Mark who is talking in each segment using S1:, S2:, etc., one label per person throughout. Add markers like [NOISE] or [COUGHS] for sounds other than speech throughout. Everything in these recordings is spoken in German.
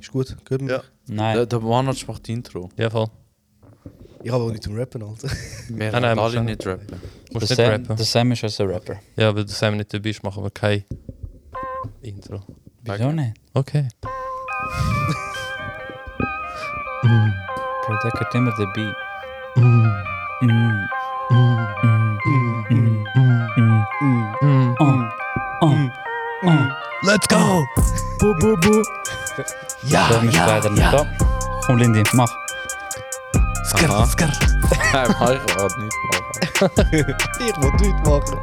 S1: Ist gut, gehört man.
S2: Ja.
S3: Nein.
S1: Äh,
S4: Der, der One-Notch macht Intro.
S2: Ja, voll.
S1: Ich habe auch nicht zum Rappen, Alter.
S4: Wir
S2: nein,
S4: haben
S2: wir
S4: alle
S2: können-
S4: nicht rappen. [LAUGHS]
S3: der,
S2: Musst nicht
S3: Sam,
S2: rappen.
S3: der Sam ist also ein Rapper.
S2: Ja, weil du Sam nicht dabei bist, machen wir kein Intro.
S3: Wieso nicht?
S2: Okay.
S3: Bro, der gehört immer dabei. Ah,
S2: Let's go!
S3: Bu, bu, bu. Ja, ja, leider nicht da. Komm, Lindy, mach.
S4: Skr, skr. Nein, mach ich auch nicht machen.
S1: Ich will nichts machen.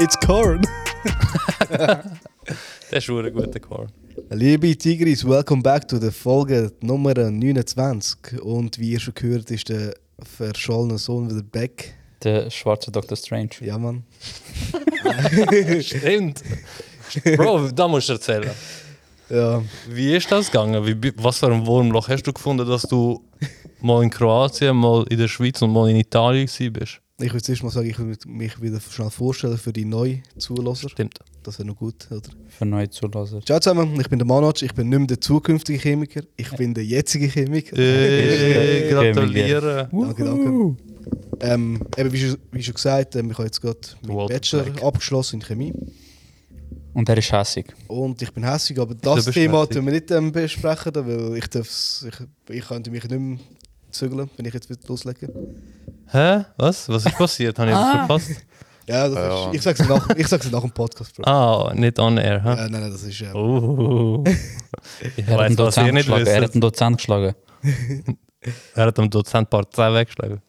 S1: It's Corn.
S2: Das ist ein guter Chor.
S1: Liebe Tigris, welcome back to der Folge Nummer 29. Und wie ihr schon gehört, ist der verschollene Sohn wieder back.
S3: Der schwarze Dr. Strange.
S1: Ja, Mann.
S2: Stimmt. Bro, da musst du erzählen.
S1: Ja.
S2: Wie ist das gegangen? Wie, bi- was für ein Wurmloch hast du gefunden, dass du mal in Kroatien, mal in der Schweiz und mal in Italien gewesen bist?
S1: Ich würde zuerst mal sagen, ich würde mich wieder schnell vorstellen für die neuen Zulasser.
S2: Stimmt.
S1: Das wäre noch gut, oder?
S3: Für neue Zulasser.
S1: Ciao zusammen, ich bin der Manoc, ich bin nicht mehr der zukünftige Chemiker, ich bin der jetzige Chemiker.
S2: Äh,
S3: Hey,
S2: gratuliere.
S1: Danke, danke. Ähm, eben, wie, schon- wie schon gesagt, ähm, ich habe jetzt gerade meinen
S2: Walter
S1: Bachelor
S2: Black.
S1: abgeschlossen in Chemie.
S3: Und er ist hässig.
S1: Und ich bin hässig, aber
S2: Du
S1: das
S2: bist
S1: Thema
S2: hässig.
S1: dürfen wir nicht ähm, besprechen, da, weil ich, darf's- ich, ich könnte mich nicht mehr zügeln, wenn ich jetzt wieder loslege.
S2: Hä? Was? Was ist passiert? Habe ich das verpasst?
S1: Ja, das
S4: Ja.
S1: Ist, ich sage es nach, ich sag's nach dem Podcast, Bro.
S2: Ah, nicht on air, hä?
S1: Äh, nein, nein, das ist... Äh,
S2: Oh. Ich
S3: Er hat
S2: weiß,
S3: einen
S2: was ihr
S3: Dozent geschlagen. Er hat
S2: nicht wisst.
S3: einen Dozent geschlagen.
S2: Er hat dem Dozent paar Zähne weggeschlagen.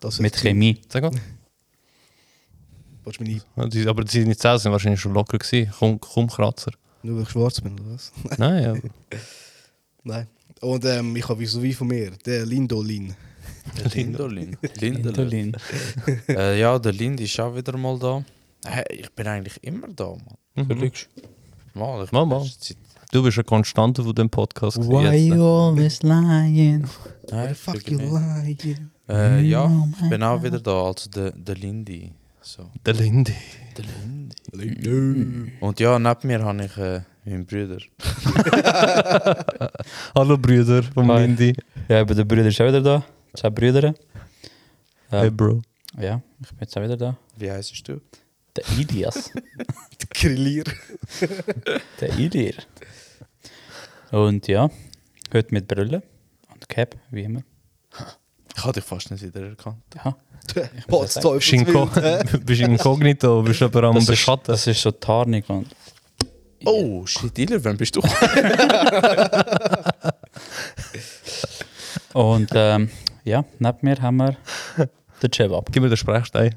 S1: das
S3: Mit
S1: ist-
S3: Chemie.
S2: Sag mal.
S1: Willst du meine...
S2: Ja, die- Aber seine Zähne sind wahrscheinlich schon locker gewesen. Komm, komm Kratzer.
S1: Nur weil ich schwarz bin, oder was?
S2: Nein,
S1: Nein. Und ähm, ich habe wie so wie von mir, der Lindolin.
S4: [LAUGHS] Lindolin. Lindolin.
S3: Indolin.
S4: Äh, ja, der Lind ist auch wieder mal da. Hä, ich bin eigentlich immer da, Mann.
S2: ja. Mhm.
S4: Mal, Dus ich
S2: Mal,
S4: bin
S2: mal.
S4: erst seit-
S2: Du bist eine Konstante von dem Podcast. gewesen
S3: Why
S2: jetzt, ne?
S3: you always lying?
S4: Nein,
S1: Fuck
S4: wirklich
S1: you
S4: nicht.
S1: lying.
S4: Äh,
S2: Mm.
S3: Eh,
S4: ja, ich bin auch wieder da, also der, der Lindy. So.
S2: Der Lindy. [LAUGHS]
S4: Der Lindy.
S1: [LAUGHS]
S4: Und ja, neben mir habe ich äh, meinen Bruder.
S2: Hallo Brüder vom
S3: Hi.
S2: Lindy.
S3: Ja, aber der Bruder ist auch wieder da. Zwei Brüder. Ja.
S2: Hey Bro.
S3: Eh, Ja, ich bin jetzt auch wieder da.
S4: Wie heißt du?
S3: Der Ilias.
S1: Grillier.
S3: [LAUGHS] der Ilir. Und ja, heute mit Brille und Cap, wie immer.
S4: Ich habe dich fast nicht wieder erkannt.
S3: Ja.
S1: Potzteufel.
S2: Bist inko- [LAUGHS] bist inkognito, bist aber am
S3: Das, ist,
S2: Beschatten.
S3: das ist so Tarnung. Mann.
S4: Oh, shit, Iler, wann bist du? [LAUGHS]
S3: Und ähm, ja, neben mir haben wir den Chebab.
S2: Gib mir den Sprechstein.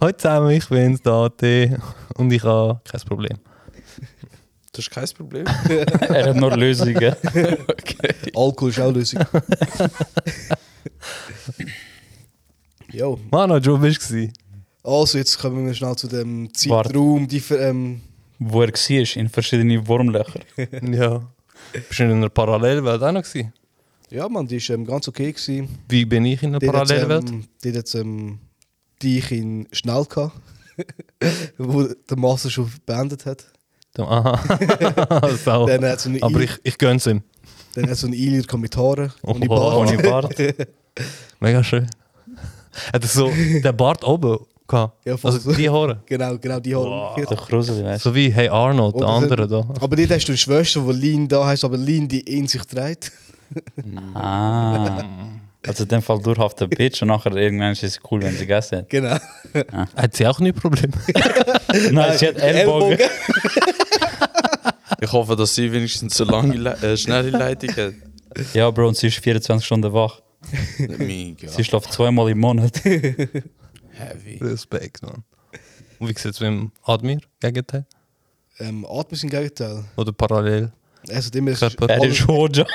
S2: Hallo zusammen, ich bin's, Dati. Und ich habe kein Problem.
S4: Das ist kein Problem.
S3: [LAUGHS] er hat nur Lösungen.
S1: Alkohol
S2: [LAUGHS]
S1: ist auch Lösung. Jo.
S2: Mano, du bist du.
S1: Also, jetzt kommen wir schnell zu dem
S3: Warte.
S1: Zeitraum, mm, die ver- ähm,
S3: Wo er war, in verschiedene Wurmlöcher.
S2: Ja. Bist du in einer Parallelwelt auch noch gewesen?
S1: Ja, man, die war ähm, ganz okay. Gewesen.
S2: Wie bin ich in einer
S1: Die hat
S2: Parallelwelt?
S1: jetzt, ähm, die hat jetzt ähm, dich in schnell gehabt, [LAUGHS] wo der Master schon beendet hat.
S2: [LAUGHS] Aha. Sau.
S1: Dann hat so einen
S2: Also.
S1: Ili-
S2: Aber ich, ich gönn's ihm.
S1: dann hat so einen Ilir gehabt mit Haaren und die
S2: Oh.
S1: Bart.
S3: Ohne Bart.
S2: Mega schön. Hat er so den Bart oben gehabt?
S1: Ja, voll.
S2: also die Haare.
S1: [LAUGHS] Genau, genau, die Haare.
S3: Der Krusel, weißt
S2: So wie Hey Arnold, der
S1: Oder so-
S2: andere da.
S1: Aber dort hast du eine Schwester, die Lin da heißt, aber Lin, die in sich trägt.
S3: du. Ah. [LAUGHS] Also in dem Fall durchhafter Bitch und nachher irgendwann ist es cool, wenn sie
S1: [LAUGHS]
S3: gegessen hat.
S1: Genau.
S2: Hat sie auch nie Probleme?
S3: Nein, sie hat Ellbogen.
S4: Ich hoffe, dass sie wenigstens so lange Le äh, schnelle Leitung hat.
S3: Ja, Bro, und sie ist 24 Stunden wach.
S4: Mega
S3: Sie schläft zweimal im Monat.
S4: heavy.
S2: Respekt, man. Und wie sieht es mit dem Admir? Gegenteil?
S1: Ähm, Atmen sind im Gegenteil.
S2: Oder parallel?
S1: Er sollte immer.
S2: Körper.
S3: Er
S1: also,
S3: [LAUGHS] ist Hoja.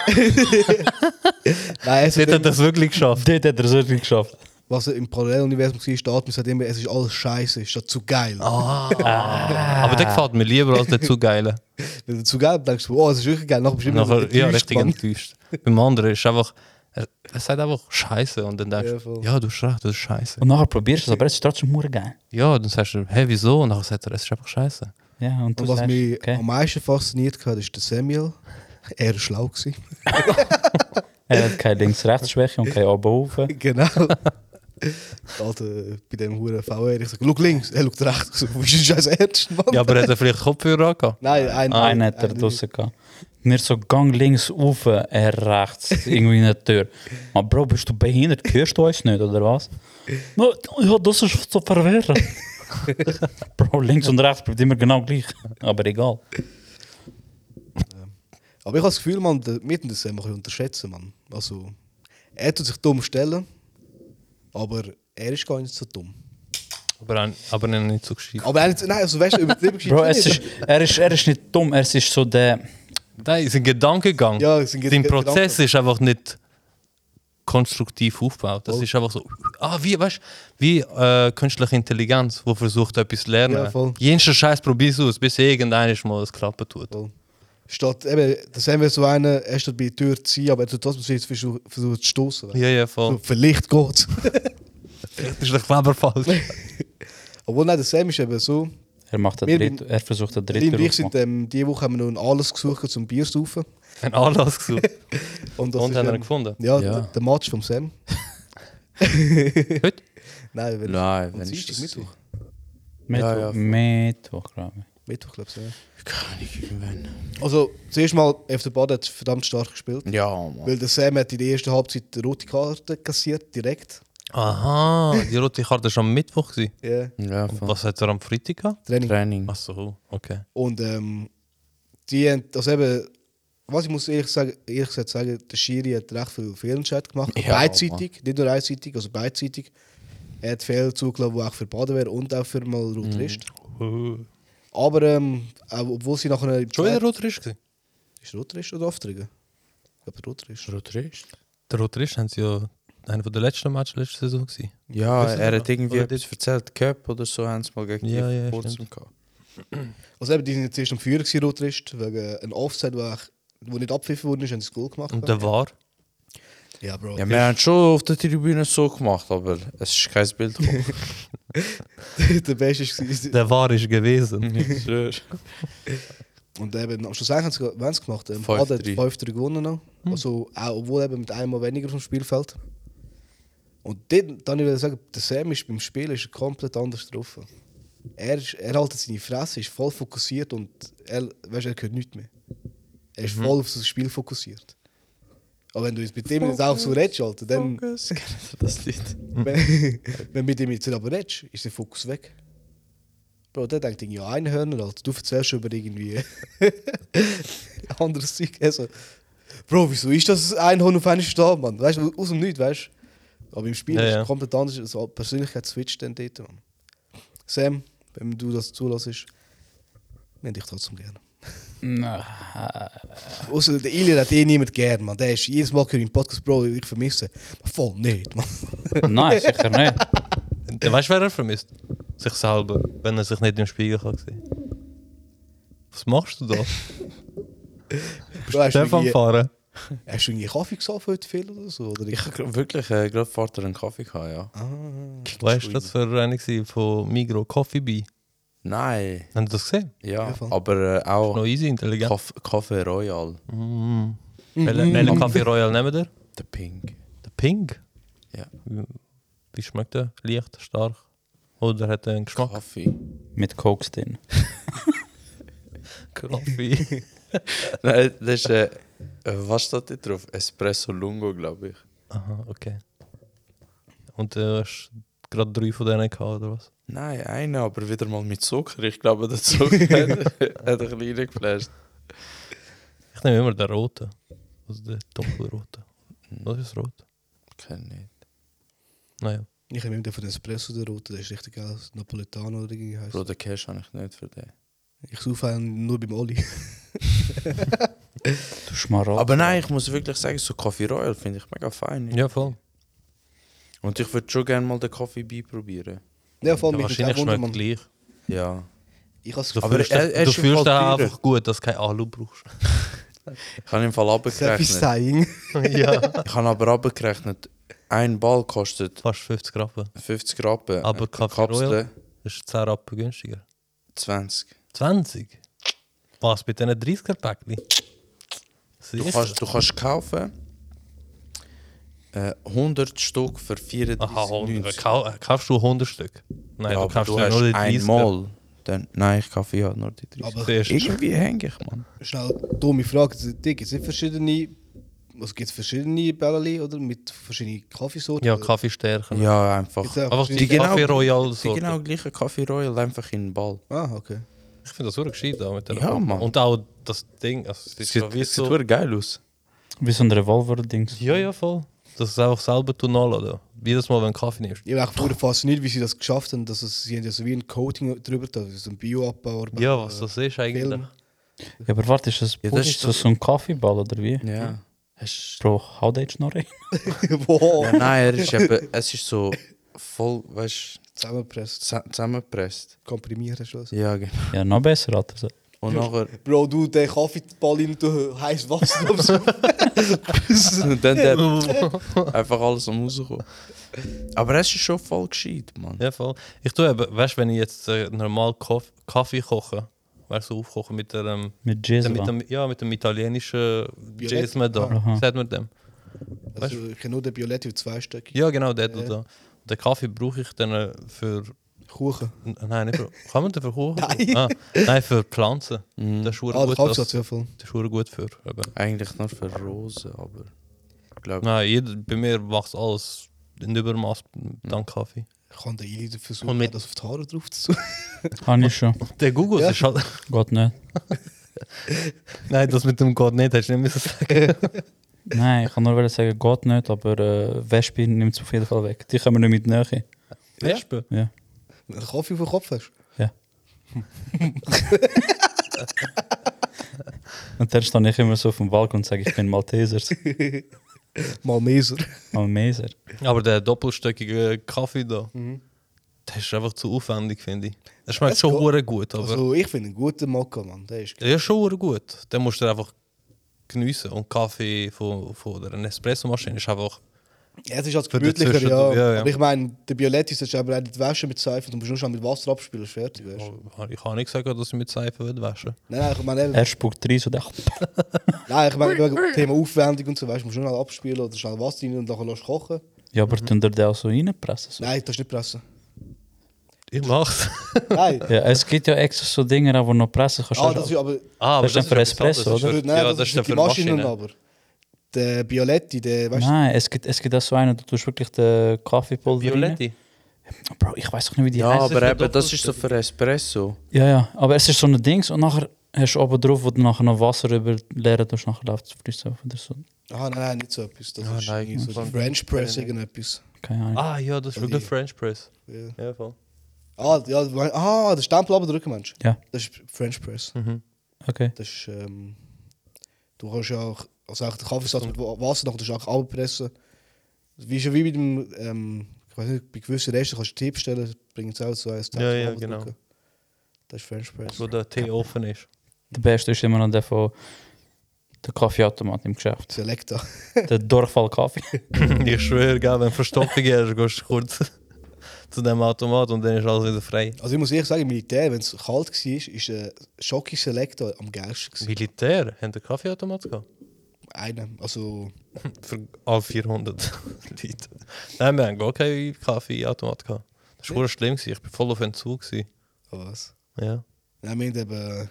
S1: Nein, er sollte
S2: Dort hat
S1: immer,
S2: das wirklich geschafft.
S3: Dort hat er es wirklich geschafft.
S1: was er im Paralleluniversum war, ist, Atmen sagt immer, es ist alles scheiße, ist das zu geil.
S2: Aber der gefällt mir lieber
S1: [LAUGHS]
S2: als der zu geile.
S1: Wenn du zu geil bist, denkst du, oh, es ist wirklich geil. Nachher bist du immer
S2: Nachher, ja,
S1: enttäuscht,
S2: richtig
S1: Mann.
S2: enttäuscht. Beim anderen ist einfach, er, er sagt einfach Scheiße und dann
S1: Ja,
S2: denkst du,
S1: voll.
S2: ja, du hast recht, das ist Scheiße.
S3: Und nachher probierst du es, aber es ist trotzdem mega geil.
S2: Ja, dann sagst du, hey, wieso? Und dann sagt er, es ist einfach Scheiße.
S3: Ja, und du
S1: Und was
S3: sagst,
S1: mich
S3: okay.
S1: am meisten fasziniert hat, ist der Samuel. Er war schlau. Gewesen. [LAUGHS]
S3: Er hat keine Links-Rechts-Schwäche und keine Abhofen.
S1: Genau. Alter, bei dem Huren VR, ich sag, schau links, er schaut rechts. Ich sag, wo [LAUGHS] ist denn scheiß Ernst, Mann?
S2: Ja, aber hat er vielleicht Kopfhörer angehabt?
S1: Nein, ein,
S3: Einen hat Ah, er draussen gehabt. Nicht so Gang links rauf, er
S4: [LAUGHS]
S3: rechts, irgendwie in der Tür. Man, Bro, bist du behindert? Hörst du uns nicht, oder was? No, ja, das ist so
S4: [LAUGHS]
S3: verwirrend. Bro, links und rechts bleibt immer genau gleich. Aber egal.
S1: Aber ich habe das Gefühl, man, der- wir tun das einfach unterschätzen, Mann. Also, er tut sich dumm stellen, aber er ist gar nicht so dumm.
S2: Aber, ein- aber er nicht so gescheit.
S1: Aber er nicht, nein, also weißt du, übertrieben gescheit
S3: [LAUGHS] Bro,
S1: ist er
S3: es ist, er, ist, er ist nicht dumm, er ist so der.
S2: Nein, sein Gedankengang.
S1: Ja, sein Ged-
S2: sein Prozess
S1: Gedanken.
S2: ist einfach nicht konstruktiv aufgebaut. Das ist einfach so, ah, wie, weißt du, wie äh, künstliche Intelligenz, die versucht, etwas zu lernen.
S1: Ja, voll.
S2: Jenster Scheiß probierst du es, bis irgendeiner mal es klappen tut.
S1: Voll. Statt, eben, das haben wir so einen, er steht bei der Tür zu ziehen, aber er tut das, was er jetzt versucht versucht zu stoßen.
S2: Ja, ja,
S1: So,
S2: voll.
S1: vielleicht geht's. [LAUGHS]
S2: Das ist der Kleberfall.
S1: Obwohl, nein, der Sam ist eben so.
S3: Er, macht
S1: Wir
S3: den Dritt, er versucht den
S1: Lin
S3: dritten
S1: und ich sind ähm, diese Woche haben wir noch ein alles gesucht um zum Bier saufen.
S2: Ein Anlass
S1: [LAUGHS]
S2: gesucht.
S1: Und, das
S2: Und
S1: ist,
S2: haben wir ihn
S1: ähm,
S2: gefunden.
S1: Ja,
S3: Ja.
S1: d- der Match vom Sam. [LAUGHS]
S2: Heute?
S1: Nein, wenn
S4: Nein,
S1: am
S4: wenn ich
S1: Dienstag,
S4: das
S1: Mittwoch.
S3: Mittwoch,
S4: Ja, ja, voll.
S3: Mittwoch, glaube ich.
S1: Mittwoch, glaube ich. Ja.
S4: Keine Ahnung, irgendwann.
S1: Also, zuerst mal, FC Baden hat verdammt stark gespielt.
S4: Ja, Mann.
S1: Weil der Sam hat in der ersten Halbzeit die rote Karte kassiert, direkt.
S2: Aha, die rote Karte war am Mittwoch. gewesen.
S1: Ja,
S4: Ja,
S2: Und
S4: voll.
S2: was hat er am Freitag gehabt?
S1: Training.
S4: Training.
S2: Achso, okay.
S1: Und ähm, die haben, also eben, was ich muss ehrlich sagen, ehrlich gesagt sagen, der Schiri hat recht viel Fehlentscheid gemacht.
S4: Ja,
S1: beidseitig, nicht nur einseitig, also beidseitig. Er hat Fehler zugelassen, die auch für Baden wäre und auch für mal
S2: Mhm.
S1: Rot Rist. Aber ähm, auch obwohl sie nachher im
S2: Schon wieder
S1: zweiten-
S2: Rotrisch gewesen?
S1: Ist Rot Rist oder Aufträge? Ich glaube Rot Rist.
S4: Rotrist?
S2: Der Rotrisch haben sie ja einer der letzten Matches letzte Saison gewesen.
S4: Ja,
S2: Wissen
S4: er
S2: Sie
S4: hat
S2: noch?
S4: irgendwie
S2: Oder
S4: etwas erzählt, Cup oder so, haben sie mal gegen
S2: Ja,
S4: die
S2: ja,
S4: vor kurzem gehabt.
S1: Also eben, die sind jetzt erst am Führer gewesen, Rot Rist, wegen einem Offside, wo, auch- wo nicht abpfiffen worden ist, haben sie das Goal gemacht.
S2: Und der war.
S1: ja, Bro.
S4: Ja, wir haben schon auf der Tribüne so gemacht, aber es ist kein Bild gekommen.
S1: [LAUGHS] der Beste ist
S2: Der war ist gewesen. [LAUGHS]
S4: Ich schwör.
S1: Und eben, am Schluss haben sie haben sie gemacht. Ähm,
S4: 5-3.
S1: Baden hat 5-3 gewonnen. Noch. Also, auch, obwohl eben mit einem Mal weniger vom Spielfeld. Und dort, dann will ich sagen, der Sam ist beim Spiel ist er komplett anders drauf. Er, ist, er haltet seine Fresse, ist voll fokussiert und er, weißt, er hört nichts mehr. Er ist voll auf das Spiel fokussiert. Aber wenn du jetzt mit dem jetzt auch so redest, Alter, dann,
S4: Focus. Das Lied.
S1: wenn,
S2: Hm.
S1: [LAUGHS] wenn mit ihm jetzt nicht aber redest, ist der Fokus weg. Bro, der denkt irgendwie an Einhörner, Alter. Du erzählst über irgendwie [LAUGHS] anderes Zeug. Also, Bro, wieso ist das Einhorn auf einmal da, Mann? Weißt du, aus dem Nichts, weißt du? Aber im Spiel
S2: Ja,
S1: ist
S2: ja.
S1: es komplett anders, also Persönlichkeit switcht dann dort, Mann. Sam, wenn du das zulässt, nenn dich trotzdem gerne. Außer der Ilya hat eh niemand gern, Mann. Der ist jedes Mal im Podcast, Bro, ich vermisse. ihn. Voll nicht, Mann. [LAUGHS]
S3: Nein, sicher nicht.
S2: weißt du, wer er vermisst? Sich selber, wenn er sich nicht im Spiegel kann sehen. Was
S1: [LAUGHS]
S2: machst du da?
S1: Bro, hast du
S2: Stefan
S1: irgendwie-
S2: fahren.
S1: Hast du irgendwie Kaffee gesoffen heute viel oder so? Oder
S4: Ich habe wirklich äh, gerade vor dir einen Kaffee gehabt, ja.
S2: Weißt du, das für eine war von Migro Coffee Bee?
S4: Nein,
S2: Haben Sie das gesehen?
S4: ja,
S1: voll.
S4: aber äh,
S1: Oh.
S2: Noch
S4: auch
S2: easy, intelligent.
S4: Kaff Kaffee Royal,
S2: Welchen welchen Kaffee Royal nehmen der?
S4: der Pink.
S2: Der Pink.
S4: Ja.
S2: Wie schmeckt der? Leicht, stark. Oder hat er einen Geschmack?
S4: Kaffee.
S3: Mit Koks drin.
S2: [LAUGHS] Kaffee.
S4: [LAUGHS] Nein, das ist, äh, äh, was steht da drauf? Espresso Lungo, glaube ich.
S2: Aha, okay. Und du hast gerade drei von denen gehabt, oder was?
S4: Nein, einer, aber wieder mal mit Zucker. Ich glaube, der
S2: [LAUGHS]
S4: Zucker hat hat ein bisschen reingeflasht.
S2: Ich nehme immer den roten. Also den dunkelroten. Was ist rot?
S4: Kenn nicht.
S2: Naja.
S1: Ich nehme den von Espresso, der rote, der ist richtig geil. Napoletano oder irgendwie heißt.
S4: Bro, den Cash habe ich nicht für den.
S1: Ich saufe einen nur beim Oli. [LAUGHS]
S3: Du Schmarotzer.
S4: Aber nein, ich muss wirklich sagen, so Kaffee Royal finde ich mega fein.
S2: Ja, voll.
S4: Und ich würde schon gerne mal den Kaffee Bee probieren.
S1: Ja, vor
S2: Ja,
S1: allem,
S2: wahrscheinlich schmeckt es
S1: ich
S2: gleich.
S4: Ja.
S1: Ich has
S2: Du
S4: Aber
S2: fühlst,
S4: er-
S2: den-
S4: er
S2: du
S4: ist im
S2: fühlst den
S4: Fall teurer.
S2: einfach gut, dass du kein Alu brauchst.
S4: Ich habe im Fall abgerechnet.
S1: Selfie-Styling.
S2: ja.
S4: Ich habe aber abgerechnet, ein Ball kostet
S2: Fast 50 Rappen.
S4: 50 Rappen. äh,
S2: Aber
S4: eine
S2: Kaffee Royal ist 10 Rappen günstiger.
S4: 20.
S2: 20? Was, bei diesen 30er-Päckchen?
S4: Du kannst, du kannst kaufen äh, 100 Stück für 34,90.
S2: Aha, 100. Kau äh, kaufst du 100 Stück? Nein,
S4: Ja,
S2: du
S4: aber
S2: kaufst
S4: du
S2: ja
S4: hast
S2: nur die 30.
S4: einmal. Dann, nein, ich kaufe ja nur die 30.
S1: Aber
S2: Zuerst.
S4: Irgendwie hänge ich, Mann.
S1: schnell dumme Frage. Gibt es nicht verschiedene. Also gibt es verschiedene Bälle oder mit verschiedenen Kaffeesorten?
S2: Ja, Kaffee stärken.
S4: Ja, einfach.
S1: Gibt's auch
S2: Einfach die
S1: verschiedene-
S4: genau-
S2: Kaffee Royal
S4: Die
S2: Sorte.
S4: genau gleiche Kaffee Royal, einfach in den Ball.
S1: Ah, okay.
S2: Ich finde das wirklich gescheit da mit der
S4: Ja,
S2: Pappe.
S4: Mann.
S2: Und auch das Ding, also es ist so wie so...
S4: wirklich geil aus.
S3: Wie so ein Revolver-Dings.
S2: Ja, ja, voll. Das ist einfach selber tun oder? Jedes Mal, wenn du Kaffee nimmst.
S1: Ich bin auch voll fasziniert, wie sie das geschafft haben. Dass es, sie haben ja so wie ein Coating drüber, da, so ein Bioabbau. oder-
S2: Ja, was das ist eigentlich.
S1: Film.
S3: Ja, aber warte, ist das,
S4: Ja, das
S3: Pulver
S4: ist
S3: so-
S4: das-
S3: so ein Kaffeeball oder wie?
S4: Ja.
S3: Bro, hau da jetzt noch
S4: [LAUGHS]
S3: rein.
S1: Wow.
S4: ja nein, er ist eben, es ist so voll, weißt
S1: Zusammenpresst,
S4: du, zusammengepresst.
S1: komprimieren schon.
S4: Ja, genau.
S3: Ja, nou noch besser hat er so.
S4: Und nachher.
S1: Bro, du, der Kaffeeball in du heiß [LAUGHS] Wasser am
S4: [LAUGHS] Und dann der, [LAUGHS] einfach alles am rauskommen. Aber es ist schon voll gescheit, Mann.
S2: Ja, voll. Ich tue eben, weißt du, wenn ich jetzt äh, normal Kof Kaffee koche, weißt du, aufkoche mit der, ähm,
S3: Mit
S2: mit
S3: Jezra.
S2: dem, ja, mit dem italienischen
S1: Violett.
S2: Jasme da.
S3: Aha.
S2: Sagt man dem?
S1: Also, ich kenne nur den Violett und zwei Stück.
S2: Ja, genau, der da. da. Den Kaffee brauche ich dann äh, für.
S1: Kuchen.
S2: n- Nein, nicht für. Kann man den für Kuchen? Nein. Ah, nein, für Pflanzen. Das ist schon
S1: Ah, der
S2: gut. Das,
S1: Kaffeesatz,
S2: das
S1: ja voll.
S2: ist verdammt gut für. Eben.
S4: Eigentlich nur für Rosen, aber. Ich glaube,
S2: Nein, jeder, bei mir macht alles in Übermaß dank Kaffee.
S1: Ich kann den Eili versuchen,
S2: Und mit-
S1: das auf die Haare drauf zu tun.
S3: Kann ich schon.
S2: Der Google
S1: Ja.
S2: ist halt.
S3: Geht nicht.
S2: [LAUGHS] Nein, das mit dem geht nicht, hast du nicht müssen sagen.
S3: Nein, ich kann nur sagen, geht nicht, aber äh, Wespe nimmt es auf jeden Fall weg. Die können wir nicht mit Nähe.
S2: Wespe?
S3: Ja.
S1: [LAUGHS] Wenn du Kaffee auf den Kopf hast.
S4: [LAUGHS]
S3: ja. und dann stehe ich immer so auf dem Balkon und sage, ich bin Malteser.
S4: [LAUGHS]
S1: Malmeser.
S3: Malmeser.
S2: Aber der doppelstöckige Kaffee da, der ist einfach zu aufwendig, finde ich. Der schmeckt
S1: Es
S2: schon
S1: geht.
S2: hure gut, [LAUGHS] aber.
S1: Also, ich finde einen guten Mokka, Mann. Der ist geil.
S2: der ist schon hure gut. Den musst du einfach geniessen. Und Kaffee von, von der Nespresso-Maschine ist einfach.
S1: Ja, es ist als
S2: Für
S1: gemütlicher,
S2: dazwischen-
S1: ja.
S2: ja, ja.
S1: Aber ich meine, der Violett ist jetzt aber auch nicht waschen mit Seife. Du musst nur schon mit Wasser abspülen, ist fertig. Weißt? du.
S2: Ich kann nicht sagen, dass ich mit Seife will waschen
S1: Nein, nein, ich meine, eben,
S3: Er spuckt rein und dachte,
S1: nein, ich meine wegen Thema Aufwendung und so, weißt du, musst du nur noch abspülen oder schnell Wasser rein und dann lässt du kochen.
S3: ja, aber tun dir den auch so reinpressen? So.
S1: Nein, das ist nicht pressen.
S2: Ich [LAUGHS] mach's.
S1: Nein,
S3: Ja, es gibt ja extra so Dinge, die noch pressen kannst.
S1: ah,
S3: du
S1: das ist aber.
S2: Ah,
S3: Das ist dann für
S2: etwas anderes.
S3: Espresso,
S2: Das ist
S1: Nein,
S2: für- Ja, das ist dann
S1: die
S2: für
S1: Maschinen,
S2: Maschine.
S1: aber. Der Violetti, der, weißt du,
S3: Nein, es gibt, es gibt auch so einen, du tust wirklich den Kaffeepulver rein.
S2: Violetti.
S3: Bro, ich weiß doch nicht, wie die
S4: Ja,
S3: heißen.
S4: aber
S2: für
S4: eben, das ist so für Espresso.
S3: Ja, ja, aber es ist so ein Dings und nachher hast du oben drauf, wo du nachher noch Wasser über leeren tust, nachher läuft es frisch auf oder so.
S1: ah, nein, nein, nicht so etwas. Das
S4: Ah,
S1: ist
S4: nein,
S1: irgendwie so
S4: kann-
S1: French Press, irgendetwas.
S3: Keine Ahnung.
S2: Ah, ja, das ist wirklich French Press.
S1: Ja.
S2: Ja, voll.
S1: Ah, ja, we- ah, der Stempel abdrücken, Mensch.
S3: Ja,
S1: Das ist French Press.
S3: Mhm. okay.
S1: Das ist, ähm, du kannst ja auch, also auch den Kaffeesatz mit Wa- Wasser noch, du kannst auch abpressen. Wie schon wie mit dem, ähm, ich weiß nicht, bei gewissen Resten kannst du Tipp stellen, bringt es auch so ein
S2: Ja, ja, genau.
S1: Das ist French Press.
S2: Wo der Tee offen ist. [LAUGHS]
S3: Der beste ist immer noch der von der Kaffeeautomat im
S1: [LAUGHS]
S3: Geschäft.
S1: Selecta.
S3: der Durchfallkaffee.
S2: ich schwöre, gell, wenn du Verstopfung hast, gehst du kurz [LAUGHS] zu dem Automat und dann ist alles wieder frei.
S1: Also ich muss ehrlich sagen, im Militär, wenn es kalt war, ist der Schocki Selecta am geilsten. gewesen.
S2: Militär? Haben den Kaffeeautomat gehabt? [LAUGHS]
S1: Einer, also,
S2: Für alle [LAUGHS] 400 Leute. Nein, wir haben gar keinen Kaffeeautomat gehabt. Das war schlimm, gewesen. ich war voll auf Entzug. Gewesen.
S1: oh was?
S2: Ja.
S1: Nein, wir haben eben,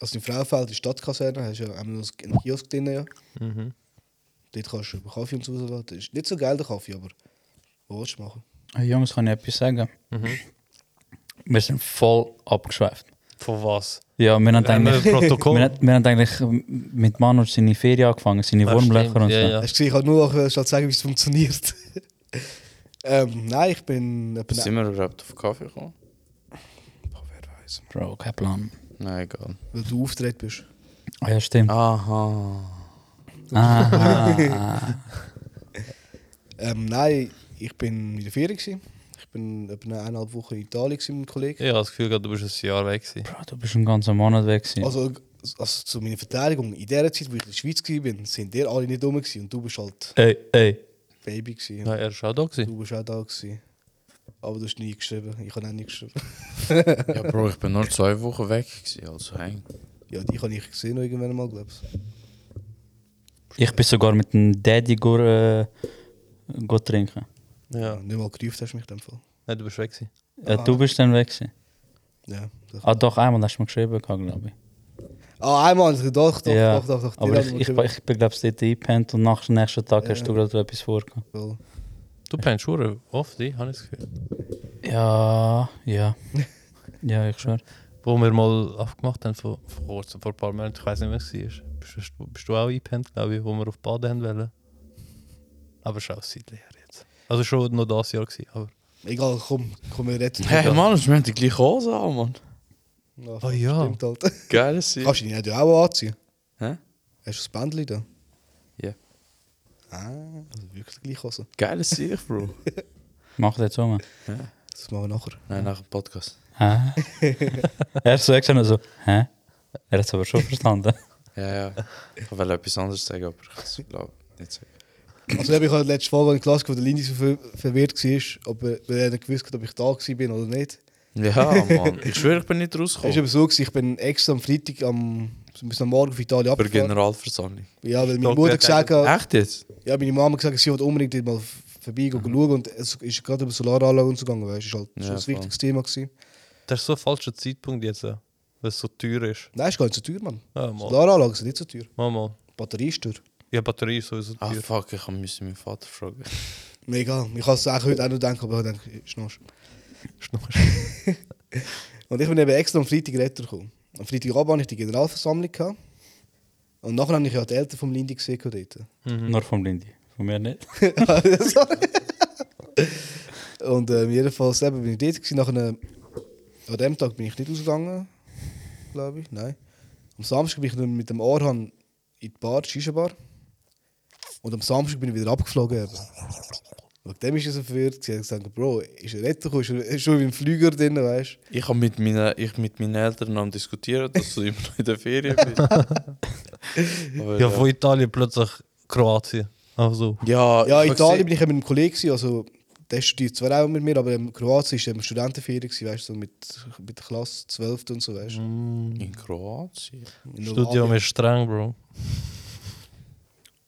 S1: also im Frauenfeld, in der Stadtkaserne, hast du ja haben wir noch einen Kiosk drin, ja.
S2: Mhm.
S1: Dort kannst du über Kaffee und so reden. Das ist nicht so geil, der Kaffee, aber was willst du machen?
S3: Hey, Jungs, kann ich etwas sagen?
S2: Mhm.
S3: Wir sind voll abgeschweift.
S2: Von was?
S3: Ja, wir haben
S2: Haben wir
S3: [LAUGHS]
S2: ein
S3: eigentlich,
S2: Protokoll?
S3: wir, haben, wir haben eigentlich mit Manu seine Ferien angefangen, seine
S2: Ah,
S3: Wurmlöcher
S2: stimmt,
S3: und so.
S2: ja, ja.
S1: Hast du gesehen, ich kann nur noch äh, schnell zeigen, wie es funktioniert. [LAUGHS] ähm, nein, ich bin. Ich bin
S4: Sind wir überhaupt auf Kaffee gekommen?
S3: Bro, kein Plan.
S4: Nein, egal.
S1: weil du auftreten bist.
S3: Ah ja, stimmt. Ah.
S4: Aha.
S2: Ah. [LAUGHS]
S3: Aha.
S1: Ähm, nein, ich bin in der Ferien. Gewesen. Ich bin etwa eineinhalb Wochen in Italien gewesen mit einem Kollegen.
S2: Ich habe das Gefühl, gehabt, du bist ein Jahr weg. Gewesen.
S3: Bro, du bist einen ganzen Monat weg. gewesen.
S1: Also, also zu meiner Verteidigung, in der Zeit, wo ich in der Schweiz war, sind die alle nicht dumm gewesen und du bist halt
S3: ey, ey.
S1: Baby. Gewesen.
S2: Nein, er war auch da. Gewesen.
S1: Du bist auch da. Gewesen. Aber du hast nie geschrieben. Ich habe auch nie geschrieben.
S4: Ja, Bro, ich bin nur zwei Wochen weg, gewesen, also hey.
S1: Ja, die habe ich gesehen irgendwann mal, glaube ich.
S3: Ich bin sogar mit dem Daddy go, äh, go trinken.
S2: Ja.
S1: Nicht mal gerufen hast du mich in dem Fall.
S2: Nein, du bist weg. gewesen.
S3: Äh, du bist dann weg. gewesen.
S1: Ja. doch.
S3: Ah, doch, einmal hast du mir geschrieben, glaube ich.
S1: Ah, einmal, doch, doch,
S3: ja,
S1: doch, doch, doch. die haben
S3: Aber ich,
S1: wir
S3: ich,
S1: geschrieben.
S3: ich bin, glaube ich, dort eingepennt und nach, nächsten Tag hast
S1: Ja.
S3: du gerade etwas vorgehabt.
S1: Voll.
S2: Du pennst schon oft, ich habe ich das Gefühl.
S3: Ja,
S1: [LAUGHS]
S3: ja. ja, ich schwör.
S2: Wo wir mal abgemacht haben, vor, vor kurzem, vor ein paar Monaten, ich weiß nicht mehr, was es war. Bist, bist, du- bist du auch eingepennt, glaube ich, wo wir auf Baden haben wollen. Aber es ist auch eine Zeit leer jetzt. Also schon noch das Jahr gewesen, aber...
S1: Egal, komm, komm, wir reden.
S4: Hey Mann, wir haben die gleiche Hose an, Mann.
S1: Ja,
S2: Oh ja.
S1: Stimmt halt.
S4: Geil,
S1: [LAUGHS]
S4: sie.
S1: Kannst du ihn ja auch anziehen?
S4: Hä?
S1: Hast du das Bändchen da?
S4: Ja.
S1: Ah, also wirklich gleich Hose.
S4: Geil, sie, Bro.
S3: Mach das jetzt um.
S1: Das machen wir nachher.
S4: Nein, nach dem Podcast.
S3: Hä? [LAUGHS] er ist so extra so, hä? Er hat es aber
S1: [LAUGHS]
S3: schon verstanden.
S4: Ja, ja. Ich wollte etwas anderes sagen, aber ich glaube nicht sagen.
S1: Also eben, ich habe letzte Folge in der Klasse, wo der Lindy so ver verwirrt war, ob er, weil er nicht gewusst hat, ob ich da gewesen bin oder nicht.
S4: Ja, Mann. Ich schwöre, ich bin nicht
S1: Es
S4: rausgekommen.
S1: war eben so, gewesen, ich bin extra am Freitag am, wir sind am Morgen auf Italien
S4: Aber
S1: abgefahren.
S4: Generalversammlung.
S1: Ja, weil meine
S2: Stock
S1: Mutter
S2: wird
S1: gesagt hat,
S4: Echt jetzt?
S1: ja, meine Mama hat gesagt, sie wollte unbedingt dort mal f- vorbeigehen und schauen. Und es ist gerade über Solaranlagen und so gegangen, weißt du, ist halt
S4: Mhm. Ja,
S1: schon ein
S4: voll.
S1: wichtiges Thema gewesen.
S2: Das ist so ein falscher Zeitpunkt jetzt, äh, weil es so teuer ist.
S1: Nein, ist gar nicht so teuer, Mann.
S2: Ja, mal.
S1: Solaranlagen sind nicht so teuer.
S2: Mal, mal.
S1: Batterie ist teuer.
S2: Ja, Batterie ist sowieso
S4: Ah,
S2: teuer.
S4: fuck, ich musste meinen Vater fragen.
S1: Mega. Ich kann es auch heute auch noch denken, aber ich denke, ist noch
S2: Schnurst.
S1: [LAUGHS] Und ich bin eben extra am Freitag retourgekommen. Am Freitagabend hatte ich die Generalversammlung. Gehabt. Und nachher habe ich ja die Eltern vom Lindy gesehen dort. Mhm.
S3: Nur vom Lindy. Von mir nicht.
S1: Und äh, jedenfalls eben bin ich dort. Gewesen. Nach einem, an dem Tag bin ich nicht ausgegangen, glaube ich. Nein. Am Samstag bin ich dann mit dem Orhan in die Bar, die Shisha-Bar. Und am Samstag bin ich wieder abgeflogen. Eben. Wegen dem ist er so verwirrt. Sie hat gesagt, Bro, ist er retourgekommen? Ist er- Ist er schon im Flüger drin, weißt du?
S4: Ich habe mit meinen, ich mit meinen Eltern am diskutieren, dass du [LAUGHS] immer noch in der Ferien bist. Aber,
S2: Ja, von Italien plötzlich Kroatien. Also,
S4: ja,
S1: Ja,
S4: ich
S1: in
S4: hab
S1: Italien
S4: gesehen-
S1: bin ich eben mit einem Kollegen, gewesen, also der studiert zwar auch mit mir, aber in Kroatien war er Studentenferien, gewesen, weißt du, so mit, mit der Klasse 12 und so,
S4: Mhm.
S1: weißt du.
S4: in Kroatien.
S1: In
S2: Studium
S1: Albanien.
S2: ist streng, Bro.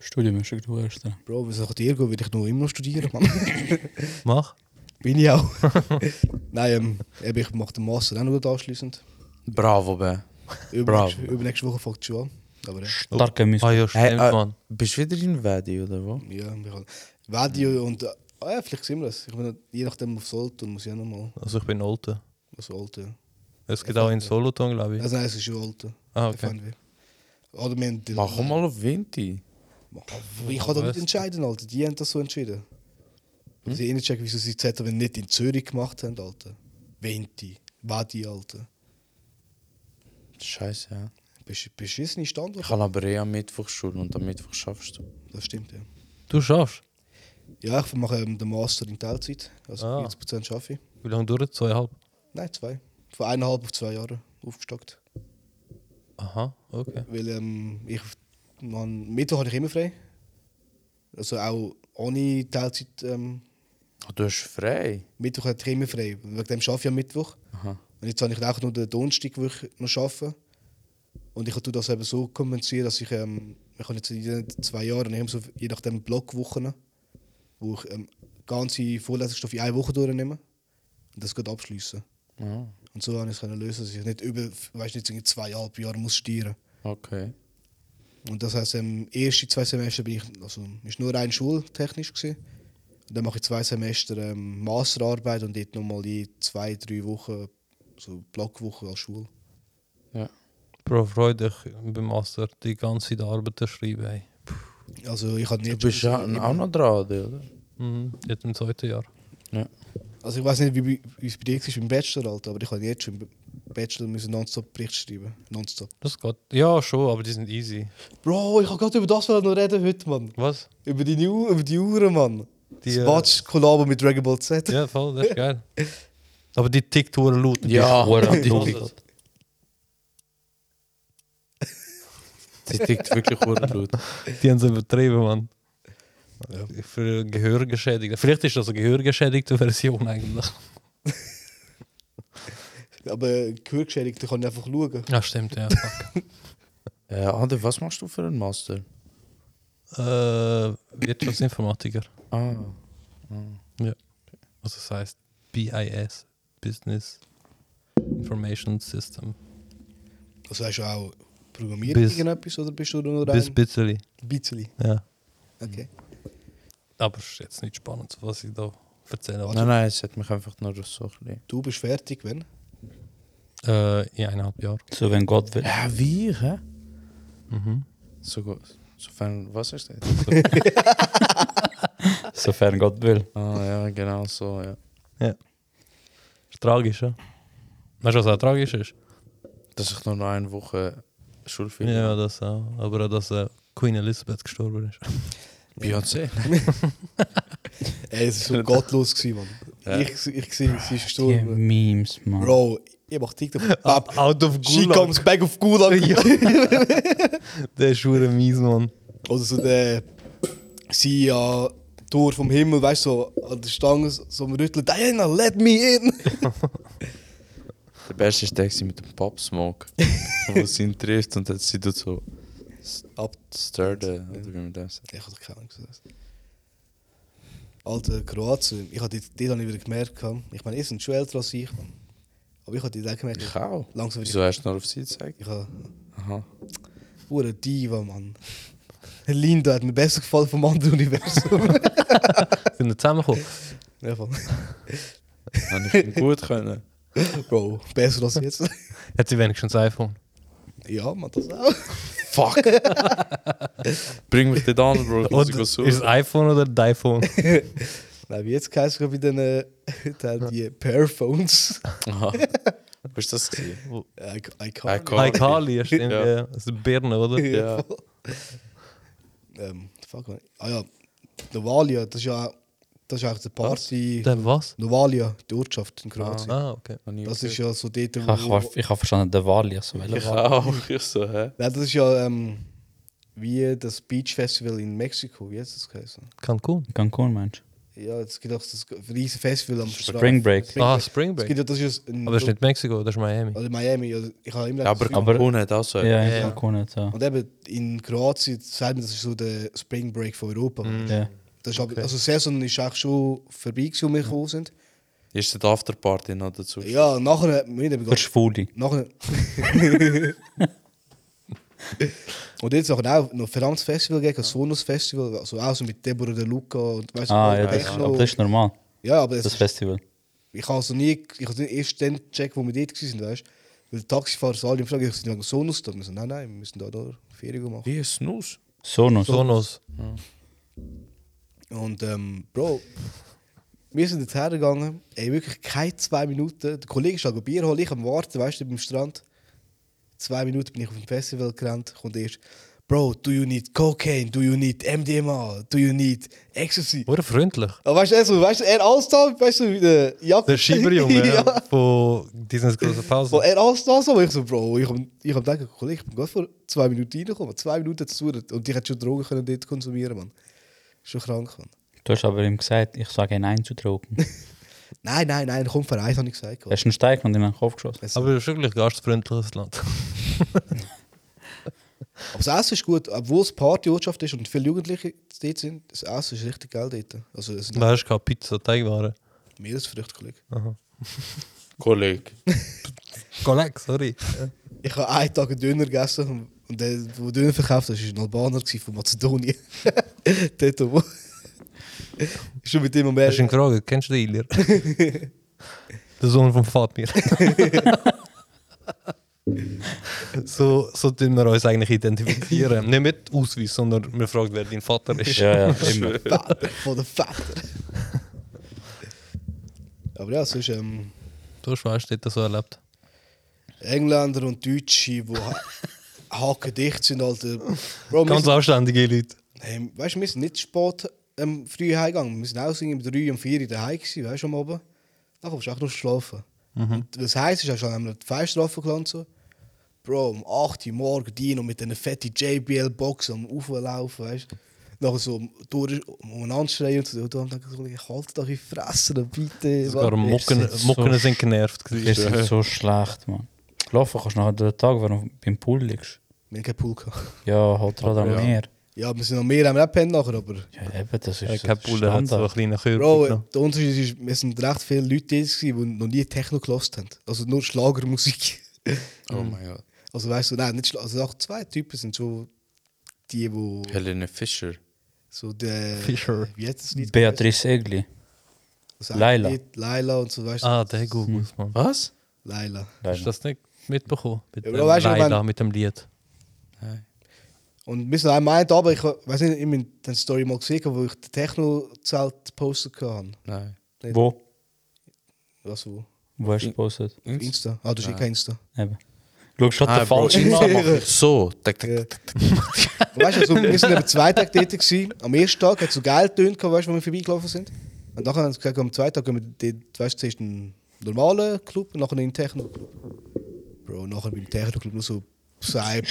S3: Studium ist du erst. Ja,
S1: Bro, was soll dir gehen, will ich noch immer noch studieren, Mann.
S2: Mach.
S1: bin ich auch. [LAUGHS] Nein, ähm, eben, ich mache den Master auch noch gut anschließend.
S4: Bravo, Ben.
S1: Übernächst,
S4: Bravo.
S1: übernächste Woche fängt es schon an. Aber äh,
S3: Starke Muskel.
S2: Ah ja,
S4: Hey,
S2: stimmt,
S4: äh,
S2: Mann.
S4: bist du wieder in Wedi oder wo?
S1: ja, wir haben Video und. Äh, ah ja, vielleicht sehen wir das. Ich bin, je nachdem auf Solothurn muss ich auch nochmal.
S2: Also ich bin Alte.
S1: Also alte.
S2: Es geht auch
S4: Äh,
S2: in Solothurn, glaube ich.
S1: Also nein, es ist schon alte.
S2: Ah, okay.
S1: Oder wir haben die-
S4: Mach mal auf Winti.
S1: Ich kann doch nicht entscheiden, Alter. Die haben das so entschieden. Hm? Sie haben nicht checken, wieso sie die ZW nicht in Zürich gemacht haben, Alter. Wenti, Wadi, Alter.
S4: Scheiße, ja.
S1: Besch beschissene
S4: Ich
S1: Standort.
S4: kann aber eh am Mittwoch Schule und am Mittwoch schaffst du.
S1: Das stimmt, ja.
S2: Du schaffst.
S1: Ja, ich mache ähm, den Master in Teilzeit. Also
S2: Ah.
S1: 40% schaffe ich.
S2: Wie lange dauert es? Zweieinhalb?
S1: Nein, zwei. Von eineinhalb auf zwei Jahre aufgestockt.
S2: Aha, okay.
S1: Weil ähm, ich am Mittwoch habe ich immer frei. Also auch ohne Teilzeit. Ähm,
S4: Ah, du hast frei.
S1: Mittwoch hatte ich immer frei. Wegen dem arbeite ich am Mittwoch.
S4: Aha.
S1: Und jetzt habe ich auch nur den Donnerstag, wo ich noch arbeite. Und ich tue das eben so kompensieren, dass ich, ähm, ich habe jetzt in den zwei Jahren, ich habe so je nachdem Blockwochen, wo ich ähm, ganze Vorlesungsstoffe in einer Woche durchnehme und das geht abschließen.
S4: Ah,
S1: Und so habe ich es können lösen, dass ich nicht über, weißt nicht, irgendwie zweieinhalb Jahre muss studieren.
S4: okay.
S1: Und das heisst, ähm, erste zwei Semester bin ich, also ist nur rein schultechnisch gewesen. Und dann mache ich zwei Semester ähm, Masterarbeit und dort nochmal die zwei, drei Wochen, so Blockwochen als Schule.
S4: Ja.
S2: Bro, freu dich beim Master die ganze Zeit arbeiten schreiben. Ey.
S1: Also ich habe
S4: Du
S1: nicht.
S4: bist ja auch noch dran, oder?
S2: Mhm. Jetzt im zweiten Jahr.
S4: Ja.
S1: Also ich weiß nicht, wie bei- wie es bei dir war im Bachelor, Alter, aber ich habe jetzt schon im Bachelor müssen nonstop Bericht schreiben. Nonstop.
S2: Das geht. Ja, schon, aber die sind easy.
S1: Bro, ich kann gerade über das noch reden heute, Mann.
S2: Was?
S1: Über die, New über die Uhren, Mann. Die,
S2: Die, äh,
S1: das Watch-Kollabo mit Dragon Ball
S2: [LAUGHS]
S1: Z.
S2: Ja, voll, das ist geil. Aber die TikTok looten.
S4: Ja,
S3: Hure
S4: die
S3: laut.
S4: Die tickt wirklich hure laut. [LAUGHS]
S2: Die haben sie übertrieben, Mann.
S1: Ja.
S2: Für Gehörgeschädigte. Vielleicht ist das eine gehörgeschädigte Version eigentlich.
S1: Aber Gehörgeschädigte kann ich einfach schauen.
S2: Ja, stimmt, ja. fuck.
S4: Eh, Äh, Ade, was machst du für einen Master?
S2: [LAUGHS] äh, Wirtschaftsinformatiker.
S4: Ah.
S2: Also das heißt BIS, Business Information System.
S1: Also hast du auch programmiert
S2: Bis-
S1: irgendetwas oder bist du nur
S2: Bis
S1: ein
S2: bisschen,
S1: bisschen?
S2: ja.
S1: Okay.
S2: Aber es ist jetzt nicht spannend, was ich da erzählen
S4: Nein,
S2: wollte.
S4: nein, es hat mich einfach nur so ein bisschen.
S1: Du bist fertig, wenn?
S2: Äh, in eineinhalb Jahren.
S3: So, wenn Gott will.
S4: Ja, wie, hä?
S2: Mhm.
S4: So gut. Sofern, was ist das?
S3: Sofern Gott will.
S4: Ah, ja, genau so, ja.
S2: Ist tragisch, ja. Weißt du, was auch tragisch ist?
S4: Dass ich nur noch eine Woche Schulferien
S2: Ja, das auch. Aber auch, dass äh, Queen Elizabeth gestorben ist.
S4: Beyoncé.
S1: Ey, es war so gottlos, gewesen, Mann. Ich, ich sehe, sie ist
S3: Die
S1: gestorben.
S3: Memes, man.
S1: Bro, ich mach TikTok. Pap,
S2: [LAUGHS] Out of
S1: she comes back of
S2: [LAUGHS]
S1: Gulag. [LAUGHS]
S2: Der ist schon mies, Mann.
S1: Oder so der sie ja Tor vom Himmel, weißt du, so an der Stange so am Rütteln. Diana, let me
S2: [LAUGHS]
S1: in!
S4: Der beste ist der gewesen mit dem Pop [LAUGHS] Smoke, wo sie ihn trifft und dann sie dort so
S1: Ab.
S4: stirde, oder wie man das sagt.
S1: Ich habe keine Ahnung gesagt. Alter, Kroatien, ich habe die, die dann wieder gemerkt. gehabt. Ich meine, ihr seid schon älter als ich. Mann. Aber ich habe die dann gemerkt.
S4: Ich auch.
S1: Langsam wieder.
S4: Wieso hast du noch auf sie gezeigt?
S1: Ich habe.
S4: Aha.
S1: Ure Diva, Mann. Linda hat mir besser gefallen vom anderen Universum.
S2: [LAUGHS] Sind wir zusammengekommen?
S1: Ja, voll.
S4: Habe ich ihn gut können.
S1: Bro, besser als jetzt.
S2: Hat sie wenigstens ein iPhone?
S1: Ja, Mann, das auch.
S4: Fuck! Bring mich dort an, Bro. Ich muss
S2: Oder
S4: ihn
S2: ist
S4: suchen.
S2: es iPhone oder ein iPhone?
S1: Nein, Nou, wie jetzt geheißen gerade bei den äh, dann die Pairphones.
S4: Aha. [LAUGHS] Oh, Was ist das? gewesen?
S1: Äh, I- I can't.
S4: Iconic.
S2: [LAUGHS] iCarly ist irgendwie
S4: Ja.
S2: ja. das ist Birne, oder?
S4: Ja.
S1: ähm, fuck, man. Ah ja, Novalia, das ist ja das ist eigentlich die Party.
S2: Dann was?
S1: Novalia, die Ortschaft in Kroatien.
S2: Ah, okay.
S4: Noch nie
S1: Das ist ja
S4: gehört.
S1: so dort,
S3: Ich
S1: wo...
S3: habe ich hab verstanden, der Wali. Also,
S4: Ich
S3: welcher
S4: auch. [LAUGHS] Ich so, hä?
S1: Nein, das ist ja ähm, wie das Beach Festival in Mexiko, wie heißt das geheißen?
S2: Cancun.
S3: Cancun, Mensch.
S1: Ja, es gibt auch das riesige Festival am Strand.
S3: Spring Break.
S2: Ah, Spring
S1: Es
S2: Break.
S1: gibt ja, das ist ja ein,
S2: Aber das ist nicht Mexiko, das ist Miami.
S1: Oder Miami, also ich habe immer...
S4: Ja, aber
S1: das Gefühl-
S4: Cancun hat auch ne, so.
S3: Ja, ja, Mhm.
S2: ja.
S3: Cancun also. nicht, ja.
S1: Und eben in Kroatien sagt man, das ist so der Spring Break von Europa.
S3: ja.
S1: Das ist aber, Also die Saison ist auch schon vorbei, gewesen, wo wir gekommen sind.
S4: Ist das Afterparty noch dazu?
S1: Ja, nachher hat man
S3: Für
S1: nicht
S3: Schwule.
S1: Nachher.
S3: [LAUGHS]
S1: und jetzt nachher auch noch Franz Festival gegen das Sonos Festival, also auch so mit Deborah De Luca und weißt
S3: Ah,
S1: du,
S3: ja, das,
S1: Techno.
S3: aber das ist normal,
S1: ja, aber
S3: das
S1: das,
S3: Festival.
S1: ich habe also nie, ich habe erst dann gecheckt, wo wir dort waren, weißt du. Weil die Taxifahrer so alle im Frage, sind wegen Sonos da. Wir so, nein, nein, wir müssen da nur Ferien machen.
S4: Wie ein Snus?
S3: Sonos.
S2: Sonos.
S1: Und ähm, Bro, wir sind jetzt hergegangen, ey, wirklich keine zwei Minuten. Der Kollege ist an Bier holen, ich am Warten, weißt du, beim Strand. Zwei Minuten bin ich auf dem Festival gerannt, kommt erst, Bro, do you need Cocaine, do you need MDMA, do you need Ecstasy?
S2: Oder freundlich.
S1: Aber weißt du, er so, weißt du, er alles da, weißt du, wie der Jack.
S2: Der
S1: [LAUGHS]
S2: Schieberjunge
S1: ja.
S2: [LAUGHS] ja. von Disney's große
S1: So,
S2: Pause.
S1: er alles da so, Und ich so, Bro, ich hab, ich hab gedacht, Kollege, ich bin gerade vor zwei Minuten reingekommen, zwei Minuten zu und ich hätte schon Drogen können dort konsumieren, Mann. Schon krank, Mann.
S3: Du hast aber ihm gesagt, ich sage Nein zu [LAUGHS] Drogen. Du
S1: Nein, nein, nein, komm, Verein, habe ich gesagt.
S3: hast einen Steig und in den Kopf geschossen.
S2: Aber es ist wirklich ein gastfreundliches Land.
S1: Aber das Essen ist gut, obwohl es Partyortschaft ist und viele Jugendliche dort sind, das Essen ist richtig geil dort. Also es sind
S2: Du hast keine Pizza, Teigwaren.
S1: Meeresfrüchte, Kollege.
S4: Kollege. [LAUGHS]
S2: Kolleg, [LAUGHS] sorry.
S1: Ich habe einen Tag einen Döner gegessen und der, der Döner verkauft hat, war ein Albaner gewesen von Mazedonien. [LAUGHS] dort, wo... Schon mit dem am
S2: Hast du
S1: Meer.
S2: ihn gefragt, kennst du den Ilir?
S3: [LAUGHS]
S2: Der Sohn von Fatmir. so, so tun wir uns
S3: [LAUGHS]
S2: eigentlich identifizieren. Nicht mit Ausweis, sondern wir fragen, wer dein Vater ist.
S3: Ja, ja, immer.
S1: Vater von den Vätern. Aber ja, sonst ähm,
S2: Du hast weißt, das so erlebt.
S1: Engländer und Deutsche, die ha hakendicht sind, Alter. Bro, wir
S2: Ganz anständige Leute.
S1: Hey, Ähm, weißt du, wir sind nicht spät ähm, früh heimgegangen. Wir sind auch so um 3 und 4 Uhr daheim gewesen, weißt du, am Abend. Dann kommst du auch noch schlafen.
S2: Mhm.
S1: Und was heisst, ist auch schon an einer Feinstrafe gelandet. So. Bro, um 8 Uhr morgen die noch mit einer fetten JBL-Box am Ufer laufen, weißt du. Nachher so um- durch, umeinander schreien und so. Und dann denke ich, so, ich halte doch in die Fresse, bitte.
S2: Sogar Mucken,
S3: jetzt so-
S2: Mucken sind genervt.
S3: Wir
S2: gewesen.
S3: sind so schlecht, man. Laufen kannst du nachher den Tag, wenn du beim Pool liegst.
S1: Wir haben keinen Pool gehabt.
S3: Ja, halt gerade am
S4: ja.
S3: Meer.
S1: Ja, wir sind noch mehr, haben wir auch gepennt nachher, aber...
S3: Ja, eben, das
S2: Ich
S3: ist
S2: habe Bulle hat so einen
S3: Standard.
S2: kleinen Körper.
S1: Bro,
S2: genommen.
S1: der Unterschied ist, wir sind recht viele Leute da, gewesen, die noch nie Techno gelost haben. Also nur Schlagermusik.
S4: Oh mein Gott.
S1: Also weißt du, nein, nicht Schla also auch zwei Typen sind so die, wo
S4: Helene Fischer.
S1: so der
S2: Fischer.
S1: Wie heißt das Lied?
S3: Beatrice Egli.
S1: Das eine
S3: Laila.
S1: Lied, Laila und so weißt du.
S2: Ah, der Gugus, Mann.
S4: Was?
S1: Laila.
S2: Hast du das nicht mitbekommen? Mit
S1: Ja,
S2: dem
S1: aber weißt du, ich
S2: Leila,
S1: mein-
S2: mit dem Lied.
S4: Nein.
S1: Und wir sind auch meint, aber ich weiß nicht, ich habe den Story mal gesehen, wo ich den Techno-Zelt gepostet habe.
S4: Nein.
S3: Wo?
S1: Was wo?
S3: Wo hast du gepostet?
S1: Auf Insta. Ah, du hast eh kein Insta.
S3: Eben. Schau, schon
S4: Ah,
S3: der
S4: Bro,
S3: falsche
S4: Insta
S3: Name. [LAUGHS]
S4: mache ich so. Tak, tak,
S1: Ja.
S4: tak.
S1: [LAUGHS] weißt du, also, wir sind eben zwei Tage dort. Gewesen. Am ersten Tag hat es so geil getönt, gehabt, weißt du, wo wir vorbeigelaufen sind. Und nachher haben sie gesagt, am zweiten Tag gehen wir dort, weißt du, zuerst in einen normalen Club und nachher in einen Techno-Club. Bro, nachher beim Techno-Club nur so Psy,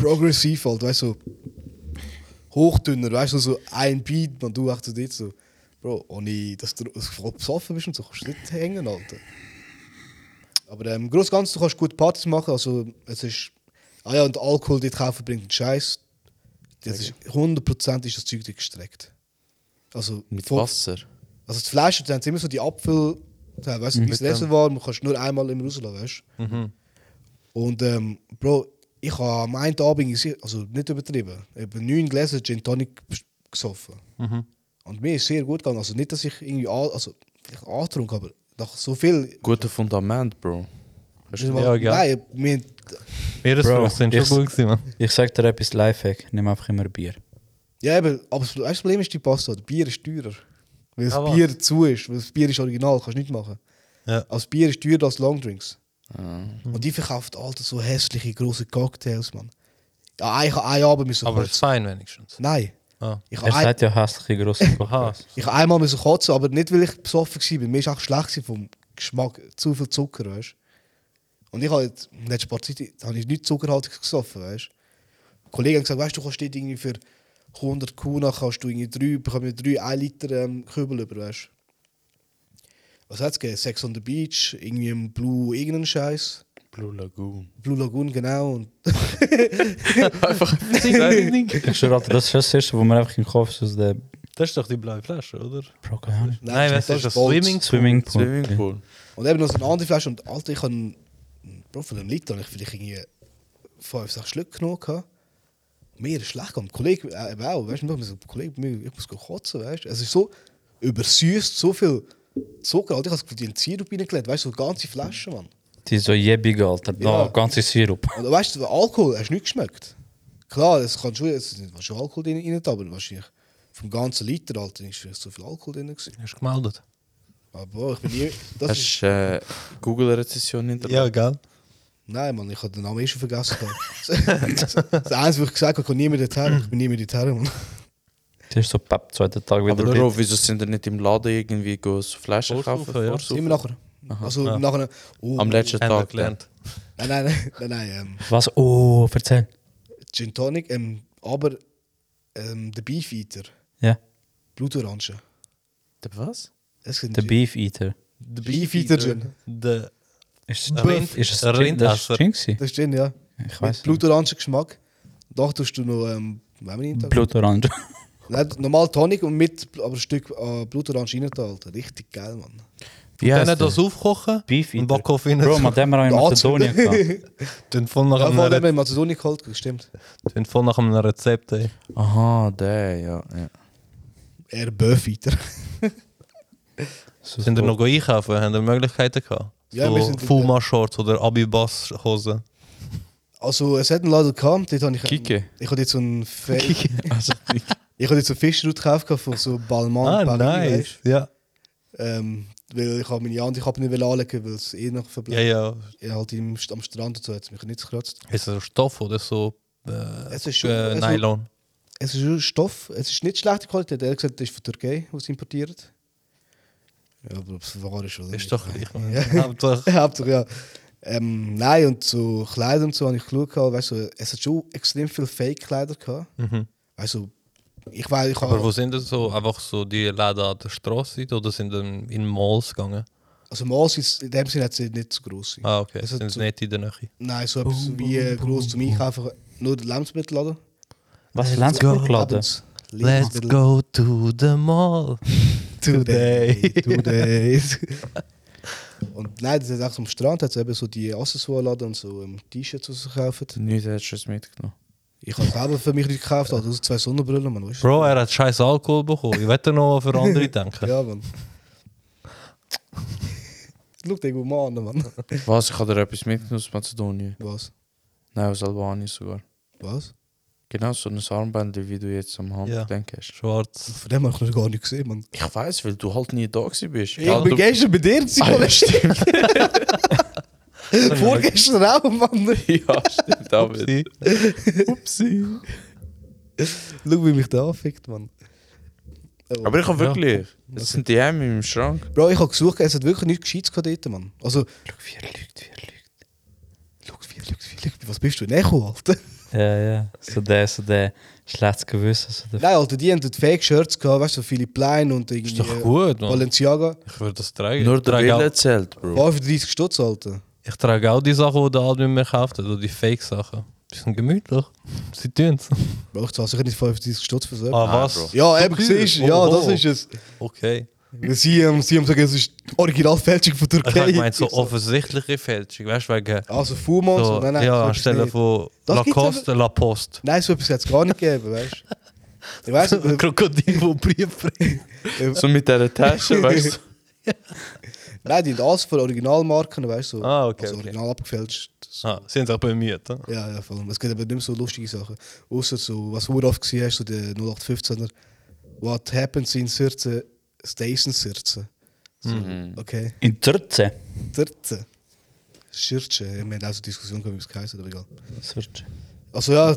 S1: progressiv halt, weißt du, so hochdünner, weißt du, so ein Beat, man, du achtest dort so. Bro, ohne dass du dass du voll besoffen bist und so, kannst du nicht hängen, Alter. Aber ähm, im Großen und Ganzen, du kannst gut Partys machen. Also, es ist. Ah ja, und Alkohol dort kaufen bringt einen Scheiß. Das ist, 100% ist das Zeug dort gestreckt. Also,
S4: Mit
S1: voll-
S4: Wasser.
S1: Also, die Flaschen, die haben immer so die Apfel. da Weißt du, wie das Reservoir, man kannst nur einmal immer rauslassen, weißt du? Und, ähm, Bro, ich habe am einen Abend, gese- also nicht übertrieben, über neun Gläser Gin Tonic bes- gesoffen. Und mir ist sehr gut gegangen. Also, nicht, dass ich irgendwie. an- Also, ich angetrunken, aber nach so viel.
S4: Gutes Fundament, Bro.
S2: Ja, gell.
S1: Nein, wir haben
S2: Meeresfrüchte sind
S3: ich-
S2: schon gut gewesen, Mann.
S3: Ich sag dir etwas Lifehack. Nimm einfach immer Bier.
S1: Ja, eben, aber das weißt du, das Problem ist die Pasta. Das Bier ist teurer. Weil das
S2: Ja, was?
S1: Bier zu ist. Weil das Bier ist original, kannst du nicht machen.
S2: Ja.
S1: Also das Bier ist teurer als Longdrinks. Und die verkauft Alter so hässliche große Cocktails, Mann. Ja, ich habe einen Abend müssen
S2: Aber es ist
S1: kotzen.
S2: fein wenigstens.
S1: Nein.
S2: [LAUGHS] Ah.
S1: Ich
S3: Er
S1: habe ein,
S3: sagt ja hässliche grosse Kochas.
S1: ich habe einmal müssen kotzen, aber nicht, weil ich besoffen war. Mir war auch schlecht gewesen vom Geschmack. Zu viel Zucker, weißt du. Und ich habe jetzt, in den letzten paar Zeit, habe ich nichts Zuckerhaltiges gesoffen, weißt du. Kollegen haben gesagt, weißt du, du kannst dort irgendwie für 100 Kuna kannst du irgendwie drei, bekommst du drei 1 Liter ähm, Kübel über, weißt du. Was hat es gegeben? Sex on the Beach, irgendwie im Blue, irgendeinen Scheiß.
S4: Blue Lagoon.
S1: Blue Lagoon, genau. Und
S3: Ich schwör, Alter, das ist das Erste, wo man einfach im Kopf ist, aus der
S2: Das ist doch die blaue Flasche, oder?
S3: Bro, keine Ahnung.
S2: Nein,
S1: das
S2: weißt du, das ist das
S1: Bolt.
S2: Swimming.
S3: Swimmingpool.
S4: Swimmingpool.
S1: Und eben noch so eine andere Flasche. Und Alter, ich habe Bro, von einem Liter habe ich vielleicht irgendwie fünf, sechs Schlücke genommen. gehabt. Mir ist schlecht. Und Kollege, äh, eben auch, weißt du, ich so, Kollege, mir- ich muss go kotzen, weißt du. Es ist so übersüßt, so viel Zucker. Alter, ich habe das Gefühl, die haben Sirup reingelegt, weißt du, so ganze Flaschen, Mann.
S3: Die so jebige, Alter. Da,
S1: Ja.
S3: ganze Sirup.
S1: Und weißt du, Alkohol hast du nicht geschmeckt. Klar, es kann schon, es war schon Alkohol drin, rein, aber wahrscheinlich vom ganzen Liter, Alter, ist vielleicht so viel Alkohol drin. Gewesen.
S2: Hast du gemeldet?
S1: Aber boah, ich bin nie, das
S4: Hast
S1: ist,
S4: du äh, Google-Rezession hinter
S2: gell?
S1: Nein, Mann, ich habe den Namen eh schon vergessen. das [LAUGHS] das Einzige, was ich gesagt habe, ich komme nie mehr
S3: Hm.
S1: dorthin. Ich bin nie mehr dorthin, Mann.
S3: Das ist so papp, zweiter Tag wieder.
S4: Aber
S3: dort.
S4: Bro, wieso sind ihr nicht im Laden irgendwie go so Flaschen
S2: Vorsaufen,
S4: kaufen?
S2: ja.
S4: Vorsaufen?
S1: Immer nachher. Also nachher... Oh,
S4: Am letzten
S2: Haben wir
S4: Tag.
S2: gelernt.
S1: Nein, nein, nein, nein, nein ähm,
S3: Was? Oh, erzähl.
S1: Gin Tonic, ähm, aber ähm, der Beef Eater,
S3: Ja,
S1: Blutorange.
S4: Der was?
S1: Es gibt
S3: der Beef Eater.
S2: Der
S1: Beef Eater Gin.
S2: Der
S3: Ist
S2: Buff.
S3: Rind- ist es Gin- das ist
S2: Rindesser.
S3: Gin gewesen?
S1: Das ist Gin, ja.
S3: Ich
S1: Mit
S3: weiß.
S1: Blutorange-Geschmack. Da tust du noch... Ähm, wenn man
S3: nicht.
S1: nicht
S3: Blutorange.
S1: Nein, normal Tonic und mit aber ein Stück äh, Blutorange rein, Alter. Richtig geil, Mann.
S4: Wie
S2: Dann
S4: heißt
S2: das aufkochen
S3: Beef
S2: und
S3: Eater.
S2: Backofen rein.
S3: Bro, man hat immer auch in Mazedonien gehabt.
S2: Dann voll nach
S1: Ja, vor allem
S2: einem
S1: in Mazedonien geholt, stimmt.
S2: Re- voll nach einem Rezept, ey.
S4: der? Aha, der, ja. [LAUGHS] ja.
S1: Er Beef Eater.
S3: So-
S2: Sind ihr noch einkaufen? Haben ihr Möglichkeiten gehabt?
S1: Ja, wir
S2: so
S1: sind-
S2: Fuma-Shorts oder Abi-Bass-Hosen.
S1: Also, es hat einen Laden gehabt, dort habe ich...
S4: Kike.
S1: Ich habe jetzt so einen
S2: [LAUGHS]
S1: Fe
S4: Also,
S1: ich habe jetzt so einen Fischroute gekauft von so Balmain
S2: Ah,
S1: Paris,
S2: nice.
S1: weisst
S2: Ja.
S1: du? Ähm, weil ich habe meine andere Kappe nicht anlegen weil es eh noch
S2: ja,
S1: verbleibt.
S2: ja.
S1: Ja, halt im, St- am Strand und so hat es mich nicht gekratzt.
S2: Ist das so Stoff oder so äh,
S1: Es ist schon...
S2: äh,
S1: es, ist,
S2: Nylon?
S1: es ist schon Stoff, es ist nicht schlechte Qualität. Er hat gesagt, das ist von Türkei, was importiert. Ja, aber ob es wahr ist oder
S2: Ist doch gleich.
S1: [LAUGHS]
S2: man.
S1: Ja.
S2: Hauptsache-
S1: Hauptsache, ja. Ähm, nein, und so Kleider und so habe ich geschaut. gehabt, Weißt du, es hat schon extrem viele Fake-Kleider gehabt. Also, ich weiß, ich
S2: Mhm. Aber
S1: habe.
S2: wo sind das so? Einfach so die Läden an der Straße oder sind dann in Malls gegangen?
S1: Also, Maß ist in dem Sinne hat sie nicht so gross.
S2: Ah, okay.
S1: Es hat
S2: Sind
S1: so-
S2: nicht in der Nähe.
S1: Nein, so etwas wie äh, gross zum Einkaufen. Nur der Lebensmittelladen.
S3: Was ist Lenzburg geladen?
S1: Abends.
S2: Let's go to the mall. [LAUGHS]
S1: Today. Today. [LAUGHS] und nein, das ist auch am Strand, hat eben so die Accessoire laden und so ähm, T-Shirts, die sie kaufen.
S4: Nicht hättest du es mitgenommen.
S1: Ich habe selber für mich nicht gekauft, also zwei Sonnenbrillen, man weißt du?
S2: Bro, er hat scheiß Alkohol bekommen. Ich wette noch für
S1: [LAUGHS]
S2: andere denken.
S1: Ja, man. Schau dir gut mal an, man.
S4: Was? Ich habe dir etwas mitgenommen aus Mazedonien.
S1: Was?
S4: Nein, aus Albanien sogar.
S1: Was?
S4: Genau so ein Armband, wie du jetzt am Hand
S2: Ja.
S4: denkst.
S2: Schwarz.
S1: Von dem habe ich noch gar nicht gesehen, man.
S4: Ich weiß, weil du halt nie da gewesen bist.
S1: Ich bin gestern bei
S2: Ah,
S1: dir, Simon. [LAUGHS] Vorgestern auch, Mann.
S4: [LAUGHS] ja, stimmt, David.
S2: Sie.
S1: Upsi. Schau, wie mich der anfickt, Mann. Oh.
S4: Aber ich habe wirklich. Das sind die Hemme im Schrank.
S1: Bro, ich habe gesucht, es hat wirklich nichts Gescheites gehabt dort, Mann. Also,
S3: Schau, vier Leute, vier Leute.
S1: schau, wie, schau, wie, schau, was bist du? Ein Echo, Alter?
S3: Ja, ja. So der, so der. Schlechtes Gewissen. So
S1: [LAUGHS]
S3: der
S1: Nein, Alter, die haben dort Fake-Shirts gehabt, weißt du, so Philipp Lein und
S2: Ist
S1: irgendwie
S2: doch
S1: äh,
S2: gut, man.
S1: Balenciaga.
S2: Ich würde das tragen.
S4: Nur
S2: ich,
S4: der
S2: trage auch,
S4: Wille zählt, Bro.
S1: 35 Stutz, Alter.
S2: ich trage auch die Sachen, die der Admin mir gekauft hat. Oder die Fake-Sachen. Bisschen gemütlich. Sie tun's.
S1: Bro, ich zahle sicher nicht 35 Stutz für so etwas.
S2: Ah, Oh, was?
S4: Bro.
S1: Ja, eben,
S2: Okay.
S1: siehst du, ja,
S2: Oho.
S1: das ist es.
S2: Okay.
S1: Sie, ähm, sie haben gesagt, es ist die Originalfälschung
S2: [LAUGHS]
S1: von
S2: Ich okay.
S1: Türkei.
S2: meine, so offensichtliche Fälschung. Weißt du, wegen.
S1: Also Fumon, so,
S2: So,
S1: nein, nein.
S2: ja,
S1: das ist
S2: anstelle
S1: nicht.
S2: von
S1: Das gibt's
S2: Lacoste, La Poste.
S1: Nein, so etwas hat es gar nicht gegeben, weißt du. Ich weiss
S2: [LAUGHS]
S1: nicht,
S2: Krokodil, wo Brief bringt.
S4: So mit dieser [LAUGHS] Tasche, weißt du?
S1: [LAUGHS] nein, die haben alles von Originalmarken, weißt du. So,
S2: Ah, okay,
S1: Also
S2: okay.
S1: original abgefälscht.
S2: Ah, sie haben sich bemüht. ne?
S1: Ja, ja, voll. Es gibt aber nicht mehr so lustige Sachen. Außer so, was du oft gesehen hast, so der 0815er. What happens in Sirte stays in Sirte. So,
S2: Mhm.
S1: Okay,
S3: in 13.
S1: Sirte. Schirze. Wir haben auch so eine Diskussion gehabt, wie es geheißen aber egal.
S3: Das wird.
S1: Also ja,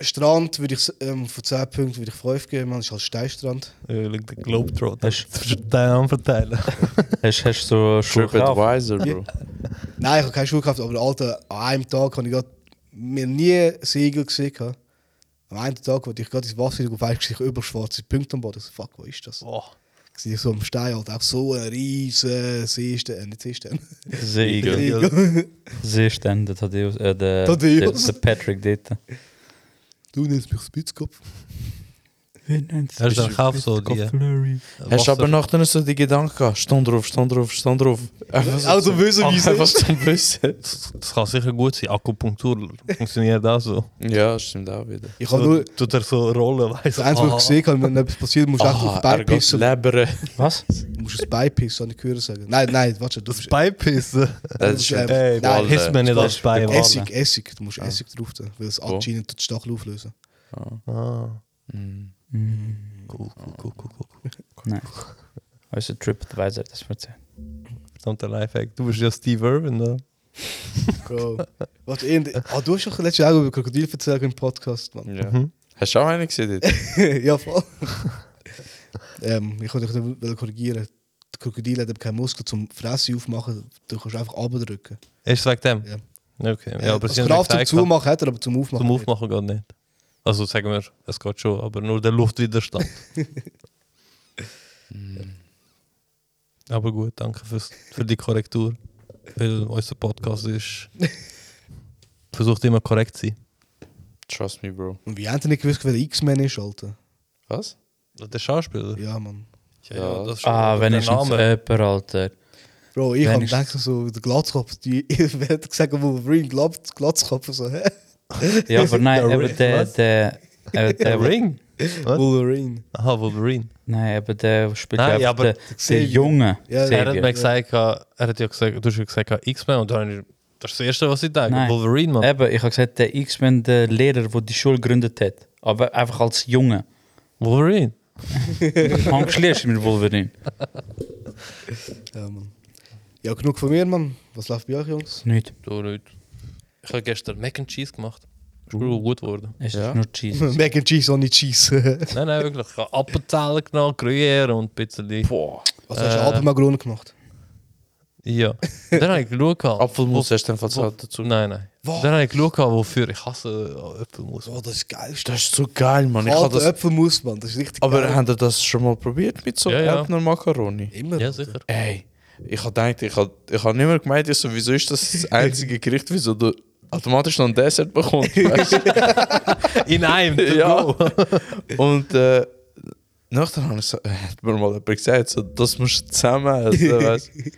S1: Strand würde ich s- ähm, von 10 Punkten würde ich 5 geben, man, ist halt Steinstrand.
S2: Ja, like der Globetrotter.
S3: Hast-
S2: Verteilen und verteilen. [LAUGHS]
S3: Hast hast du so Schuhe gekauft?
S4: TripAdvisor, Bro.
S1: Nein, ich habe keine Schuhe gekauft, aber Alter, an einem Tag habe ich grad, mir nie Segel gesehen. gehabt. Am einen Tag, wo ich gerade ins Wasser und auf sich über schwarze Punkte am Boden. Ich so, Fuck, wo ist das?
S2: Boah.
S1: Sehe ich so am Stein, halt auch so ein riesen Seestern, äh, nicht Seestern.
S3: Segel.
S1: Segel.
S3: Seestern, der Tadeus. Äh, der,
S1: Thaddäus.
S3: der, der Patrick dort.
S1: du nennst mich Spitzkopf.
S2: Er ist dann kauf so die. äh?
S4: Hast du aber nachher so die Gedanken gehabt? Stand drauf, stand drauf, stand drauf.
S1: Also böse wie
S4: Einfach
S1: es ist.
S4: zum Wissen.
S2: Das, das kann sicher gut sein. Akupunktur funktioniert auch so.
S4: Ja, stimmt auch wieder.
S1: Ich habe
S2: so
S1: nur
S2: tut er so Rollen,
S1: das
S2: weißt
S1: Einzige, was ich gesehen habe, wenn etwas passiert, musst du echt auf
S4: Aha, er
S1: Bein
S4: geht
S1: pissen.
S4: lebern.
S3: Was?
S1: Du musst ein Bein pissen, habe ich gehört sagen. Nein, nein, warte, du bist
S2: Beipissen.
S4: Das ist
S1: Ähm,
S4: schon
S1: Nein,
S2: Ey, Nein, hisst mir nicht als Bein.
S3: Wale.
S1: Essig, Essig. Du musst Essig drauf tun, weil es
S4: Oh.
S1: anscheinend den Stachel auflösen.
S2: Ah,
S4: Mhm.
S2: cool, cool, cool, cool, cool.
S3: Nein. Also TripAdvisor, das wird sein.
S2: Verdammter Lifehack. Du bist ja Steve Irwin, ne?
S1: [LAUGHS] Bro. Warte, eben, ah, du hast doch letztes Jahr über Krokodil erzählt im Podcast, Mann.
S4: Ja.
S2: Mhm.
S4: Hast du auch einen gesehen?
S1: [LAUGHS]
S4: dort?
S1: ja, voll. ähm, ich wollte dich nur wollen korrigieren. Der Krokodil hat eben keinen Muskel zum Fressen aufmachen. Du kannst einfach runterdrücken.
S2: Ist es wegen dem?
S1: Ja.
S2: Okay, ja, aber sie
S1: also
S2: haben
S1: Kraft zum
S2: nicht gesagt,
S1: Zumachen hat er, aber zum Aufmachen.
S2: zum Aufmachen geht nicht. Also sagen wir, es geht schon, aber nur der Luftwiderstand.
S4: Mhm.
S2: aber gut, danke fürs, für die Korrektur. Weil unser Podcast ist. versucht immer korrekt zu sein.
S4: Trust me, Bro.
S1: nicht. Und wie haben die nicht gewusst, wer der X-Man ist, Alter?
S4: Was?
S2: Der Schauspieler?
S1: Ja, Mann.
S2: Ja,
S4: ja, das
S3: Ah, wenn
S2: der
S3: ich nicht
S2: Name.
S3: jemand, Alter.
S1: Bro, ich
S3: Wer
S1: habe
S3: ist-
S1: gedacht, so der Glatzkopf, die [LAUGHS] Welt gesagt, wo Wolverine glaubt, Glatzkopf, so, hä?
S2: [LAUGHS]
S3: Ja, aber nein,
S2: Der
S3: aber
S2: Ring,
S3: der,
S2: was?
S3: der,
S2: [LAUGHS]
S3: aber der,
S2: Der Ring? Was?
S1: Wolverine.
S2: Aha, Wolverine.
S3: nein, aber der spielt
S2: Nein,
S3: einfach
S2: ja, aber
S3: der, der
S1: Xavier.
S3: Junge.
S1: Ja,
S2: Er hat
S3: Xavier.
S2: mir gesagt, er hat ja gesagt, du hast ja gesagt, X-Men und dann habe ich- das ist das Erste, was ich denke.
S3: Nein. Äh,
S2: Wolverine, Mann.
S3: Eben, ich habe gesagt, der X-Men, der Lehrer, der die Schule gegründet hat. Aber einfach Ah, als Junge.
S2: Wolverine.
S3: Angeschlossen mit Wolverine.
S1: Ja, Mann. Ja, genug von mir, Mann. Was läuft bei euch, Jungs? [LAUGHS]
S3: Nicht.
S2: Du nicht. Ich habe gestern Mac and Cheese gemacht. Ist uh. gut geworden.
S3: Es
S4: Ja.
S3: ist
S1: [LAUGHS]
S3: nur Cheese.
S1: Mac and Cheese ohne Cheese. [LAUGHS]
S2: Nein, nein, wirklich. Ich habe Appenzellen genommen, Gruyère und ein bisschen...
S4: Boah.
S1: Also
S2: Äh.
S1: hast du halbe Makrone gemacht?
S2: Ja. Dann habe ich geschaut...
S4: Apfelmus halt hast du einfach
S2: wo-
S4: gesagt.
S2: dazu. Nein, nein.
S1: Was?
S2: Dann habe ich geschaut, wofür ich hasse äh, Apfelmus.
S1: Oh, das ist geil.
S4: Das ist so geil, Mann. Ich hab
S1: Alter
S4: das,
S1: Apfelmus, Mann. Das ist richtig
S4: aber
S1: geil.
S4: habt ihr das schon mal probiert mit so
S2: Ja, ja.
S4: Elbner Macaroni?
S1: Immer.
S2: Ja, sicher.
S4: Ey, ich hab gedacht, ich hab, ich hab nicht mehr gemeint, ich so, wieso ist das das einzige Gericht, wieso du automatisch noch einen Dessert
S2: [LAUGHS]
S4: bekommt. weißt du?
S2: In einem, to
S4: Ja.
S2: go.
S4: Und äh, nachher habe ich so, äh, hat mir mal jemand gesagt, so, das musst du zusammen essen,
S2: [LAUGHS]
S4: weißt du.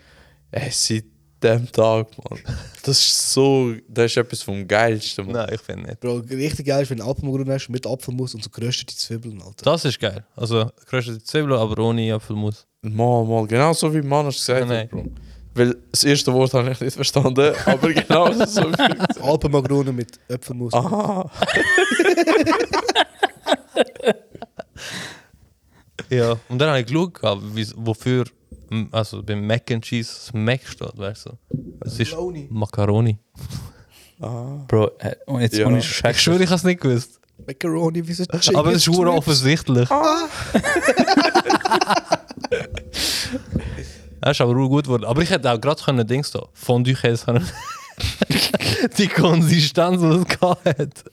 S4: Ey, seit dem Tag, Mann. Das ist so, das ist etwas vom Geilsten, Mann.
S2: Nein, ich finde nicht.
S1: Bro, richtig geil ist, wenn du Apfelmus hast mit Apfelmus und so geröstete Zwiebeln, Alter.
S2: Das ist geil. Also, geröstete Zwiebeln, aber ohne Apfelmus.
S4: Mal, mal, genau so wie Manos gesagt
S2: Nein.
S4: hat, Bro. Weil das erste Wort habe ich nicht verstanden,
S2: [LAUGHS]
S4: aber genau so wie. Ah.
S1: Alpenmagrone mit Apfelmus.
S4: Aha.
S2: Ja. Und dann habe ich geschaut, gehabt, wie- wofür m, also beim Mac and Cheese das Mac steht, weißt du. Es ist
S1: Macaroni.
S2: Macaroni.
S3: Bro, äh, und jetzt
S4: Ja.
S3: ohne
S2: Ich
S3: Scheiß.
S2: schwöre, ich habe es nicht gewusst.
S1: Macaroni wie so Chicken
S2: Aber es ist hure
S1: Strips.
S2: offensichtlich. [LAUGHS] Das ist aber auch gut geworden. Aber ich hätte auch gerade können Dings da, Fondue-Käse können. [LAUGHS] die Konsistenz, die es gehabt hat.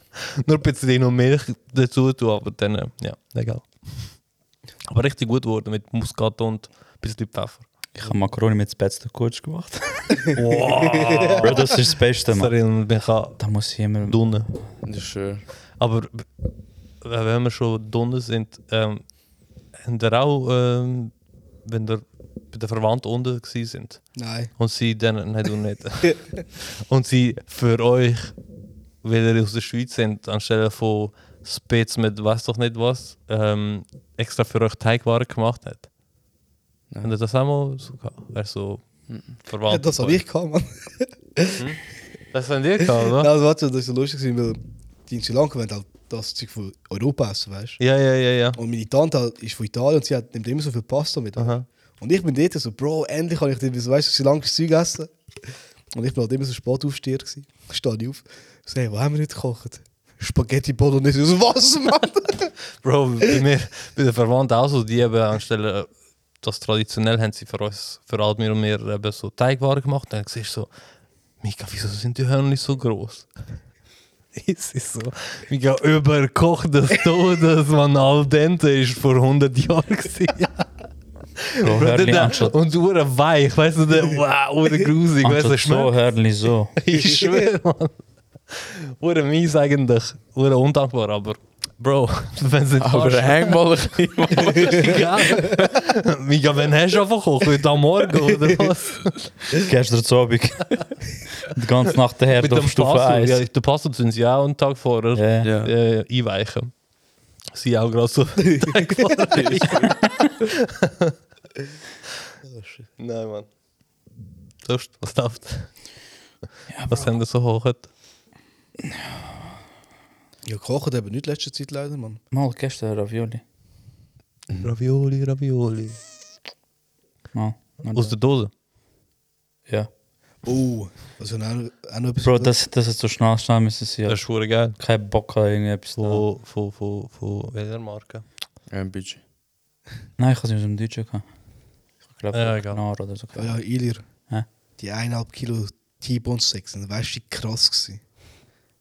S2: Nur ein bisschen noch Milch dazu tun, aber dann, äh, ja, egal. Aber richtig gut geworden mit Muskat und ein bisschen Pfeffer.
S3: Ich habe Macaroni mit Spätzle kurz gemacht.
S2: Wow!
S3: Bro, das ist das Beste,
S2: Das
S3: Mann.
S2: erinnert mich an
S3: Da muss ich immer...
S2: Dunne.
S4: Das ist äh, schön.
S2: Aber w- wenn wir schon unten sind, ähm, haben wir auch, ähm, wenn wir bei den Verwandten unten gewesen sind
S1: Nein.
S2: und sie dann, nein,
S1: [LAUGHS]
S2: du nicht, und sie für euch, weil ihr aus der Schweiz sind, anstelle von Spitz mit weiß doch nicht was, ähm, extra für euch Teigwaren gemacht hat.
S4: Nein.
S2: Und das haben wir so gehabt. Also, Verwandt.
S1: Ja, das habe ich gehabt, Mann.
S2: Das haben wir gehabt,
S1: Nein,
S2: oder?
S1: also, warte, das ist so lustig, gewesen, weil die in Sri Lanka wollen halt das Zeug von Europa essen, weißt
S2: Ja, ja, ja, ja.
S1: Und meine Tante halt ist von Italien und sie hat, nimmt immer so viel Pasta mit.
S2: Aha.
S1: Und ich bin dort so, Bro, endlich kann ich dir, so, weißt du, so lange Zeug essen. Und ich bin halt immer so spät aufsteher gewesen. Stehe ich auf. Ich so, hey, was haben wir nicht gekocht? Spaghetti Bolognese. Ich so, Was,
S3: [LAUGHS]
S1: Mann?
S2: Bro, bei mir, bei den Verwandten auch so, die eben anstelle, äh, das traditionell haben sie für uns, für Admir und mir eben so Teigwaren gemacht. Und dann siehst du so, Mika, wieso sind die Hörnli so groß? [LAUGHS] Es ist so, Mika, überkocht des Todes, man al dente ist vor 100 Jahren gewesen.
S3: Bro,
S2: Bro,
S3: Hörli
S2: der,
S3: anstatt...
S2: und hure weich, weißt du, der, wow, hure grusig, weißt
S3: Anstatt
S2: du,
S3: so, [LAUGHS]
S2: schmeckt.
S3: Hörli so.
S2: Ich schwöre, Mann. Hure mies eigentlich, hure undankbar, aber Bro, [LAUGHS] wenn sie
S4: Aber häng mal ein bisschen. Mann.
S2: [LAUGHS] Egal. Mika, wann hast du angekocht? Heute am Morgen oder was?
S3: Gestern zu Abend. Die ganze Nacht der Herd auf Stufe
S2: Passel.
S3: 1.
S2: Ja, den Passel sind sie auch einen Tag vorher
S3: Ja.
S4: Ja.
S2: äh, einweichen. Sie auch gerade so einen Tag vorher. [LAUGHS] Nein, Mann. Sonst, was läuft? was haben wir so hoch?
S1: ja, kochen eben nicht letzte Zeit leider, Mann.
S3: Mal gestern Ravioli.
S2: Ravioli, Ravioli.
S3: Mal.
S2: Aus der Dose.
S3: Nou, Ja.
S1: Oh, also auch noch auch noch etwas.
S3: Bro, das, das ist so schnell, schnell müssen sie
S2: Das
S3: ja.
S2: ist hure geil.
S3: Kein Bock an irgendetwas. da.
S2: Von, von, von, von welcher Marke?
S4: Ein bisschen.
S3: Nein, ich habe es mit dem Deutschen gehabt. Ich glaube,
S2: Ja,
S3: ja,
S2: egal.
S3: Knar oder so.
S1: Ja, ja, Ilir.
S3: Hä?
S1: Die eineinhalb Kilo T-Bone Steaks, dann weißt du, wie krass gewesen.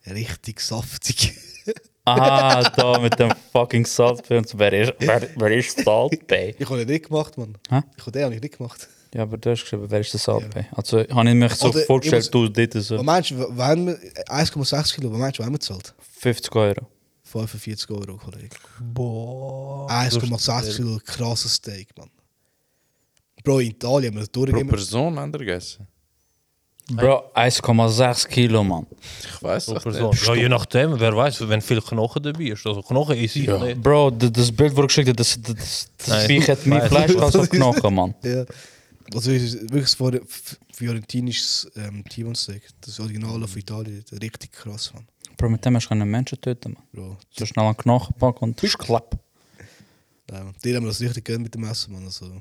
S1: Richtig saftig. [LAUGHS]
S3: Ah, da mit dem fucking Salt bei uns. Wer ist, wer, wer ist Salt bei?
S1: ich habe den nicht gemacht, Mann.
S3: Hä?
S1: Ich habe den auch nicht gemacht.
S3: Ja, aber du hast geschrieben, wer ist der Salt bei? Also, habe ich mir so
S1: Oder ich
S3: vorgestellt, du dort
S1: Was
S3: so
S1: meinst du, wenn wir 1,6 Kilo, was meinst du, wenn wir zahlt?
S3: 50 Euro.
S1: 45 Euro, Kollege.
S2: Boah.
S1: 1,6 Kilo, krasses Steak, Mann. Bro, in Italien haben wir das
S4: Pro
S1: durchgegeben.
S4: Person haben wir gegessen.
S3: Bro, 1,6 Kilo, Mann.
S4: Ich weiß
S2: Pro
S4: doch [LAUGHS]
S2: Person.
S4: nicht.
S2: Ja, je nachdem, wer weiß, wenn viel Knochen dabei ist. Also Knochen ist ich nicht.
S3: Bro, d- das Bild, das geschickt hat, das, das, das
S2: Nein.
S3: Viech hat mein
S2: Nein.
S3: Fleisch ganz auf Knochen, Mann.
S1: Ja. dus- Also es ist wirklich vor fiorentinisches ähm, T-Bone Steak. Das Original von Italien. Richtig krass, Mann.
S3: Bro, mit dem hast du einen Menschen töten, Mann.
S1: Bro.
S3: So schnell einen Knochen packen und tust klapp.
S1: Nein, Mann. Ähm, Die haben das richtig gönnt mit dem Essen, Mann. Also,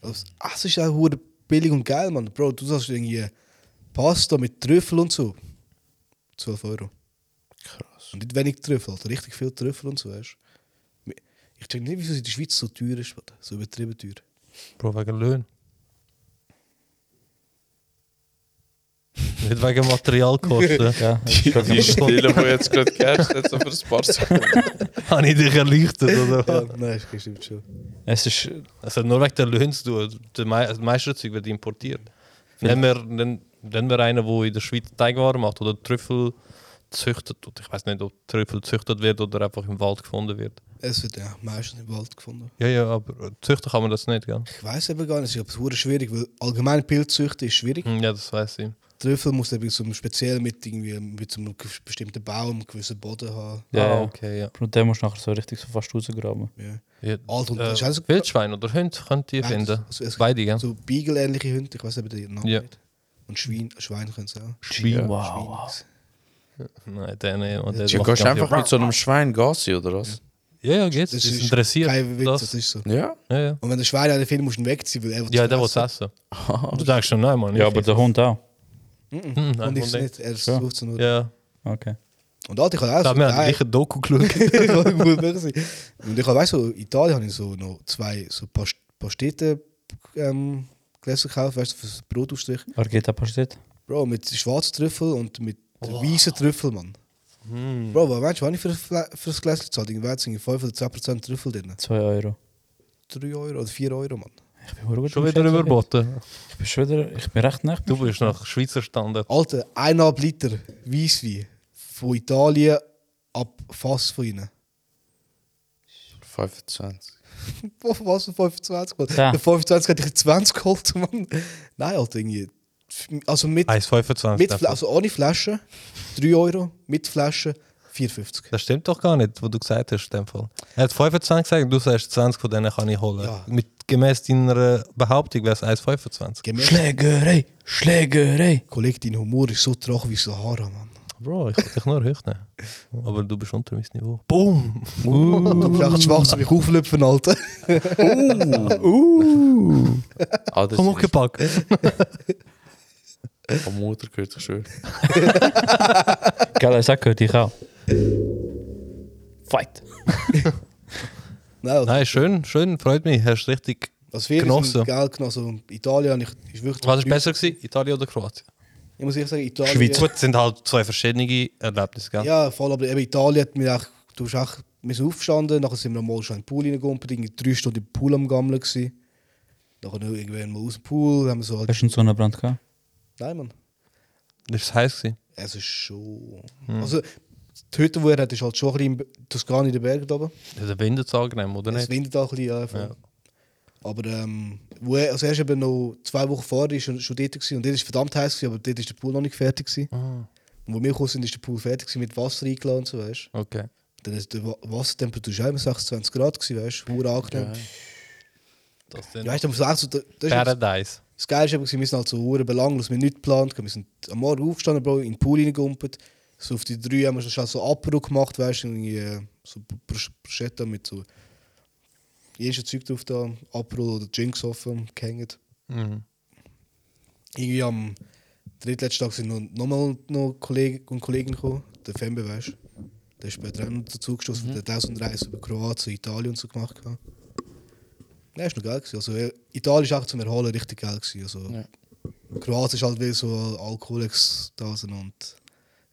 S1: das Essen ist auch hure billig und geil, Mann. Bro, du hast irgendwie Pasta mit Trüffel und so. 12 Euro. Krass. Und nicht wenig Trüffel, Alter. Richtig viel Trüffel und so, weißt du. Ich check nicht, wieso in der Schweiz so teuer ist, Mann. So übertrieben teuer.
S2: Bro, wegen Löhne. [LAUGHS] nicht wegen [LAUGHS] Materialkosten.
S3: Ja,
S4: Die Stille, die jetzt gerade gehört, jetzt aber ein paar Sekunden.
S2: Habe ich dich erleuchtet, oder
S1: [LAUGHS] Ja,
S2: was?
S1: nein, das stimmt schon.
S3: es ist.
S2: Es hat nur wegen der Löhne zu tun. Die mei- Das meiste Zeug wird importiert. Wenn wir dann Dann wäre einer, der in der Schweiz Teigwaren macht oder Trüffel züchtet. Und ich weiß nicht, ob Trüffel gezüchtet wird oder einfach im Wald gefunden wird.
S1: Es wird ja meistens im Wald gefunden.
S2: Ja, ja, aber äh, züchten kann man das nicht, gell?
S1: Ich weiß eben gar nicht, ich glaube, es ist schwierig, weil allgemein Pilzzüchten ist schwierig.
S2: Hm, Ja, das weiß ich.
S1: Trüffel muss eben so speziell mit irgendwie mit so einem gew- bestimmten Baum, einem gewissen Boden haben.
S3: Ja,
S2: ah,
S3: ja.
S2: okay, ja.
S3: Bro, den musst du nachher so richtig so fast rausgraben.
S1: Ja.
S2: ja
S1: Alt und
S2: äh,
S1: das ist also-
S2: Wildschwein oder Hund könnt ihr
S1: Nein,
S2: finden.
S1: also es-
S2: Beide, gell?
S1: So Beagle-ähnliche Hunde, ich weiß eben den Namen
S2: Ja.
S1: nicht. Und Schwein, äh, Schwein können sie auch.
S3: Schwein. Wow,
S1: Schwein.
S3: wow.
S2: Nein, der nicht. Und der
S4: Du
S2: macht
S4: gehst
S2: ganz viel-
S4: einfach mit so einem Schwein Gassi, oder was?
S2: Ja, ja, geht's.
S1: Das
S2: Das ist
S1: ist
S2: interessiert.
S1: Kein Witz, das.
S2: das.
S1: ist so.
S4: Ja.
S2: Ja, ja.
S1: Und wenn der Schwein einen Film muss, ihn wegziehen, weil er will
S2: Ja,
S1: es
S2: der will es
S1: fressen.
S2: essen. Und du denkst schon, nein, Mann.
S3: Ja,
S2: ich
S3: aber der Hund auch.
S2: Hm, nein,
S1: Und ich
S2: Hund nicht.
S1: nicht, er
S3: Ja.
S1: sucht es nur.
S2: Ja,
S3: Okay.
S1: Und Alter, ich habe auch
S2: da
S1: so
S2: haben wir ja
S1: drei-
S2: gleich ein Doku geschaut.
S1: [LAUGHS] Das kann gut möglich sein. Und ich habe, weißt du, in Italien habe ich so noch zwei so Past Pasteten ähm, Gläser gekauft, weißt du, für das Brotaufstrich.
S3: Argeta passiert.
S1: Bro, mit schwarzen Trüffel und mit weißen Trüffel, Mann. Bro, was meinst du, was habe ich für, ein Fle- für das Gläschen gezahlt? Irgendwie hat's irgendwie 5 oder 10% Trüffel drin.
S3: 2 Euro.
S1: 3 Euro oder 4 Euro, Mann.
S3: Ich bin verdammt
S2: schon
S3: im
S2: wieder
S3: Schätzen.
S2: überboten.
S3: Ich bin schon wieder, ich bin recht nach.
S2: Du bist nach Schweizer Standard.
S1: Alter, 1,5 Liter Weisswein von Italien ab Fass von ihnen. [LAUGHS]
S4: 25.
S1: Wo- Was für 25 Mann?
S3: Ja.
S1: Der 25 hätte ich 20 geholt, [LAUGHS] Mann. Nein, Alter, irgendwie. Also mit
S2: 1,25.
S1: Mit Fla
S2: davon.
S1: also ohne Flasche 3 Euro, mit Flasche 4,50.
S2: Das stimmt doch gar nicht, was du gesagt hast in dem Fall. Er hat 25 gesagt und du sagst, 20 von denen kann ich holen.
S1: Ja.
S2: Mit, gemäß deiner Behauptung wäre es 1,25.
S1: Gemäß
S3: Schlägerei, Schlägerei.
S1: Kollege, dein Humor ist so trocken wie Sahara, Mann. [LAUGHS]
S2: Bro, ich kann dich nur hochnehmen. Aber du bist unter meinem Niveau. [LAUGHS] Boom!
S1: Du brauchst Schwachs, mich auflöpfen, Alter. [LAUGHS]
S4: Ah, das
S2: Komm
S4: ist
S2: hochgepackt.
S4: von Mutter gehört, ich schwöre.
S3: Geil, ich sag, gehört ich auch. Fight.
S1: Nein, Alter.
S2: Nein, schön, schön, freut mich. Hast richtig.
S1: Also wir
S2: genossen.
S1: sind geil genossen. Italien habe ich, ist wirklich...
S2: Was ist besser gewesen? Italien oder Kroatien?
S1: Ich muss ehrlich sagen, Italien...
S2: Schweiz. Gut, sind halt zwei verschiedene Erlebnisse, gell?
S1: Ja, voll, aber eben Italien hat mir auch... Du bist auch... Wir sind aufgestanden, nachher sind wir mal schon in den Pool reingegumpelt, irgendwie drei Stunden im Pool am Gammeln gewesen. Nachher noch irgendwann mal aus dem Pool, haben wir so halt...
S3: Hast du einen Sonnenbrand gehabt?
S1: Nein, Mann.
S2: Das war heiß. Gewesen.
S1: Es ist schon... Also, die Hütte, die er hat, ist halt schon ein bisschen im Toskani in den Bergen oben.
S2: Ja, Der Wind hat angenehm, oder
S1: Es
S2: nicht?
S1: windet auch ein bisschen, ja, voll.
S2: Ja.
S1: Aber ähm, wo er, also er ist eben noch zwei Wochen vorher ist schon, schon dort gewesen, und dort ist verdammt heiß gewesen, aber dort ist der Pool noch nicht fertig gewesen.
S2: Ah.
S1: Und wo wir gekommen sind, ist der Pool fertig gewesen, mit Wasser eingeladen und so, weißt du.
S2: Okay.
S1: Dann ist die Wa- Wassertemperatur schon immer 26 Grad gewesen, weißt du, hure angenehm.
S2: Das sind
S1: Ja. Weißt du, man sagt so, das ist eben-
S2: Paradise.
S1: das Geilste war, wir sind halt so hure belanglos, wir haben nichts geplant, wir sind am Morgen aufgestanden, Bro, in den Pool reingegumpelt, so auf die drei haben wir schon schnell so Apero gemacht, weißt du, irgendwie, äh, so Br- Bruschetta mit so jedes Zeug drauf da, Apero oder Jinx offen, gehängt.
S2: Mhm.
S1: Irgendwie am drittletzten Tag sind noch- nochmal noch Kollegen und Kollegen gekommen, der Fembe, weißt du, der ist später auch noch dazugestoßen, mhm. der hat auch so eine Reise über Kroatien, Italien und so gemacht. gehabt. Nein, ist noch geil gewesen. Also, äh, Italien war auch zum Erholen richtig geil gewesen. Also, Kroatien ist halt wieder so Alkoholex da sind und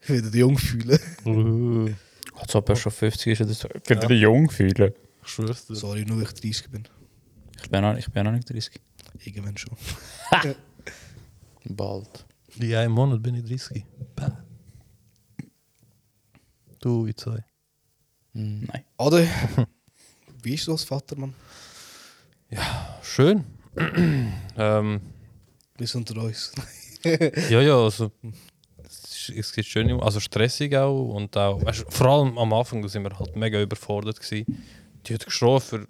S1: wieder jung fühlen.
S3: Als ob er schon 50 ist oder so. Ich bin jung fühlen.
S2: Ich schwör's dir.
S1: Sorry, nur weil ich 30 bin.
S3: Ich bin auch, ich bin auch nicht 30.
S1: Irgendwann schon.
S4: Bald.
S2: Ja, im Monat bin ich 30. Bah. Du, wie zwei.
S3: Nein.
S1: Oder? Wie ist du als Vater, Mann?
S2: Schön. [CLEARS THROAT] ähm,
S1: Wir sind unter uns.
S2: ja, ja, also es ist- es geht schön, im- also stressig auch und auch, weißt, du, vor allem am Anfang sind wir halt mega überfordert gewesen. Die hat geschrien für,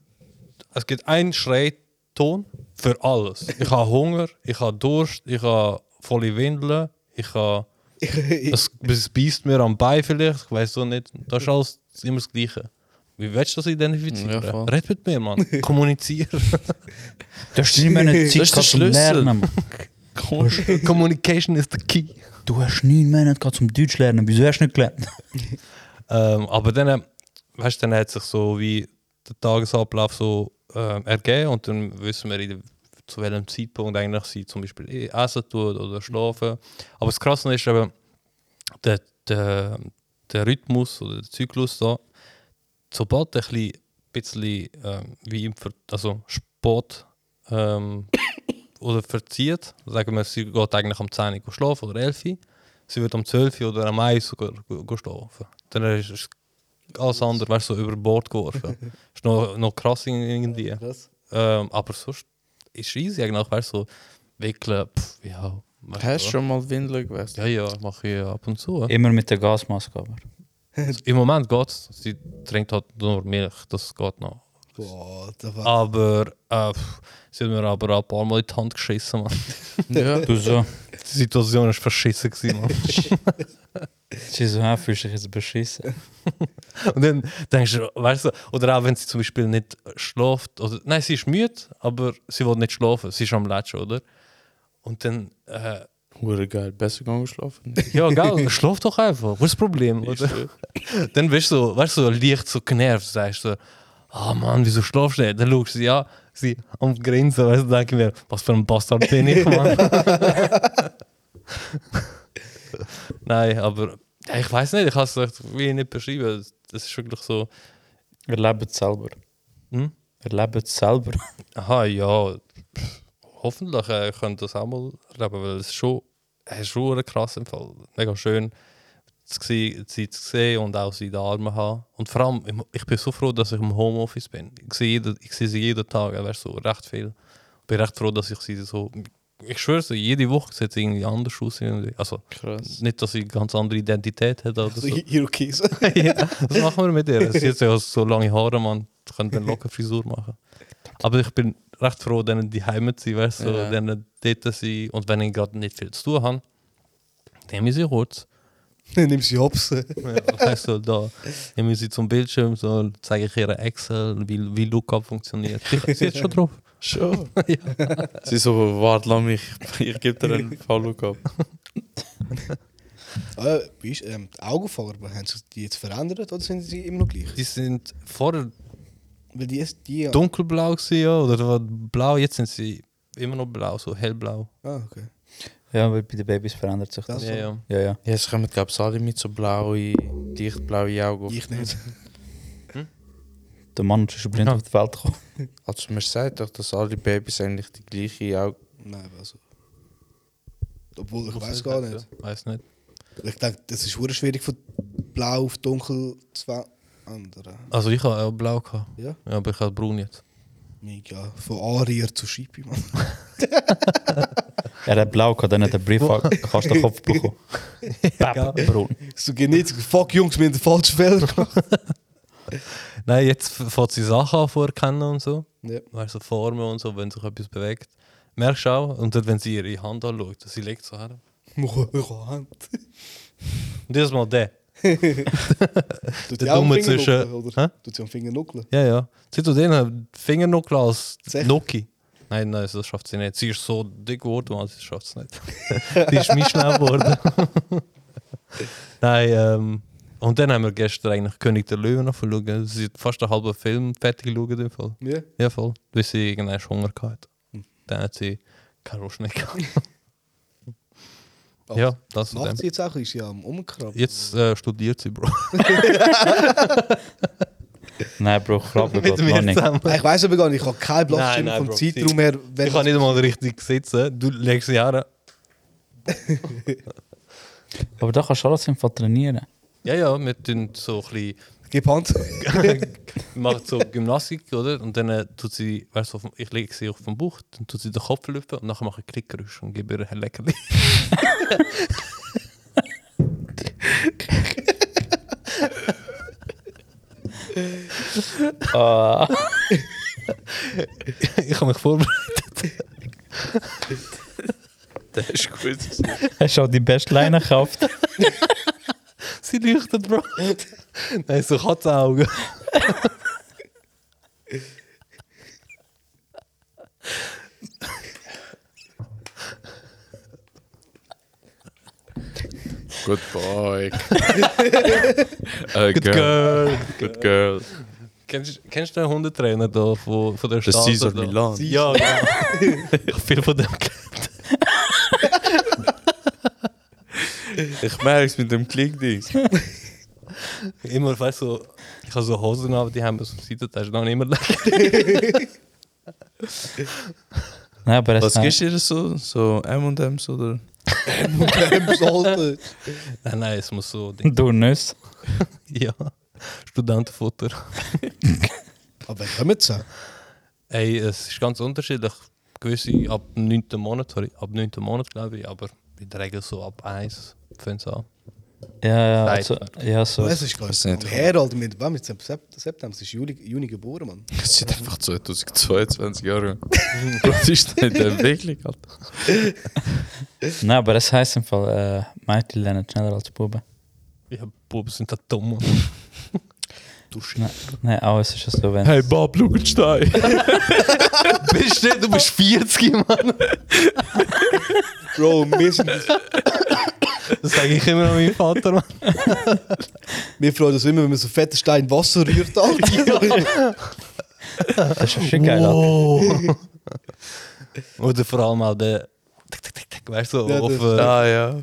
S2: es gibt einen Schreiton für alles. Ich habe Hunger, ich habe Durst, ich habe volle Windeln, ich habe, es, es beißt mir am Bein vielleicht, ich weiß so nicht, das ist alles immer das Gleiche. Wie willst du das identifizieren?
S4: Ja, voll.
S2: Red mit mir, Mann. Kommunizieren.
S3: Du hast nicht mehr eine
S4: Das
S3: Zeit
S4: ist der
S3: gehabt zum
S4: Schlüssel.
S3: Lernen. Mann.
S2: Communication is the key.
S3: Du hast neun Monate gehabt zum Deutsch lernen. Wieso hast du nicht gelernt?
S2: Ähm, aber dann, weißt, dann hat sich so wie der Tagesablauf so ähm, ergeben und dann wissen wir, in der- zu welchem Zeitpunkt eigentlich sie zum Beispiel eh essen tut oder schlafen. Aber das Krasse ist eben, der, der, der Rhythmus oder der Zyklus da, sobald du ein bisschen, bisschen ähm, [COUGHS] wie im Ver also Sport ähm, oder verzieht, sagen wir, sie geht eigentlich am 10 Uhr schlafen oder 11 Uhr, sie wird am 12 Uhr oder am 1 Uhr go- go schlafen. Dann ist ist alles andere weißt, du, so über
S4: [LAUGHS]
S2: Bord geworfen. ist noch, noch krass irgendwie.
S1: Krass.
S2: Ähm, aber sonst ist es easy eigentlich, weißt du, so wickeln, pff, ja. weißt du,
S4: Hast du schon mal Windeln gewesen?
S2: [LAUGHS] Ja, ja, mache ich ab und zu.
S3: Immer mit der Gasmaske aber.
S2: Im Moment geht es. Sie trinkt halt nur Milch, das geht noch.
S1: Boah, da
S2: Ah,
S1: war.
S2: Aber äh, pff, sie hat mir aber ein paar Mal in die Hand geschissen, Mann. [LAUGHS]
S4: Ja.
S3: Du so,
S2: Die Situation war verschissen, gewesen, Mann.
S3: Jesus, hä, "Ah, fühlst dich jetzt beschissen.
S2: Und dann denkst du, weißt du, oder auch wenn sie zum Beispiel nicht schläft, oder nein, sie ist müde, aber sie will nicht schlafen, sie ist am Latschen, oder? Und dann, äh,
S4: Hure geil, besser gegangen geschlafen.
S2: ja, geil, schlaf doch einfach, was ist das Problem? Oder? Dann bist du, so, weißt du, so leicht so genervt, sagst du, ah Mann, wieso schlafst du nicht? Dann schaust du sie an, sie am Grinsen, weißt du, denke ich mir, was für ein Bastard bin ich, Mann. [LAUGHS] nein, aber ja, ich weiß nicht, ich kann es wie nicht beschreiben, das ist wirklich so.
S3: Wir leben es selber.
S2: Hm?
S3: Wir leben es selber.
S2: Aha, ja. Pff, Hoffentlich äh, könnt ihr das auch mal erleben, weil es ist schon, es ist schon ein krasser Fall. Mega schön, zu gse- sie zu sehen und auch sie in den Armen haben. Und vor allem, im- ich bin so froh, dass ich im Homeoffice bin. Ich sehe, jede, ich sehe sie jeden Tag, äh, weißt du, so recht viel. Ich bin recht froh, dass ich sie so. Ich schwöre dir, jede Woche sieht sie irgendwie anders aus. irgendwie. Also,
S4: Krass.
S2: nicht, dass sie eine ganz andere Identität hat. Oder
S1: So
S2: so.
S1: Irokesen.
S2: [LAUGHS] Was machen wir mit ihr? Sie hat ja so lange Haare, man. Sie könnte eine lockere Frisur machen. Aber ich bin recht froh, denen die Heimat zu sein, weißt du,
S4: Ja.
S2: denen dort zu sein. Und wenn ich gerade nicht viel zu tun habe, nehme ich sie kurz.
S1: [LAUGHS] Nimm sie hops. [LAUGHS]
S2: Ja, weißt du, da nehme ich sie zum Bildschirm, so zeige ich ihre Excel, wie, wie Lookup funktioniert. Sie, sie ist schon drauf.
S4: [LAUGHS] Schon. Sie so, warte, lass mich, ich gebe dir einen Follow-up.
S1: Ah, wie ist, ähm, die Augenfarbe, haben sich die jetzt verändert oder sind sie immer noch gleich?
S2: Die sind vorher
S1: Weil die ist die.
S2: dunkelblau gewesen, ja, oder war blau, jetzt sind sie immer noch blau, so hellblau.
S1: Ah, okay.
S3: Ja, weil bei den Babys verändert sich das.
S1: Das-
S2: Ja, ja.
S3: Ja, ja.
S4: Ja, es kommen, glaube ich, alle mit so blaue, dichtblaue Augen.
S1: Ich nicht.
S3: Der Mann ist blind
S2: Ja.
S3: auf die Welt gekommen.
S4: Also, man sagt doch, dass alle Babys eigentlich die gleiche Augen
S1: Nein, also. Obwohl, ich weiß gar nicht.
S2: Weiß nicht.
S1: Ich denke, das ist hure schwierig von blau auf dunkel zu ändern.
S2: Also ich habe auch blau gehabt.
S1: Ja?
S2: Ja, aber ich habe braun jetzt.
S1: Mega. Von Arier zu Schippi, Mann.
S3: Er hat blau gehabt, dann hat er einen Brief gehabt, kannst den Kopf bekommen. Pep, Brun.
S1: [LAUGHS] So genetisch. Fuck Jungs, wir haben den falschen Fehler gemacht.
S2: Nein, jetzt f- fängt sie Sachen an vorkennen und so.
S1: ja.
S2: Weißt du, Formen und so, wenn sich etwas bewegt. Merkst du auch, und dann, wenn sie ihre Hand anschaut, sie legt so her.
S1: [LAUGHS] Mach eure Hand.
S2: Und dieses Mal der.
S1: Tut
S2: Der
S1: sie auch am
S2: Dumme
S1: Finger
S2: zwischen-
S1: nuckeln, oder?
S2: Hä?
S1: Tut sie am Finger nuckeln?
S2: Ja, ja. Sie tut den äh, Fingernuckel als
S1: Zeg.
S2: Noki. Nein, nein, das schafft sie nicht. Sie ist so dick geworden, man, sie schafft es nicht. [LAUGHS] sie ist mischnell geworden. [LAUGHS] nein, ähm, und dann haben wir gestern eigentlich König der Löwen angeschaut. Sie hat fast einen halben Film fertig geschaut. in dem Fall.
S1: Ja.
S2: Ja, voll. Weil sie irgendwann Hunger hatte.
S1: Hm.
S2: Dann hat sie keinen Rost mehr gehabt.
S1: [LAUGHS] Aber
S2: ja, das zu dem.
S1: Macht sie jetzt auch? Ist sie am Umkrabben?
S2: Jetzt äh, studiert sie, Bro.
S3: Nein, Bro, Krabbe geht noch nicht.
S2: zusammen.
S1: Ich weiß aber gar nicht, ich habe keinen
S2: Nein,
S1: Blattschirm
S2: nein,
S1: vom
S2: Bro,
S1: Zeitraum her. Wenn
S2: Ich kann nicht einmal richtig sitzen. Du legst sie her.
S3: Aber da kannst du alles im Fall trainieren.
S2: Ja, ja, wir tun so ein
S1: [LAUGHS] Gib Hand.
S2: bisschen. macht so Gymnastik, oder? Und dann äh, tut sie, weißt du, auf dem- ich lege sie auf den Bauch, dann tut sie den Kopf lüpfen und nachher mache ich Klickgeräusch und gebe ihr ein Leckerli. [LAUGHS]
S3: Ah, [LAUGHS]
S2: ich habe mich vorbereitet.
S4: Das ist gut.
S3: hast du auch die beste Leine gekauft?
S2: Sie leuchtet, Bro. [LAUGHS] Nein, so Katzenaugen.
S4: Good [LAUGHS] boy. Good
S2: Good girl.
S4: Good girl.
S2: Kennst, kennst du den Hundetrainer da von, von der
S4: Das
S2: Straße?
S4: Caesar
S2: da?
S4: Milan.
S2: Ja, genau. [LAUGHS] ich hab viel von dem gelernt.
S4: Ich merke es mit dem Klickdings.
S2: Immer, weißt du, ich habe so Hosen [LAUGHS] an, die haben wir so Seitentaschen, dann immer lecker.
S3: Nein, aber
S4: [LAUGHS]
S3: es
S4: Was
S3: nein.
S4: gibst du dir so? So M&M's oder?
S1: Brems, Alter.
S2: Nein, Ah, nein, es muss so. Ding.
S3: Du nicht.
S2: [LAUGHS] ja. Studentenfutter.
S1: Aber wir kommen zu.
S2: Ey, es ist ganz unterschiedlich. Gewisse ab 9. Monat, sorry, ab 9. Monat glaube ich, aber in der Regel so ab 1 fängt es an.
S3: Ja, ja,
S2: Nein,
S3: also,
S2: Quatsch.
S3: ja, so.
S1: Das ist gar
S4: weiß
S1: nicht
S4: nicht.
S1: her, Alter. Wir haben jetzt September, es ist Juli, Juni geboren, Mann.
S4: Das sind einfach 2022 Jahre. [LAUGHS] Was ist denn der wirklich? Alter?
S3: Nein, aber es heisst im Fall, äh, Mädchen lernen schneller als Buben.
S2: Ja, Buben sind da dumm.
S3: Nein, nein, aber es ist ein
S2: [LAUGHS]
S3: Slowen.
S4: Hey Bob Lugenstein!
S2: bist du nicht, du bist 40, Mann.
S1: Bro, wir, [LAUGHS] sind,
S2: Das sage ich immer an meinen Vater, Mann. [LAUGHS]
S1: wir freuen uns immer, wenn man so einen fetten Stein Wasser
S2: [LAUGHS]
S1: rührt, Alter.
S3: Das ist schon geil, Alter.
S2: Oh. Oder vor allem auch der. Tick, tick, tick, tick, weißt du,
S1: Ja,
S2: auf.
S1: das-
S4: [LAUGHS]
S2: äh,
S4: ah ja.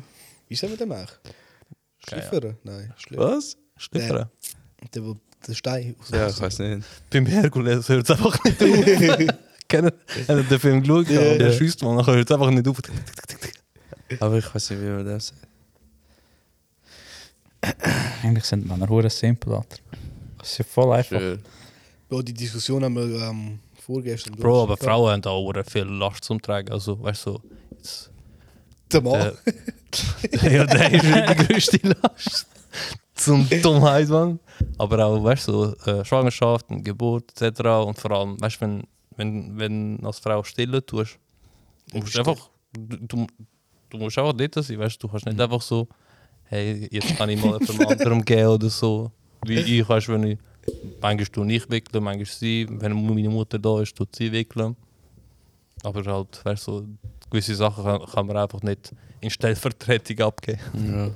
S1: Wie sagen wir dem auch? Schlifferen? Nein, Schlifferen.
S4: Was?
S2: Schliffern.
S1: Der, der den Stein aus
S4: Ja, ich weiß nicht.
S2: Beim Herkules hört es einfach nicht
S1: [LAUGHS]
S2: auf. Kennen habt den Film geschaut?
S1: Ja.
S2: Yeah. Der schießt man, nachher hört es einfach nicht auf.
S4: Aber ich weiß nicht, wie man das sagt.
S3: Eigentlich sind Männer hure simpel, Alter. Das ist ja voll einfach.
S4: äh, [LAUGHS]
S1: Bro, die Diskussion haben wir ähm, vorgestern.
S2: Bro, aber Frauen haben da auch verdammt viel Last zum Tragen. Also, weißt du, jetzt,
S1: Der Mann. [LAUGHS]
S2: der, [LAUGHS] ja, der ist wirklich die größte Last. Zum
S1: [LAUGHS]
S2: Dummheit, Mann. Aber auch, weißt du, so, äh, Schwangerschaft und Geburt etc. Und vor allem, weißt du, wenn, wenn, wenn du als Frau stillen tust, du musst einfach, du, du, du musst einfach dort sein, weißt du, du kannst nicht einfach so, hey, jetzt kann ich mal jemand anderem gehen oder so. Wie ich, weißt du, wenn ich, manchmal tue ich wickeln, manchmal sie, wenn meine Mutter da ist, tut sie wickeln. Aber halt, weißt du, so, gewisse Sachen kann, kann man einfach nicht in Stellvertretung abgeben.
S4: Ja.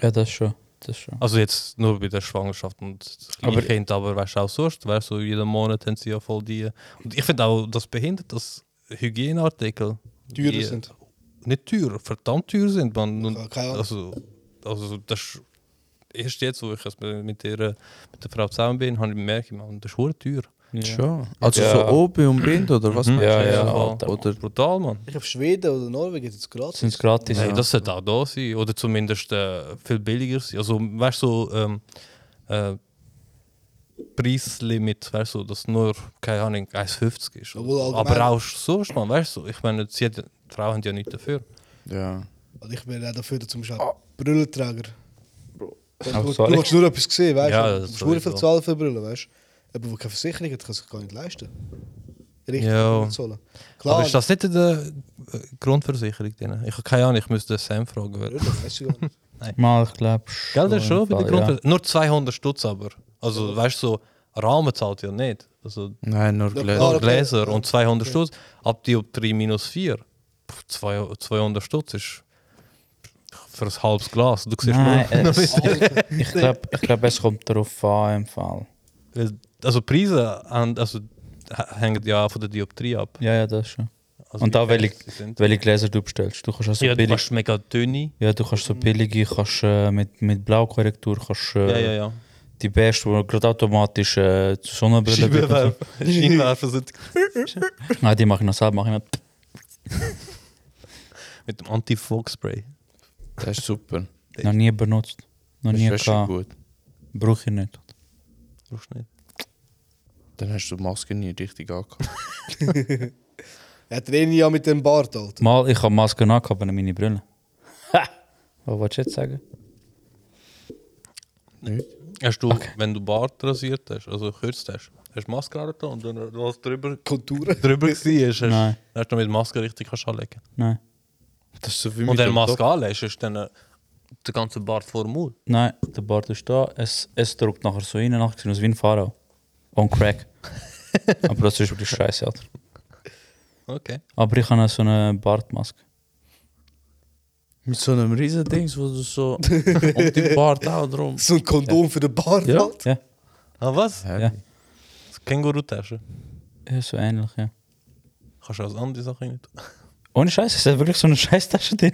S3: Ja, das schon. Das schon.
S2: Also jetzt nur bei der Schwangerschaft und
S3: Aber-
S2: aber Kind, aber weißt du auch sonst, weißt du, jeden Monat haben sie ja voll die. Und ich finde auch, das behindert, dass Hygieneartikel
S1: Teurer
S2: die-
S1: sind.
S2: Nicht teuer, verdammt teuer sind. Man.
S1: Ja,
S2: Und,
S1: keine Ahnung.
S2: also, also das ist- erst jetzt, wo ich es mit, mit, ihrer, mit der Frau zusammen bin, habe ich gemerkt, man, das ist hure teuer.
S4: Schon. Also
S3: Ja.
S4: so oben und Bind oder was? meinst du?
S3: Ja, ja,
S2: Alter.
S4: Oder
S2: Brutal, Mann.
S1: Ich habe Schweden oder Norwegen jetzt gratis.
S3: Sind gratis.
S2: Nein,
S3: Ja.
S2: das sollte auch da sein. Oder zumindest äh, viel billiger sein. Also, weißt du, so, ähm, äh, Preislimit, weißt du, dass nur, keine Ahnung, 1,50 ist.
S1: Obwohl
S2: Oder so.
S1: allgemein-
S2: Aber auch sonst, man, weißt du, ich meine, sie hat, die Frauen haben ja nichts dafür.
S4: ja.
S1: Also ich bin auch dafür, dass zum Beispiel
S2: Ah.
S1: Brillenträger. Wenn
S3: Ach,
S1: Du,
S3: sorry.
S1: du hast nur etwas gesehen, weißt
S2: Ja,
S1: du? Du
S2: das
S1: musst nur viel
S2: sowieso.
S1: zahlen für Brillen, weißt du? Aber der keine Versicherung hat, kann sich gar nicht leisten. Richtig,
S2: Ja.
S1: Brille zahlen. Klar,
S2: Aber ist das nicht in der äh, Grundversicherung drin? Ich habe keine Ahnung, ich müsste Sam fragen.
S1: Ja,
S2: Weil.
S1: das weißt du gar nicht.
S3: Mal, ich glaube schon.
S2: Gell, das ist schon
S3: im
S2: bei der
S3: Fall, ja.
S2: Grundversicherung. Nur 200 Stutz aber. Also, weißt du, so, Rahmen zahlt ja nicht. Also,
S4: Nein, nur
S1: Ja,
S4: Gläser.
S1: klar.
S2: Nur
S1: Ah, okay.
S2: Gläser und 200 Stutz. Ab die ob 3 minus 4. 200 Stutz ist für ein halbes Glas. Du siehst [LAUGHS]
S3: Nein, äh,
S2: nur,
S3: es, ich glaube, ich glaub, es kommt darauf an im Fall.
S2: weil- also Preise an- also, h- hängen ja auch von der Dioptrie ab.
S3: Ja, ja, das schon.
S2: Also
S3: Und
S2: wie
S3: auch welche,
S2: fest sie sind.
S3: welche Gläser du bestellst. Du kannst also
S2: Ja, du
S3: billig.
S2: machst mega dünne.
S3: Ja, du kannst so billige, kannst äh, mit, mit Blaukorrektur, kannst äh,
S2: Ja, ja, ja.
S3: die beste, die gerade automatisch äh, zu Sonnenbrille gibt. [LAUGHS] und
S2: Scheinwerfer [LAUGHS] Scheinwerfer sind
S3: so. Nein, Ah, die mache ich noch selber. Mach ich noch.
S2: mit dem Anti-Fog-Spray.
S4: Das ist super.
S3: Noch nie benutzt. Noch
S4: Das
S3: nie
S4: ist richtig
S3: gehabt.
S4: gut.
S3: Brauche ich nicht.
S2: Brauchst du nicht.
S4: Dann hast du die Maske nie richtig angehabt.
S1: Er hat eh nie ja mit dem Bart, Alter.
S3: Mal, ich habe Maske angehabt und meine Brille. Ha! Was wolltest du jetzt sagen?
S4: Nicht?
S2: Hast du, wenn du Bart rasiert hast, also gekürzt hast, hast du Maske angetan und dann was drüber,
S1: Konturen.
S2: drüber gewesen ist, hast,
S3: Nein.
S2: hast du mit Maske richtig kannst anlegen.
S3: Nein.
S4: [LAUGHS] Das ist so wie
S2: Und
S4: der
S2: wenn Maske anlässt, ist dann äh, der ganze Bart vor dem Mund.
S3: Nein, der Bart ist da. Es, es drückt nachher so rein, nachher sieht aus wie ein Pharao. On crack. Aber das ist wirklich scheiße, Alter.
S2: Okay.
S3: Aber ich habe auch so eine Bartmaske.
S4: Mit so einem riesen Dings, wo du [LAUGHS] so um die Bart auch drum.
S1: So ein Kondom für den Bart,
S4: Ja.
S1: Alter.
S3: Ja,
S2: Ah, was?
S3: ja.
S2: Känguru-Tasche.
S3: ja so ähnlich, ja.
S2: Kannst du auch andere Sachen nicht tun.
S3: Ohne Scheiße, es hat wirklich so eine Scheißtasche drin.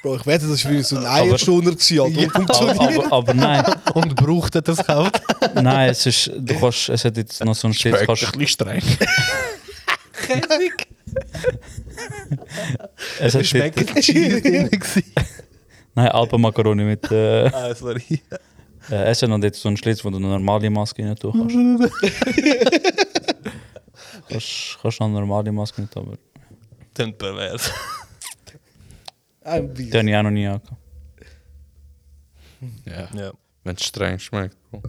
S1: Bro, ich wette, das war so ein Eierschoner, gewesen, Alter. Und funktioniert.
S3: aber, aber nein,
S2: Und braucht er das gekauft?
S3: [LAUGHS] nein, es ist, du kannst, es hat jetzt noch so ein Schild, kannst,
S4: bisschen streng.
S1: [LAUGHS]
S2: Basic.
S3: Es hat
S2: Speck und Cheese drin. gewesen.
S3: [LAUGHS] Nein, Alpenmakaroni mit. Äh,
S2: [LAUGHS] ah, sorry. [LAUGHS]
S3: äh, es hat noch jetzt so einen Schlitz, wo du eine normale Maske rein tun kannst. kannst. Kannst noch eine normale Maske nicht, aber.
S2: Dann pervers.
S1: Ein Bier.
S3: Die habe ich auch noch nie angehabt.
S4: Ja.
S2: Ja.
S4: Wenn es streng schmeckt, Bro.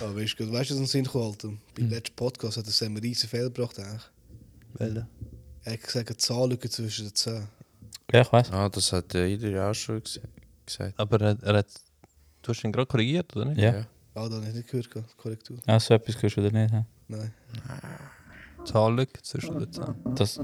S1: Aber weißt du, weißt du, was uns Sinn gekommen, Alter? Beim letzten Podcast hat er Sam einen riesen Fehler gebracht. Eigentlich.
S2: Welle.
S1: Er hat gesagt, eine Zahllücke zwischen den Zähnen.
S3: Ja, ich weiß.
S4: Ah, das hat äh, jeder auch schon gese- gesagt.
S2: Aber er, er hat. Du hast ihn gerade korrigiert, oder nicht?
S3: Ja.
S4: Ja.
S1: Ah, da habe ich nicht gehört, gell? Korrektur.
S3: Ja, so etwas gehörst du wieder nicht. hä?
S1: Nein.
S2: Zahllücke zwischen den Zähnen.
S3: Das,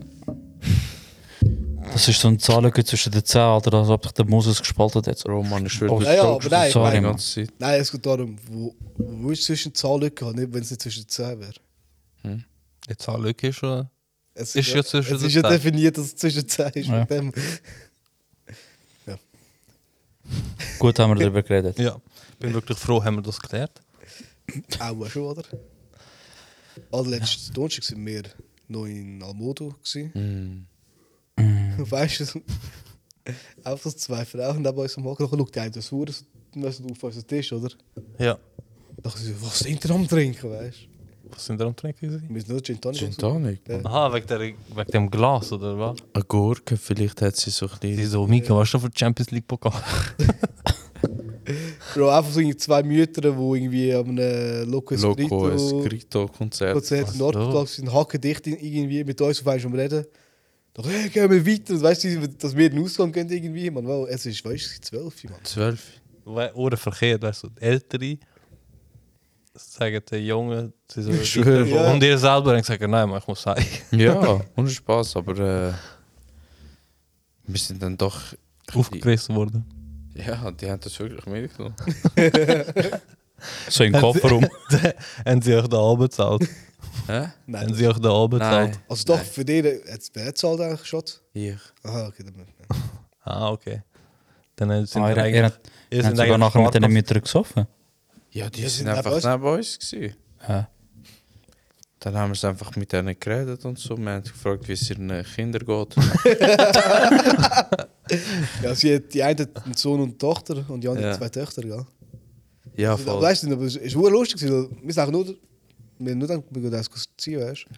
S3: das ist so ein Zahnlücke zwischen den Zähnen, Alter, als ob sich der Moses gespalten hat.
S4: Bro, Mann, ich
S3: Oh,
S4: würde
S1: ja, aber nein, ich
S4: die
S1: meine-
S3: Mann.
S4: ganze Zeit.
S1: Nein, es geht darum, wo, wo ist zwischen Zahllücke, nicht wenn es nicht zwischen den Zähnen wäre.
S2: Die Zahllücke ist schon.
S1: Es
S2: Ist ja zwischen
S1: Es
S2: den
S1: ist ja
S2: Zähnen.
S1: definiert, dass es zwischen den Zähnen ist.
S3: Ja.
S1: Mit dem.
S3: Gut haben wir darüber geredet.
S2: Ja. Bin wirklich froh, haben wir das geklärt.
S1: Auch schon, oder? Also, letztes Donnerstag waren wir noch in Almodo. gewesen.
S4: Mm.
S1: [LAUGHS] Weißt du, einfach so zwei Frauen neben uns am Haken. Dann schaut die eine das Huren so müssen auf unseren Tisch, oder?
S2: Ja.
S1: Dann dachte ich, so, was sind denn am Trinken, weißt du?
S2: Was sind da am Trinken? gewesen?
S1: Wir sind nur Gin Tonic.
S4: Gin
S1: und so.
S4: Tonic?
S1: Ja.
S2: Aha, wegen, der, wegen dem Glas, oder was?
S4: Eine Gurke, vielleicht hat sie so ein
S2: Die
S4: bisschen...
S2: so, Mika, was ist für die Champions League Pokal?
S1: Bro, einfach so irgendwie zwei Mütter, eh, die irgendwie am einem eh, Loco
S4: Loco, ein
S1: Escrito
S4: Grito-Konzert.
S1: Konzert
S2: Was
S1: in Nordpark
S2: los?
S1: sind, hacken dicht in- irgendwie mit uns auf einmal am Reden. Doch, hey, gehen wir weiter. Und weißt du, dass wir in den Ausgang gehen irgendwie? Man, wow, es ist, weißt du, zwölf, Mann.
S4: Zwölf.
S2: We- Oder verkehrt, weißt du, die Ältere sagen den Jungen, sie so,
S4: Ich schwöre.
S2: Ja. und ihr selber und sagen, nein, Mann, ich muss heim.
S4: Ja, ohne Spaß, aber äh, wir sind dann doch.
S2: Aufgerissen worden.
S4: Ja, die haben das wirklich mitgenommen.
S3: So im [LAUGHS] Kofferraum.
S2: haben sie euch den Abend bezahlt?
S4: Hä?
S1: Nein,
S2: haben sie euch den Abend bezahlt?
S4: Nein.
S1: Also doch, für den, hat's- wer hat es halt eigentlich schon?
S4: Ich.
S1: Aha, okay, dann.
S2: Ah, okay. Dann haben- sind
S3: Ah,
S2: wir
S3: ihr-
S2: eigentlich-
S3: ihr habt- Dann
S2: ihr seid
S3: haben sogar
S2: eigentlich
S3: nachher mit den
S2: Sparkasse-
S3: Müttern gesoffen.
S4: Ja, die
S1: Wir
S4: sind
S1: sind
S4: einfach
S1: neben
S4: neben uns. Gewesen.
S3: Ja.
S4: Dann haben wir es einfach mit denen geredet und so. Wir haben gefragt, wie es ihren Kindern geht.
S1: Ja, sie hat die eine hat einen Sohn und eine Tochter und die andere
S4: Ja.
S1: zwei Töchter, ja. Dus
S4: Ja,
S1: Also,
S4: voll.
S1: weißt du, aber es ist war lustig, gewesen, weil wir sagen nur, wir haben nur gedacht, wir gehen das ziehen, weißt du.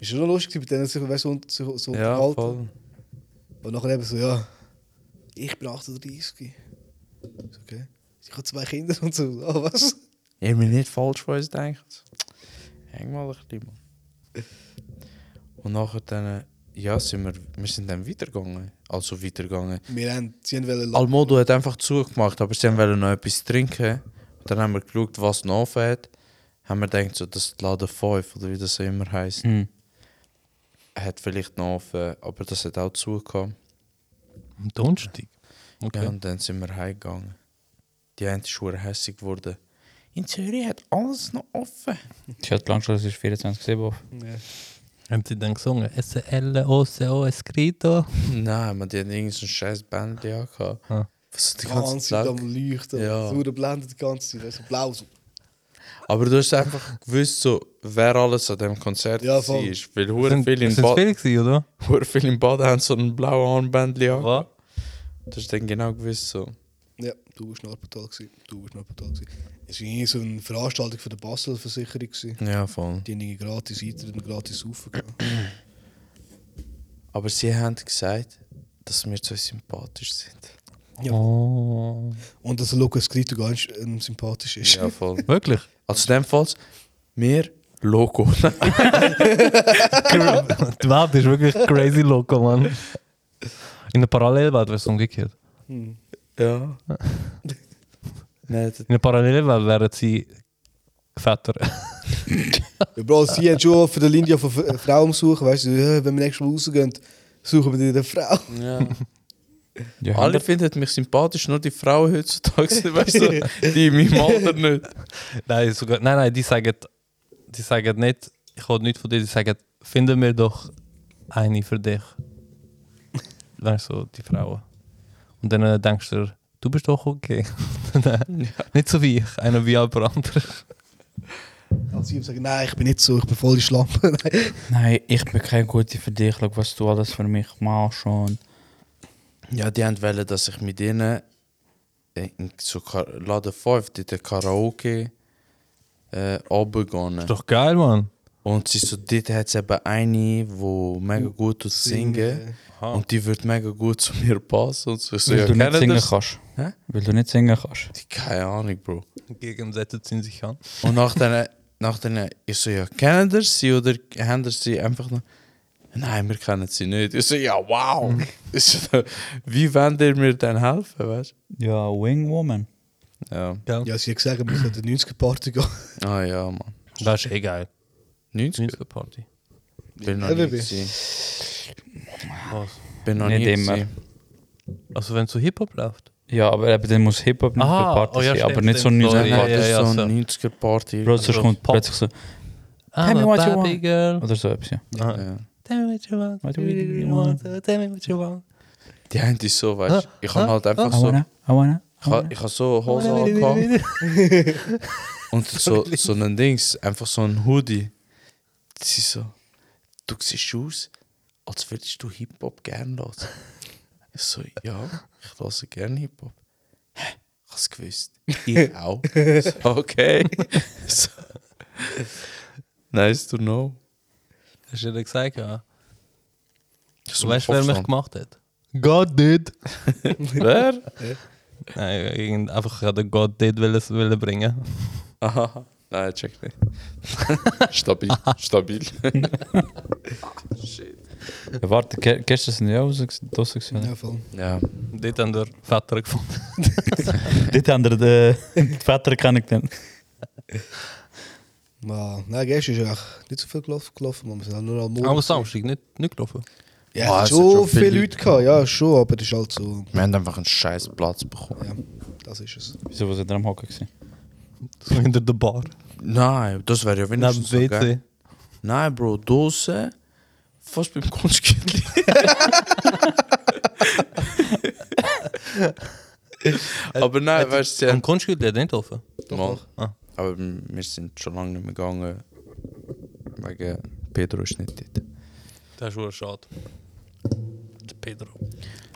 S1: Es war schon lustig, gewesen, mit denen sich weißt, so, so, so
S4: Ja,
S1: unterhalten.
S4: voll.
S1: Und nachher eben so, ja, ich bin 38. Ist okay. Ich habe zwei Kinder und so, ah was?
S4: Ihr mir nicht falsch von uns denkt. Häng mal ein bisschen, Mann. Und nachher dann, äh, ja, sind wir, wir sind dann weitergegangen. Also weitergegangen.
S1: Wir haben, sie haben wollen lachen.
S4: Almodo hat einfach zugemacht, aber sie wollten noch etwas trinken. Und dann haben wir geschaut, was noch offen hat. Haben wir gedacht, so, das ist Laden 5 oder wie das immer heisst.
S3: Hm.
S4: Hat vielleicht noch offen, eh, aber das hat auch zugekommen.
S2: Am Donnerstag?
S4: Ja,
S2: Okay.
S4: und dann sind wir heimgegangen. Die eine ist schon hässlich geworden. In Zürich hat alles noch offen.
S3: Ich hatte lange schon, es ist 24 Sebo.
S1: Ja.
S2: Haben sie dann gesungen? S-L-O-C-O Escrito?
S4: Nein, man, die hat irgendein scheiß Band gehabt.
S2: Ah.
S4: Was die
S1: Die
S4: ganze
S1: ganze Zeit
S4: Tag.
S1: am Leuchten.
S4: Ja.
S1: Ja. So blendet die ganze Zeit. So blau. So.
S4: Aber du hast einfach gewusst, so, wer alles an dem Konzert
S1: Ja,
S4: war.
S1: voll.
S4: Weil hure
S2: Sind
S4: viel in
S2: sind
S4: Bad.
S2: viele gewesen, oder?
S4: Hure viel im Baden haben so ein blaues Armband an.
S2: Was?
S4: Das ist dann genau gewusst so.
S1: Ja, du warst Nordportal. gewesen, Du warst Nordportal. gewesen. Es war irgendwie so eine Veranstaltung von der Basel-Versicherung. gewesen.
S4: Ja, voll.
S1: Die haben irgendwie gratis Eintritt und gratis Saufen gehabt.
S4: Aber sie haben gesagt, dass wir so sympathisch sind.
S1: Ja.
S2: Oh.
S1: Und dass Lukas Grito ganz ähm, sympathisch ist.
S4: Ja, voll.
S2: Wirklich?
S4: also in dem Fall, wir Loco.
S2: [LAUGHS] Die Welt ist wirklich crazy loco, Mann. In der Parallelwelt wäre es umgekehrt.
S1: Hm.
S4: ja. Nein, das-
S2: In der Parallelwelt wären sie [LAUGHS] Väter.
S1: Ja, Bro, sie haben schon für die Linie von F- Frauen suchen. Weißt du, ja, wenn wir nächstes Mal rausgehen, suchen wir dir eine Frau.
S4: ja.
S3: Ja,
S4: Alle finden mich sympathisch, nur die Frauen heutzutage, weißt du, die in meinem Alter nicht.
S2: nein, sogar, nein, nein, die sagen, die sagen nicht, ich will nichts von dir, die sagen, finden wir doch eine für [LAUGHS] dich. Weißt du, die Frauen. Und dann äh, denkst du, dir, du [LAUGHS] bist doch okay. Nein, Nicht so wie ich, einer wie alle anderen.
S4: Mhm.
S1: Als ich ihm sage, nein, ich bin nicht so, ich bin voll die Schlampe. Nein.
S3: Nein, ich bin keine gute Verdichtung, was du alles für mich machst schon.
S4: Ja, die haben wollen, dass ich mit ihnen äh, in so Ka- Laden 5 in der Karaoke äh, runtergegangen.
S2: Ist [LAUGHS] doch geil, Mann.
S4: Und sie so, dort hat es eben eine, die mega gut tut singen.
S1: Singen.
S4: Und die wird mega gut zu mir passen. Und so, ich so
S3: Weil
S4: ja,
S3: du nicht
S4: kennen
S2: dus.
S3: singen
S4: das?
S3: kannst.
S4: Hä?
S3: Weil du nicht singen kannst.
S4: Die- Keine Ahnung, Bro.
S2: Gegenseitig ziehen sich an.
S4: Und nachdem, nachdem ich so, ja, kennen ihr sie oder haben ihr sie einfach noch? Nein, wir kennen sie nicht. Ich so, ja, wow. Ich so, wie wollt ihr mir denn helfen, weißt
S3: Ja, Wing Woman.
S4: du? Ja.
S2: Gell?
S1: Ja, sie hat gesagt, wir sollten 90 Party gehen.
S4: Ah ja, Mann.
S2: Das ist eh geil.
S4: 90?
S2: 90er Party.
S4: Bin noch
S1: Ja,
S4: nie
S1: Baby.
S4: gesehen.
S2: Was?
S4: Bin noch
S3: Nicht
S4: nie
S3: immer.
S4: gewesen.
S2: Also wenn so Hip-Hop läuft.
S3: Ja, aber eben, dann muss Hip-Hop dus nicht
S2: Aha,
S3: für Party
S2: oh ja,
S3: sein, aber
S2: stimmt,
S3: nicht so
S2: stimmt,
S3: neu.
S2: sorry.
S3: Ja,
S4: Ja,
S2: ja,
S4: das
S2: ja, also.
S4: ist so
S2: so.
S4: eine 90er-Party.
S3: Bro, sonst
S2: Also
S3: kommt
S2: Pop.
S3: plötzlich so,
S2: I'm
S3: me
S2: a
S3: what you
S2: baby
S3: want.
S2: girl.
S3: oder so etwas, ja.
S2: Ah,
S4: Ja.
S2: Tell me what you
S3: What
S2: want. What
S3: do
S2: do
S3: we
S2: you
S3: want?
S2: want? Tell me what you want.
S4: Die haben die so, weißt du?
S2: Ah,
S4: Ich kann halt einfach
S3: I
S4: so.
S3: wanna, I wanna,
S4: Ich
S3: I
S4: habe
S3: wanna.
S4: ich hab so Hose angehabt und so, so ein Dings, einfach so ein Hoodie. Sie so, du siehst aus, als würdest du Hip-Hop gern hören. Ich so, ja, ich höre gerne Hip-Hop. Hä? Ich hab's gewusst. Ich auch. So, okay. So. [LAUGHS] Nice to know.
S2: Hast du dir gesagt, ja.
S4: So
S2: Du weißt, wer mich
S4: Kopfstand.
S2: gemacht hat? God did.
S4: Wer?
S2: Nein, irgend- einfach ich den God did will es will bringen.
S4: Aha. Nein, check nicht. Stabil. Stabil. Shit.
S3: Ja, warte, ge- gestern sind ja auch so- draussen
S4: Mhm.
S3: gewesen.
S1: Ja, voll.
S4: Ja.
S2: Dort haben wir Väter gefunden.
S3: Dit andere, de, [LAUGHS] die Väter kann ich dann.
S1: Maar, nein, gestern ist echt nicht so viel gelaufen, gelaufen man. Wir sind nur am Morgen.
S2: Aber Samstag nicht, nicht gelaufen.
S1: Ja,
S4: Ah,
S1: oh,
S4: es
S1: schon,
S4: hat schon
S1: viele
S4: viele
S1: Leute gehabt, ja, schon, aber das ist halt so,
S4: Wir haben einfach einen scheiß Platz bekommen.
S1: ja, das ist es.
S3: Wieso was ich da am Hocken gewesen?
S2: So hinter der Bar.
S4: Nein, das wäre ja
S2: Neben dem
S4: wenigstens so geil.
S2: WC.
S4: Nein, Bro, Dose fast beim Kunstkindli.
S2: [LAUGHS]
S4: aber nein, weißt du, sie
S2: Am
S4: haben-
S2: Kunstgut hat nicht offen.
S4: Mal.
S2: Ah.
S4: Aber wir sind schon lange nicht mehr gegangen. Wegen Pedro ist nicht dort.
S2: Das ist wohl schade. Der Pedro.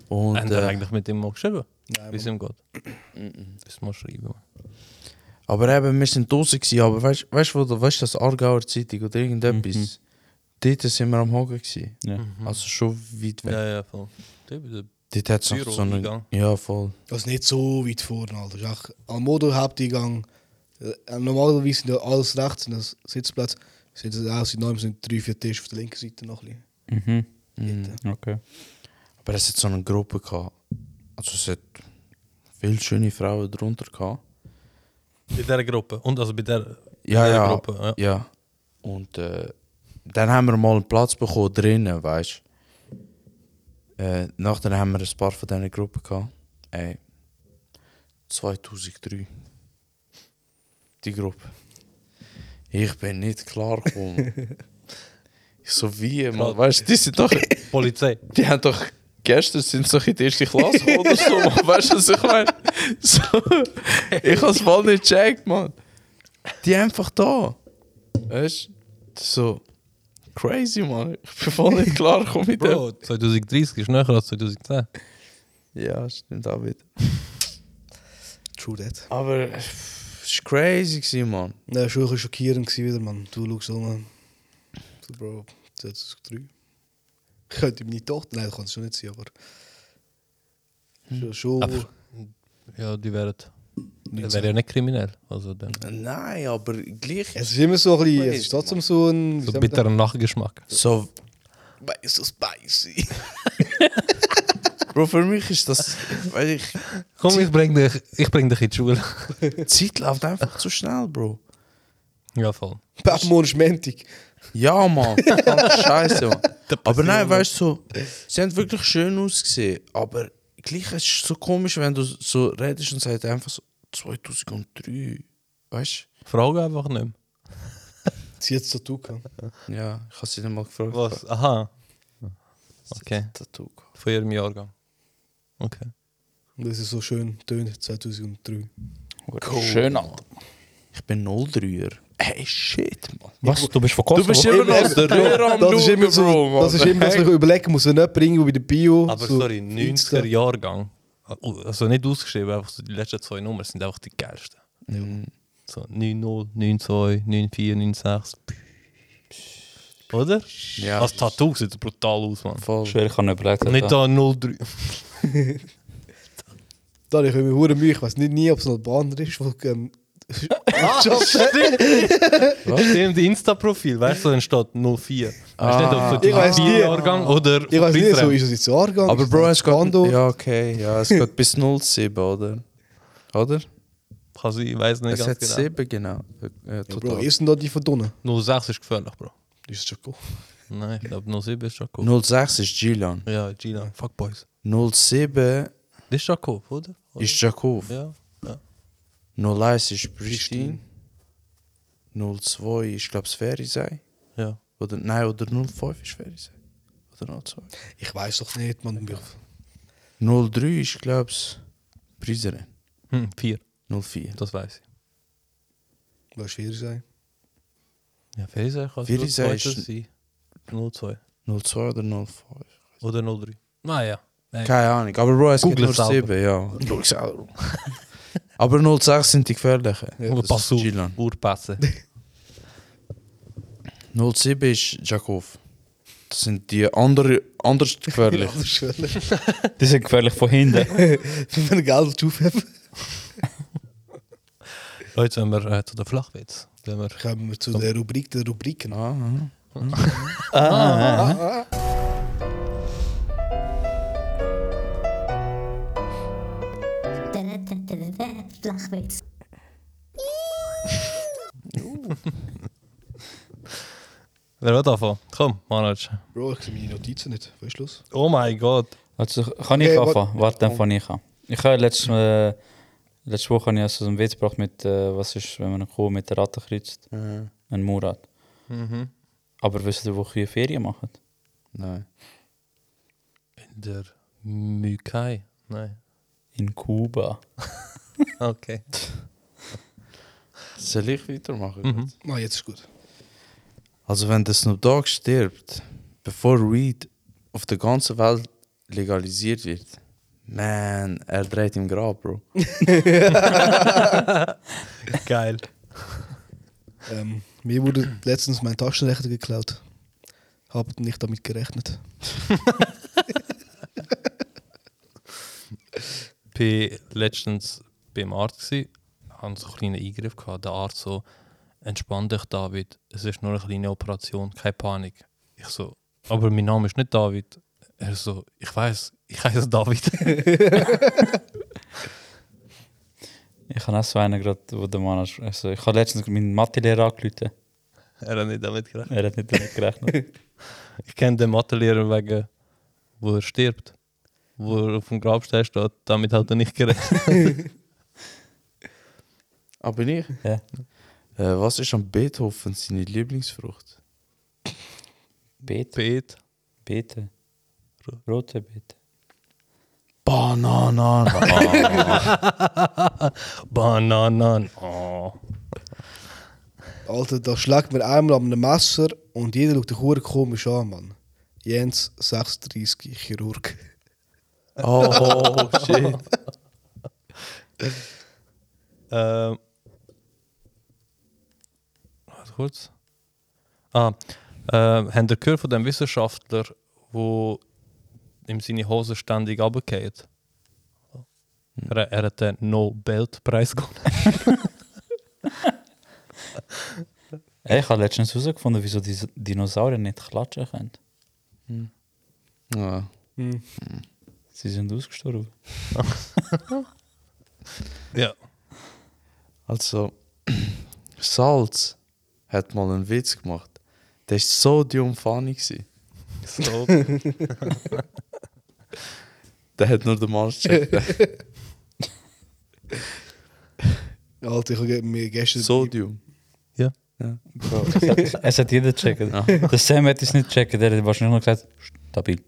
S4: Und,
S2: Und
S4: äh,
S2: er eigentlich mit ihm mal geschrieben?
S1: Nein,
S2: Wie es ihm geht? Das muss schreiben.
S4: Aber eben, wir sind draußen gewesen, aber weißt du, weißt, wo- weißt, das Aargauer Zeitung oder irgendetwas?
S2: Mhm.
S4: Dort sind wir am Hagen gewesen.
S3: Ja.
S2: Mm.
S4: Also schon weit weg.
S2: Ja, ja, voll. Der bei der
S4: Dort hat es noch
S2: Büro
S4: so einen...
S2: eingegangen.
S4: Ja, voll.
S1: Also nicht so weit vorne, Alter. Das ist echt am Modo Haupteingang. äh, Normalerweise sind ja alles rechts in das Sitzplatz. Sind es auch seit neuem sind drei, vier Tische auf der linken Seite noch ein
S3: Mhm.
S4: Mm.
S1: bisschen. Dort,
S3: Okay.
S4: Aber es hat so eine Gruppe gehabt. Also es hat viele schöne Frauen drunter gehabt.
S2: Bei dieser Gruppe. Und also bei der,
S4: Ja,
S2: bei der
S4: ja.
S2: Gruppe. Ja.
S4: Ja. Und äh, dann haben wir mal einen Platz bekommen drinnen, weißt du. Äh, nachher haben wir ein paar von diesen Gruppen gehabt. Ey. 2003. Die Gruppe. Ich bin nicht klar gekommen. ich so wie, man, weißt du, die sind doch.
S2: Polizei.
S4: Die haben doch gestern sind sie doch in die erste Klasse gekommen oder so. Mann. Weißt du, was ich meine? So, ich habe es voll nicht gecheckt, Mann. Die einfach da. Weißt du? So crazy, Mann. Ich bin voll nicht klar gekommen mit dem.
S2: Bro, 2030 ist näher als 2010.
S4: Ja, stimmt auch wieder.
S1: True that.
S4: Aber es war crazy, gewesen, Mann.
S1: Nein, das war schon schockierend gewesen wieder, Mann. Du schaust um. So, Bro, 2003. Könnte meine Tochter. Nein, das kann es schon nicht sein, aber. Schon, schon
S2: Aber- Ja, die wären. Die
S1: Nicht
S2: wären ja nicht kriminell. Also dann.
S4: Nein, aber gleich.
S1: Es ist immer so ein bisschen. Es ist trotzdem so ein. wie sagt
S2: So
S1: man
S2: bitterer Nachgeschmack.
S4: So,
S1: das? So spicy.
S4: [LAUGHS] Bro, für mich ist das. Weil ich.
S2: Komm, ich bring dich, ich bring dich in die Schule.
S4: Die Zeit läuft einfach zu schnell, Bro.
S2: Ja, voll.
S1: Papmon ist Mentig.
S4: Ja, Mann, verdammte Scheiße, Mann. Aber nein,
S2: Mann.
S4: weißt du, so, sie haben wirklich schön ausgesehen, aber gleich es ist so komisch, wenn du so redest und sagst einfach so 2003. Weißt
S2: Frage einfach nicht mehr.
S1: Sie hat es Tattoo gehabt.
S4: du? Ja, ich habe sie dann mal gefragt.
S2: Was? Aha. Okay.
S4: Tattoo. gehabt.
S2: Von ihrem Jahrgang. Okay.
S1: Und das ist so schön tönt 2003.
S3: Schön, Alter.
S4: Ich bin 03er. Ey, Hey, shit, Mann.
S3: Was? Du bist von
S4: Du
S3: Kosovo?
S4: bist immer noch aus der Röhre am
S1: Das ist immer
S4: Schauen, Bro,
S1: so,
S4: Mann.
S1: das ist immer, was ich überlegen muss, wenn jemand irgendwie bei der Bio...
S2: Aber
S1: so
S2: sorry, 90er
S1: 90er
S2: Jahrgang. Also nicht ausgeschrieben, einfach so die letzten zwei Nummern sind einfach die geilsten. Mhm. So 9-0, 9-2, 9-4, 9-6. Oder?
S4: Ja.
S2: Als Tattoo sieht es brutal aus, man.
S4: Voll.
S3: Schwer, ich kann nicht überlegt.
S2: Nicht da 0-3.
S1: Da habe ich immer hure Mühe, ich weiß nicht nie, ob es ein Albaner ist, wo ähm, Ah,
S2: [LAUGHS] Stimmt, die Insta-Profil, weißt du, dann steht 04. Weißt du nicht, ob so
S1: Ah. Ich weiß nie.
S2: die Jahrgang oder
S1: Ich weiß nicht, so
S2: Friedrich.
S1: ist es jetzt so angegangen.
S4: Aber
S1: ist
S4: Bro,
S1: das
S4: es geht...
S1: Bando?
S4: Ja, okay. Ja, es geht bis 07, oder? Oder?
S2: Kann sein, ich weiß nicht
S4: Es hat
S2: ganz genau.
S4: 7, genau. Äh,
S1: Ja, Bro,
S4: total.
S1: ist denn da die von unten?
S2: 06 ist gefährlich, Bro.
S1: Ist schon cool.
S2: Nein, ich glaube 07 ist Jakob.
S4: 06 ist Gilan.
S2: Ja, Gina, fuck boys.
S4: 07
S2: Das ist Jakob, oder? oder?
S4: ist Jakov.
S2: Ja, ja.
S4: 01 ist Pristin. 02 ist, glaube ich, Ferisei.
S2: ja.
S4: Oder, nein, oder 05 ist Ferisei. Oder 02.
S1: Ich weiß doch nicht, man. Ich
S4: 03 ist, glaube ich, Priserin.
S2: Hm, 4,
S4: 04.
S2: das weiß ich.
S1: muss schwer sein. [LAUGHS]
S2: Ja, Ferisei kann
S4: Ferisei
S2: es zweiter
S4: ist-
S2: sein. 02
S4: 02 oder 05.
S2: oder 03. Naja. Ah, ja.
S4: Keine Ahnung, aber Bro, es gibt
S2: Google
S4: nur
S2: es selber.
S4: 7, ja. Schau selber. aber 06 sind die gefährlichen.
S2: Ja, Aber
S4: Das
S2: pass
S4: ist
S2: auf,
S4: Gilan.
S2: [LAUGHS] Urpässe.
S4: 07 ist Jakov. Das sind die andere, anders gefährlich.
S2: [LAUGHS]
S1: Das ist schön.
S3: Die sind gefährlich von hinten.
S1: Wenn wir Geld aufheben,
S2: Leute, wenn wir äh, zu der Flachwitz. Wenn wir
S1: kommen wir zu der Rubrik der Rubriken.
S4: ah, ah.
S5: Flachwitz.
S2: Wer will davon? Komm, Manage.
S1: Bro, ich sehe meine Notizen nicht. Wo ist los?
S2: Oh mein Gott.
S3: Also, kann ich
S1: Hey, wat-
S3: anfangen? Warte, dann fange ich an. Ich habe letzte, äh, letzte Woche habe ich also so einen Witz gebracht mit, äh, was ist, wenn man eine Kuh mit der Ratte kreuzt? Ein Murat.
S2: Mhm.
S3: Aber wisst ihr, wo Kühe Ferien machen?
S4: Nein.
S2: In der Mükei. Nein.
S3: In Kuba.
S2: Okay.
S4: Soll ich weitermachen?
S2: Mhm.
S1: Nein, Ah, jetzt ist gut.
S4: Also wenn der Snoop Dogg stirbt, bevor Weed auf der ganzen Welt legalisiert wird, man, er dreht im Grab, Bro.
S2: [LAUGHS] Geil.
S1: Ähm, mir wurde letztens mein Taschenrechner geklaut. Habe nicht damit gerechnet.
S2: bin letztens beim Arzt gsi, haben so einen kleinen Eingriff gehabt. Der Arzt so, entspann dich, David. Es ist nur eine kleine Operation, keine Panik. Ich so, aber mein Name ist nicht David. Er so, ich weiß, ich heiße David. [LAUGHS]
S3: Ich habe auch so einen gerade, wo der Mann ist. Also, ich habe letztens meinen Mathelehrer angerufen.
S2: er hat nicht damit gerechnet.
S3: Er hat nicht damit gerechnet.
S2: Ich kenne den Mathelehrer wegen, wo er stirbt. Wo er auf dem Grabstein steht, damit hat er nicht gerechnet. [LAUGHS]
S4: Aber ich?
S3: Ja.
S4: Äh, was ist an Beethoven seine Lieblingsfrucht?
S3: Bete.
S2: Pet.
S3: Bete. Rote Bete.
S4: Banana.
S2: Bananen. Oh.
S1: Alter, da schlägt mir einmal am Messer und jeder schaut dich hure komisch an, Mann. Jens, 36, Chirurg.
S4: oh, shit.
S2: [LAUGHS] Ähm. Warte kurz. Ah, ähm, habt ihr gehört von dem Wissenschaftler, wo ihm seine Hose ständig runtergeht? Er, er hat den Nobelpreis gewonnen.
S3: Ey, ich habe letztens herausgefunden, wieso diese Dinosaurier nicht klatschen können.
S4: [LAUGHS] Ja.
S3: Sie sind ausgestorben.
S2: ja.
S4: Also, [CLEARS THROAT] Salz hat mal einen Witz gemacht. Der war sodiumfahnig. gewesen.
S2: So.
S4: [LAUGHS] Der hat nur den Mann gecheckt.
S1: Alter, ich habe mir gestern...
S4: Sodium.
S2: ja.
S3: es hat jeder gecheckt. Der Sam hat es nicht gecheckt. Der hat wahrscheinlich nur gesagt, stabil.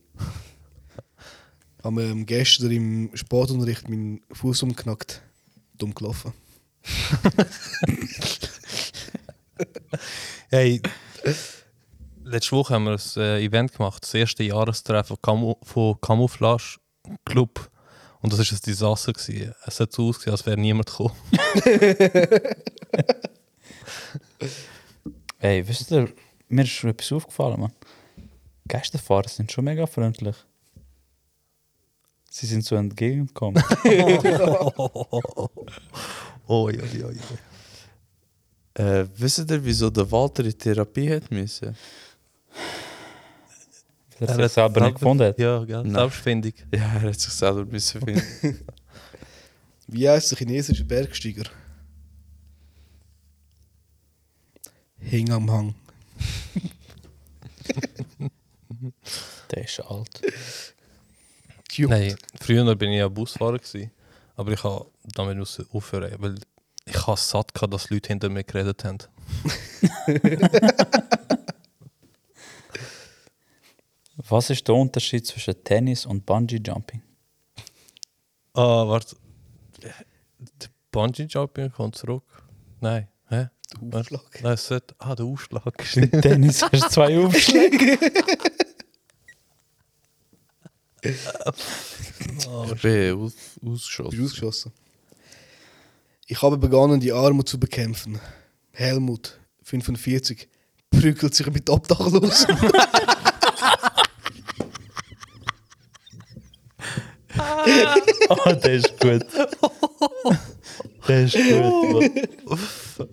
S1: haben wir ähm, gestern im Sportunterricht meinen Fuß umknackt. Dumm gelaufen.
S2: Hey, letzte Woche haben wir ein äh, Event gemacht, das erste Jahrestreffen Camu von Camouflage Club. Und das war ein Desaster. Gewesen. Es hat so ausgesehen, als wäre niemand gekommen.
S3: Ey, wisst ihr, mir ist schon etwas aufgefallen, Mann. Geisterfahrer sind schon mega freundlich. Sie sind so
S2: [LAUGHS]
S3: entgegengekommen.
S2: Oh, ja, ja, ja.
S4: Äh, wisst ihr, wieso der Walter in Therapie hat müssen?
S3: Weil er es selber nicht gefunden hat.
S2: Ja, gell, selbstständig.
S4: Ja, er hat sich selber müssen finden.
S1: Wie heißt der chinesische Bergsteiger? Hing am Hang.
S3: Der ist alt.
S1: Cute.
S2: Nein, früher bin ich ja Busfahrer gewesen, aber ich habe damit müssen aufhören, weil ich habe satt gehabt, dass Leute hinter mir geredet haben.
S3: Was ist der Unterschied zwischen Tennis und Bungee Jumping? [LAUGHS]
S2: Ah, warte. Der Bungee Jumping kommt zurück. Nein, hä? Der
S1: Aufschlag.
S2: Nein, es sollte- ah, der [LAUGHS] Aufschlag.
S3: Im Tennis hast du zwei Aufschläge.
S2: [LAUGHS]
S4: ich bin aus, ausgeschossen.
S1: Bist du ausgeschossen. Ich habe begonnen, die Armut zu bekämpfen. Helmut, 45, prügelt sich mit Obdachlosen.
S3: Oh, der ist gut. Der ist gut. Mann.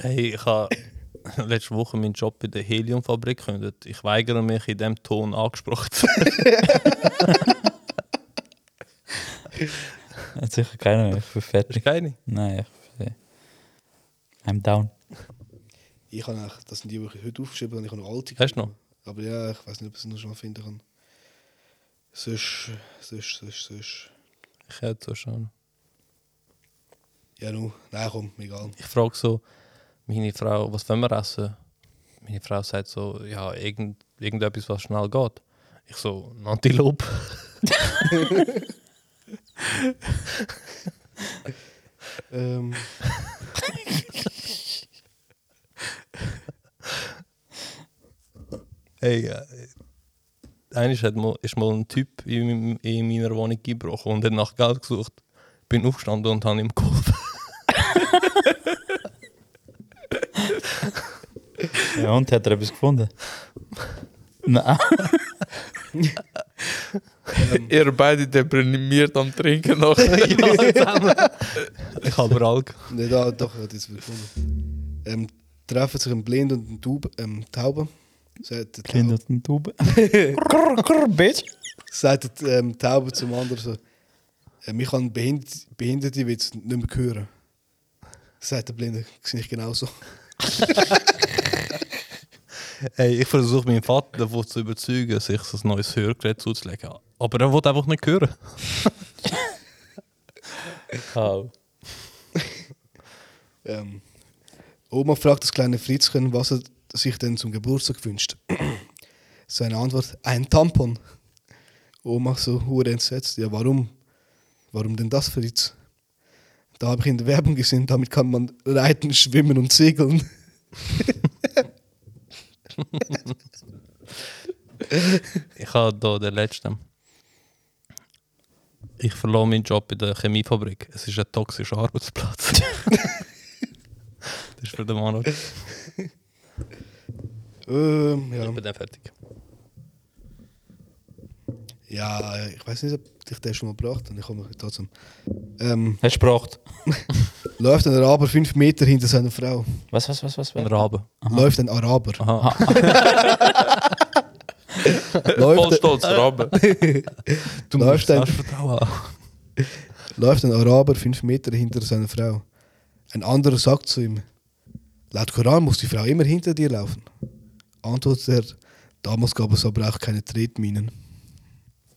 S2: Hey, ich habe letzte Woche meinen Job in der Heliumfabrik gekündigt. Ich weigere mich, in diesem Ton angesprochen zu werden.
S3: Hat sicher keiner mehr. Ich bin fertig.
S2: Keine.
S3: Nein, ich bin I'm down.
S1: ich habe eigentlich, das sind die, die ich heute aufgeschrieben habe, ich habe noch alte.
S2: Hast du noch?
S1: Aber ja, ich weiß nicht, ob ich es noch schnell finden kann. Sonst, sonst, sonst, sonst.
S2: Ich hätte so schon.
S1: Ja, nu, nein, komm, egal.
S2: Ich frage so meine Frau, was wollen wir essen? Meine Frau sagt so, ja, irgend, irgendetwas, was schnell geht. Ich so, ein Antilope. [LAUGHS]
S1: Ähm,
S2: Hey, äh, einmal hat mal, ist mal ein Typ in, meinem- in meiner Wohnung eingebrochen und hat nach Geld gesucht. Bin aufgestanden und habe ihm geholfen. [LAUGHS]
S3: Ja, und hat er etwas
S2: [LAUGHS]
S3: gefunden? Nein.
S4: Ihr beide deprimiert am Trinken nachher.
S2: Ich habe Alk.
S1: ne, da, doch, ich habe das gefunden. Ähm, treffen sich ein Blind und ein Taube. Ähm, Taube. Sagt der Taube,
S3: Kinder und [LAUGHS] Tube. Krrr, krrr, bitch.
S1: sagt der, ähm, Taube zum anderen so: ähm, Ich kann Behind Behinderte jetzt nicht mehr hören. Sagt der Blinde, sehe ich genauso.
S2: Hey, ich versuche meinen Vater davon zu überzeugen, sich ein neues Hörgerät zuzulegen. Aber er will einfach nicht hören.
S3: Oh.
S1: Ähm, Oma fragt das kleine Fritzchen, was er sich denn zum Geburtstag wünscht. [CLEARS THROAT] Seine Antwort: Ein Tampon. Oma so hure entsetzt: Ja, warum? Warum denn das, Fritz? Da habe ich in der Werbung gesehen, damit kann man reiten, schwimmen und segeln. [LAUGHS]
S2: Ich habe da den letzten. Ich verlor meinen Job in der Chemiefabrik. Es ist ein toxischer [LAUGHS] Arbeitsplatz. das ist für den Mann. Ich
S1: Ähm, ja.
S2: bin dann fertig.
S1: ja, ich weiß nicht, ob ich den schon mal gebracht habe. Ich komme trotzdem. Ähm,
S3: Hast du gebracht?
S1: läuft ein Araber fünf Meter hinter seiner Frau.
S3: Was, was, was, was?
S2: Ein
S3: was?
S2: Rabe.
S1: Läuft ein Araber.
S2: Aha.
S4: Voll
S1: [LAUGHS] Läuft,
S4: stolz, Robben.
S2: Du
S1: Läuft ein-
S2: das Vertrauen haben.
S1: läuft ein Araber fünf Meter hinter seiner Frau. Ein anderer sagt zu ihm, laut Koran muss die Frau immer hinter dir laufen. Antwortet er, damals gab es aber auch keine Tretminen.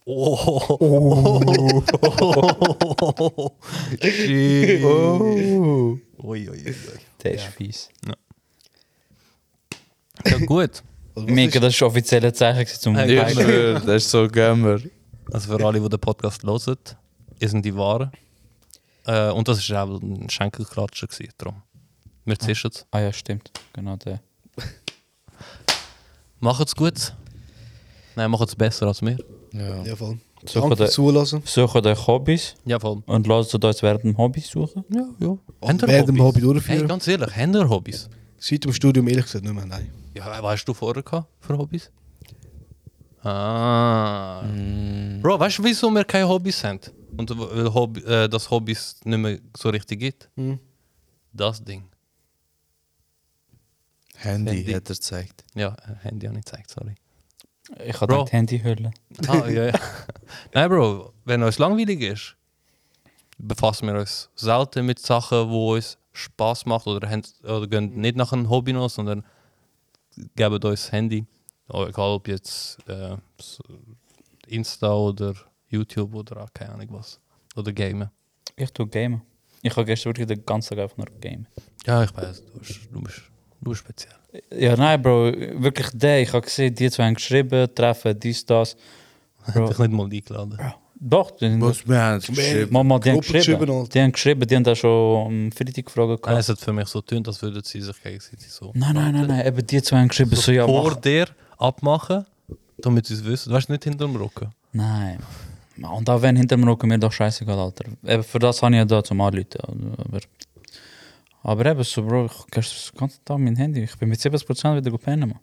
S2: Oh. Oh. Shit. Ui, ui, ui.
S3: Der ist fies.
S2: Ja, gut.
S1: Oder was
S3: Mega,
S1: ist-
S3: das ist offizielle Zeichen gewesen zum
S2: Hey,
S4: Ich
S2: Gamer.
S4: schwöre, das ist so Gamer.
S2: Also für alle, die den Podcast hören, ihr sind die Wahren. Äh, und das war auch ein Schenkelklatscher. Gewesen, darum. Wir zischen es.
S3: Ah ja, stimmt. Genau der.
S2: Macht's gut. Nein, macht's besser als wir.
S4: Ja.
S1: Ja, voll.
S3: Suche
S1: Danke
S3: den-
S1: fürs Zuhören.
S3: Sucht euch Hobbys
S2: Ja, voll.
S3: und lasst uns während dem Hobby suchen.
S2: Ja, ja. Habt ihr
S1: Während dem Hobby
S2: Hobbys? Hey,
S1: durchführen.
S2: ganz ehrlich, habt ihr Hobbys?
S1: Seit dem Studium ehrlich gesagt nicht mehr, nein.
S2: Ja, was hast du vorher gehabt für Hobbys? Ah. Bro, weißt du, wieso wir keine Hobbys haben? Und weil Hobby, äh, das Hobbys nicht mehr so richtig gibt? Das Ding.
S4: Handy,
S2: Handy.
S4: hat er gezeigt.
S2: Ja, äh, Handy habe ich gezeigt, sorry.
S3: Ich habe
S2: Bro.
S3: das Handy hüllen.
S2: Ah, ja, ja. Nein, Bro, wenn uns langweilig ist, befassen wir uns selten mit Sachen, wo uns Spaß macht oder, haben, oder gehen nicht nach einem Hobby noch, sondern geben uns das Handy. Oh, egal ob jetzt äh, so Insta oder YouTube oder auch keine Ahnung was. Oder Gamen.
S3: Ich tue gamen. Ich habe gestern wirklich den ganzen Tag einfach nur gamen.
S2: Ja, ich weiß, du bist, du bist, du bist speziell.
S3: Ja, nein, Bro, wirklich der. Ich habe gesehen, die zwei haben geschrieben, treffen, dies, das.
S2: [LAUGHS] Ich
S3: Bro,
S2: dich nicht mal eingeladen.
S3: doch, die haben-
S4: Was wir haben geschrieben.
S3: Mama, die haben
S1: Gruppe geschrieben,
S3: geschrieben.
S1: Alter.
S3: Die haben geschrieben, die haben da schon am Freitag gefragt.
S2: Nein,
S3: gehabt.
S2: es hat für mich so tönt, als würden sie sich gegenseitig so.
S3: Nein, nein, nein, nein, eben die zwei haben geschrieben, so, ja,
S2: vor
S3: mach.
S2: dir abmachen, damit sie es wissen. Du weißt nicht hinterm Rücken.
S3: Nein. Mann, Und auch wenn hinter mir rücken, mir doch scheißegal, Alter. Eben, für das habe ich ja da zum Anrufen. Aber, aber eben so, Bro, ich habe gestern den ganzen Tag mein Handy. Ich bin mit 70% wieder gepennt, Mann.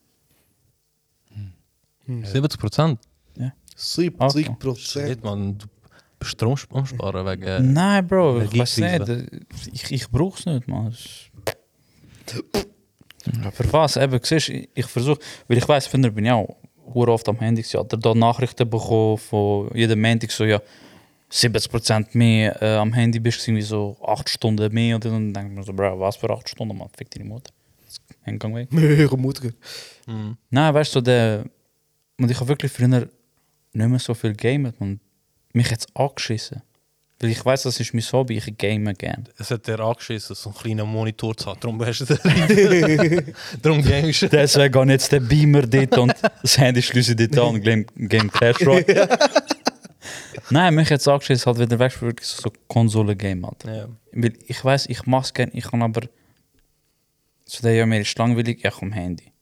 S2: 70 Prozent.
S1: 70
S2: Shit,
S1: Prozent.
S2: man, du bist Strom am Sparen wegen. äh,
S3: Nein, Bro, ich weiß
S2: Energiekrise.
S3: nicht. äh, Ich, ich brauche es nicht, Mann. Das ist- Für was? Eben, siehst, du, ich, ich versuche, weil ich weiß, früher bin ich auch hure oft am Handy. gewesen. Ich habe da Nachrichten bekommen von jedem Montag, so ja, 70% mehr äh, am Handy bist du irgendwie so 8 Stunden mehr. Und dann denke ich mir so, Bro, was für 8 Stunden, Mann? Fick deine Mutter. Hängang weg.
S1: Höhere Mutter.
S3: Nein, Nou, weißt du, der. Und ich habe wirklich früher nicht mehr so viel gamet und mich jetzt angeschissen. Weil ich weiß, das ist mein Hobby, ich game gerne. [LAUGHS]
S2: Es hat dir angeschissen, so einen kleinen Monitor zu haben. Darum hast du
S3: [LAUGHS]
S2: den Darum gamest du.
S3: Deswegen geht jetzt der Beamer dit und das Handy schließe dit an und game, game Clash Royale. Nein, mich jetzt angeschissen, halt wieder weg, wirklich so Konsole-Game, Alter.
S2: Ja.
S3: Weil ich weiß, ich mach's gerne, ich kann aber. So, der ja, mir ist langweilig, ich komm Handy.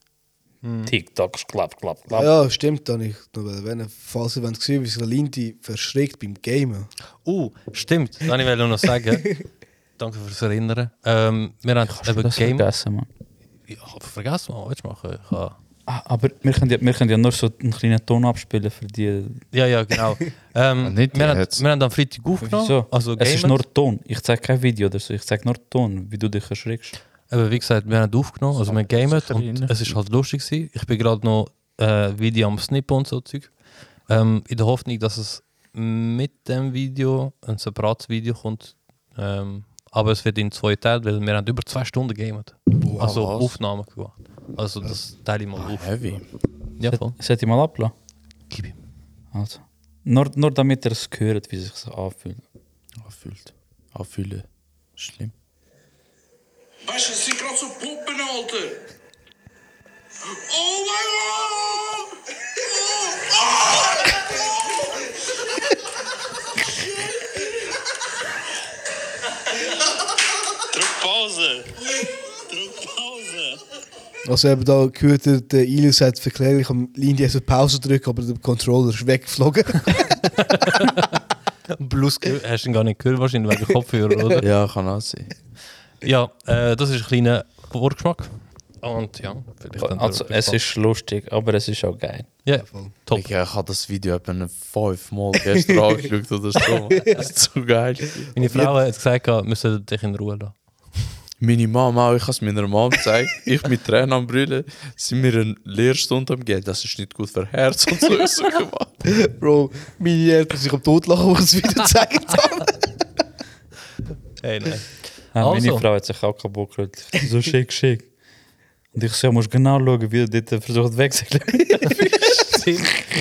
S3: TikTok, klapp, klapp, klapp.
S1: Ja, stimmt, dann ich noch wenn falls ihr wollt gesehen, wie sich Lindy verschreckt beim Gamen.
S2: Uh, stimmt. Dann wollte ich
S3: [LAUGHS]
S2: noch sagen. Danke fürs Erinnern. Ähm, wir haben
S3: Eben
S2: eben
S3: das
S2: Game.
S3: vergessen, Mann.
S2: Ich hab vergessen, was willst du machen? Ich hab-
S3: Ah, aber wir können, ja, wir können ja nur so einen kleinen Ton abspielen für die.
S2: Ja, ja, genau.
S3: [LAUGHS]
S2: Ähm,
S4: Nicht
S2: wir, haben,
S4: jetzt.
S2: wir haben am Freitag aufgenommen.
S3: Wieso?
S2: Also
S3: es ist
S2: gamen.
S3: nur Ton. Ich zeige kein Video oder so. Ich zeige nur Ton, wie du dich erschrickst.
S2: Eben, wie gesagt, wir haben aufgenommen, also wir gamen und
S6: erinnern.
S2: es ist halt lustig gewesen. Ich bin gerade noch äh, Video am Snippen und so Zeug. Ähm, in der Hoffnung, dass es mit dem Video ein separates Video kommt. Ähm, aber es wird in zwei Teilen, weil wir haben über zwei Stunden gamet. also
S4: was?
S2: Aufnahmen gemacht. Also das teile ich mal auf.
S4: Heavy.
S2: Ja, voll.
S3: Sollte ich mal ablassen?
S2: Gib ihm.
S3: Also. Nur, nur damit ihr es hört, wie es sich anfühlt.
S4: Anfühlt. Anfühlen. Schlimm.
S7: Weißt du, es sind gerade so Puppen, Alter. Oh mein Gott!
S6: Drück Pause. Drück Pause.
S1: Also eben da gehört, der- der Ilias hat verklärt, ich am Lindy also Pause drücken, aber der Controller ist weggeflogen. [LAUGHS]
S2: Blues gehört- Äh, hast du ihn gar nicht gehört, wahrscheinlich wegen Kopfhörer,
S4: [LAUGHS]
S2: oder?
S4: Ja, kann auch sein.
S2: Ja, äh, das ist ein kleiner Vorgeschmack. Und ja, vielleicht habt ihr
S3: Also,
S2: etwas
S3: es
S2: Spaß.
S3: ist lustig, aber es ist auch geil.
S2: Ja, top.
S4: Ich, ich habe das eh, dus Video etwa fünfmal gestern angeschaut oder so. Das ist so geil.
S2: Meine Frau hat gesagt, wir sollten dich in Ruhe lassen.
S4: Meine Mama auch, ich habe es meiner Mama gezeigt. [LAUGHS] Ich mit Tränen am Brüllen. Sie mir eine Lehrstunde am Geld. Das ist nicht gut für Herz und so. Ich so gemacht.
S1: Bro, meine Eltern sich am Tod lachen, wo ich es wieder gezeigt habe.
S2: Hey, nein. [LAUGHS]
S3: Ah,
S2: Also.
S3: Meine Frau hat sich auch kaputt gerührt. So schick, schick. Und ich so, ja, musst genau schauen, wie er dort versucht
S2: [LAUGHS]
S3: wegzuklappen.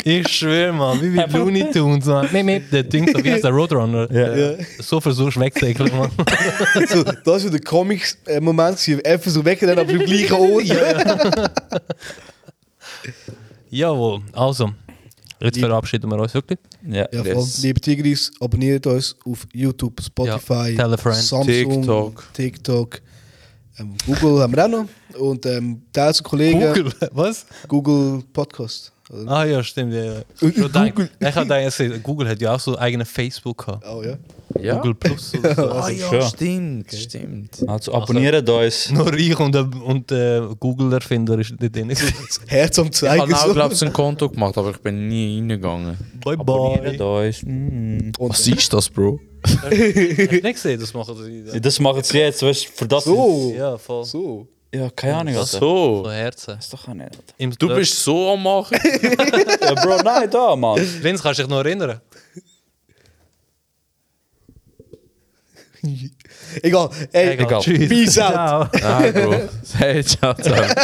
S2: ich schwöre, Mann, wie bei Looney Tunes, Mann. Mim, mim, der Ding, so wie [LAUGHS] heißt der Roadrunner. Äh,
S3: Ja.
S2: So versuchst du wegzuekeln, Mann. [LAUGHS]
S1: so, das war der Comics-Moment, einfach so weggegangen, aber im gleichen Ort.
S2: Jawohl, also. Jetzt verabschieden wir uns wirklich.
S3: Ja.
S1: Ja, voll.
S2: Dus-
S4: Yes.
S1: Liebe Tigris, abonniert uns auf YouTube, Spotify,
S2: Ja, tell a friend.
S1: Samsung,
S4: TikTok.
S1: TikTok, ähm, Google haben wir auch noch. Und ähm, teilt Kollegen Google,
S2: was?
S1: Podcast. Oder?
S2: Ah ja, stimmt. Ja, ja. Schon gedacht- Ich habe gedacht, Google hat ja auch so einen eigenen Facebook gehabt.
S1: Oh ja.
S4: [LAUGHS] Ja.
S2: Google Plus oder so.
S4: Ah, ja,
S3: schon.
S4: stimmt. Stimmt.
S3: Also abonniert uns.
S2: Nur ich und, und äh, Google-Erfinder ist nicht drin.
S1: Herz am
S4: Ich
S1: Zeigen.
S4: habe auch,
S1: so.
S4: glaube ich, ein Konto gemacht, aber ich bin nie reingegangen.
S2: bye
S3: Abonniert
S2: bye.
S3: uns. Mm.
S4: Was ist das, Bro?
S2: Ich nicht gesehen, das machen sie.
S3: Ja, Das machen sie jetzt, weißt du, für das.
S1: so.
S2: Ja, voll. So,
S1: So.
S3: Ja, keine Ahnung.
S4: Ach
S3: Alter.
S4: so.
S2: Herzen.
S3: Ist doch auch nicht. Alter.
S2: Im
S4: Du bist so am Machen.
S3: Ja, Bro, לא nein, da, Mann.
S2: Vince, kannst du dich noch erinnern?
S1: Egal. Ey,
S2: Egal.
S1: Peace out.
S4: Nein, Bro. Hey, ciao zusammen.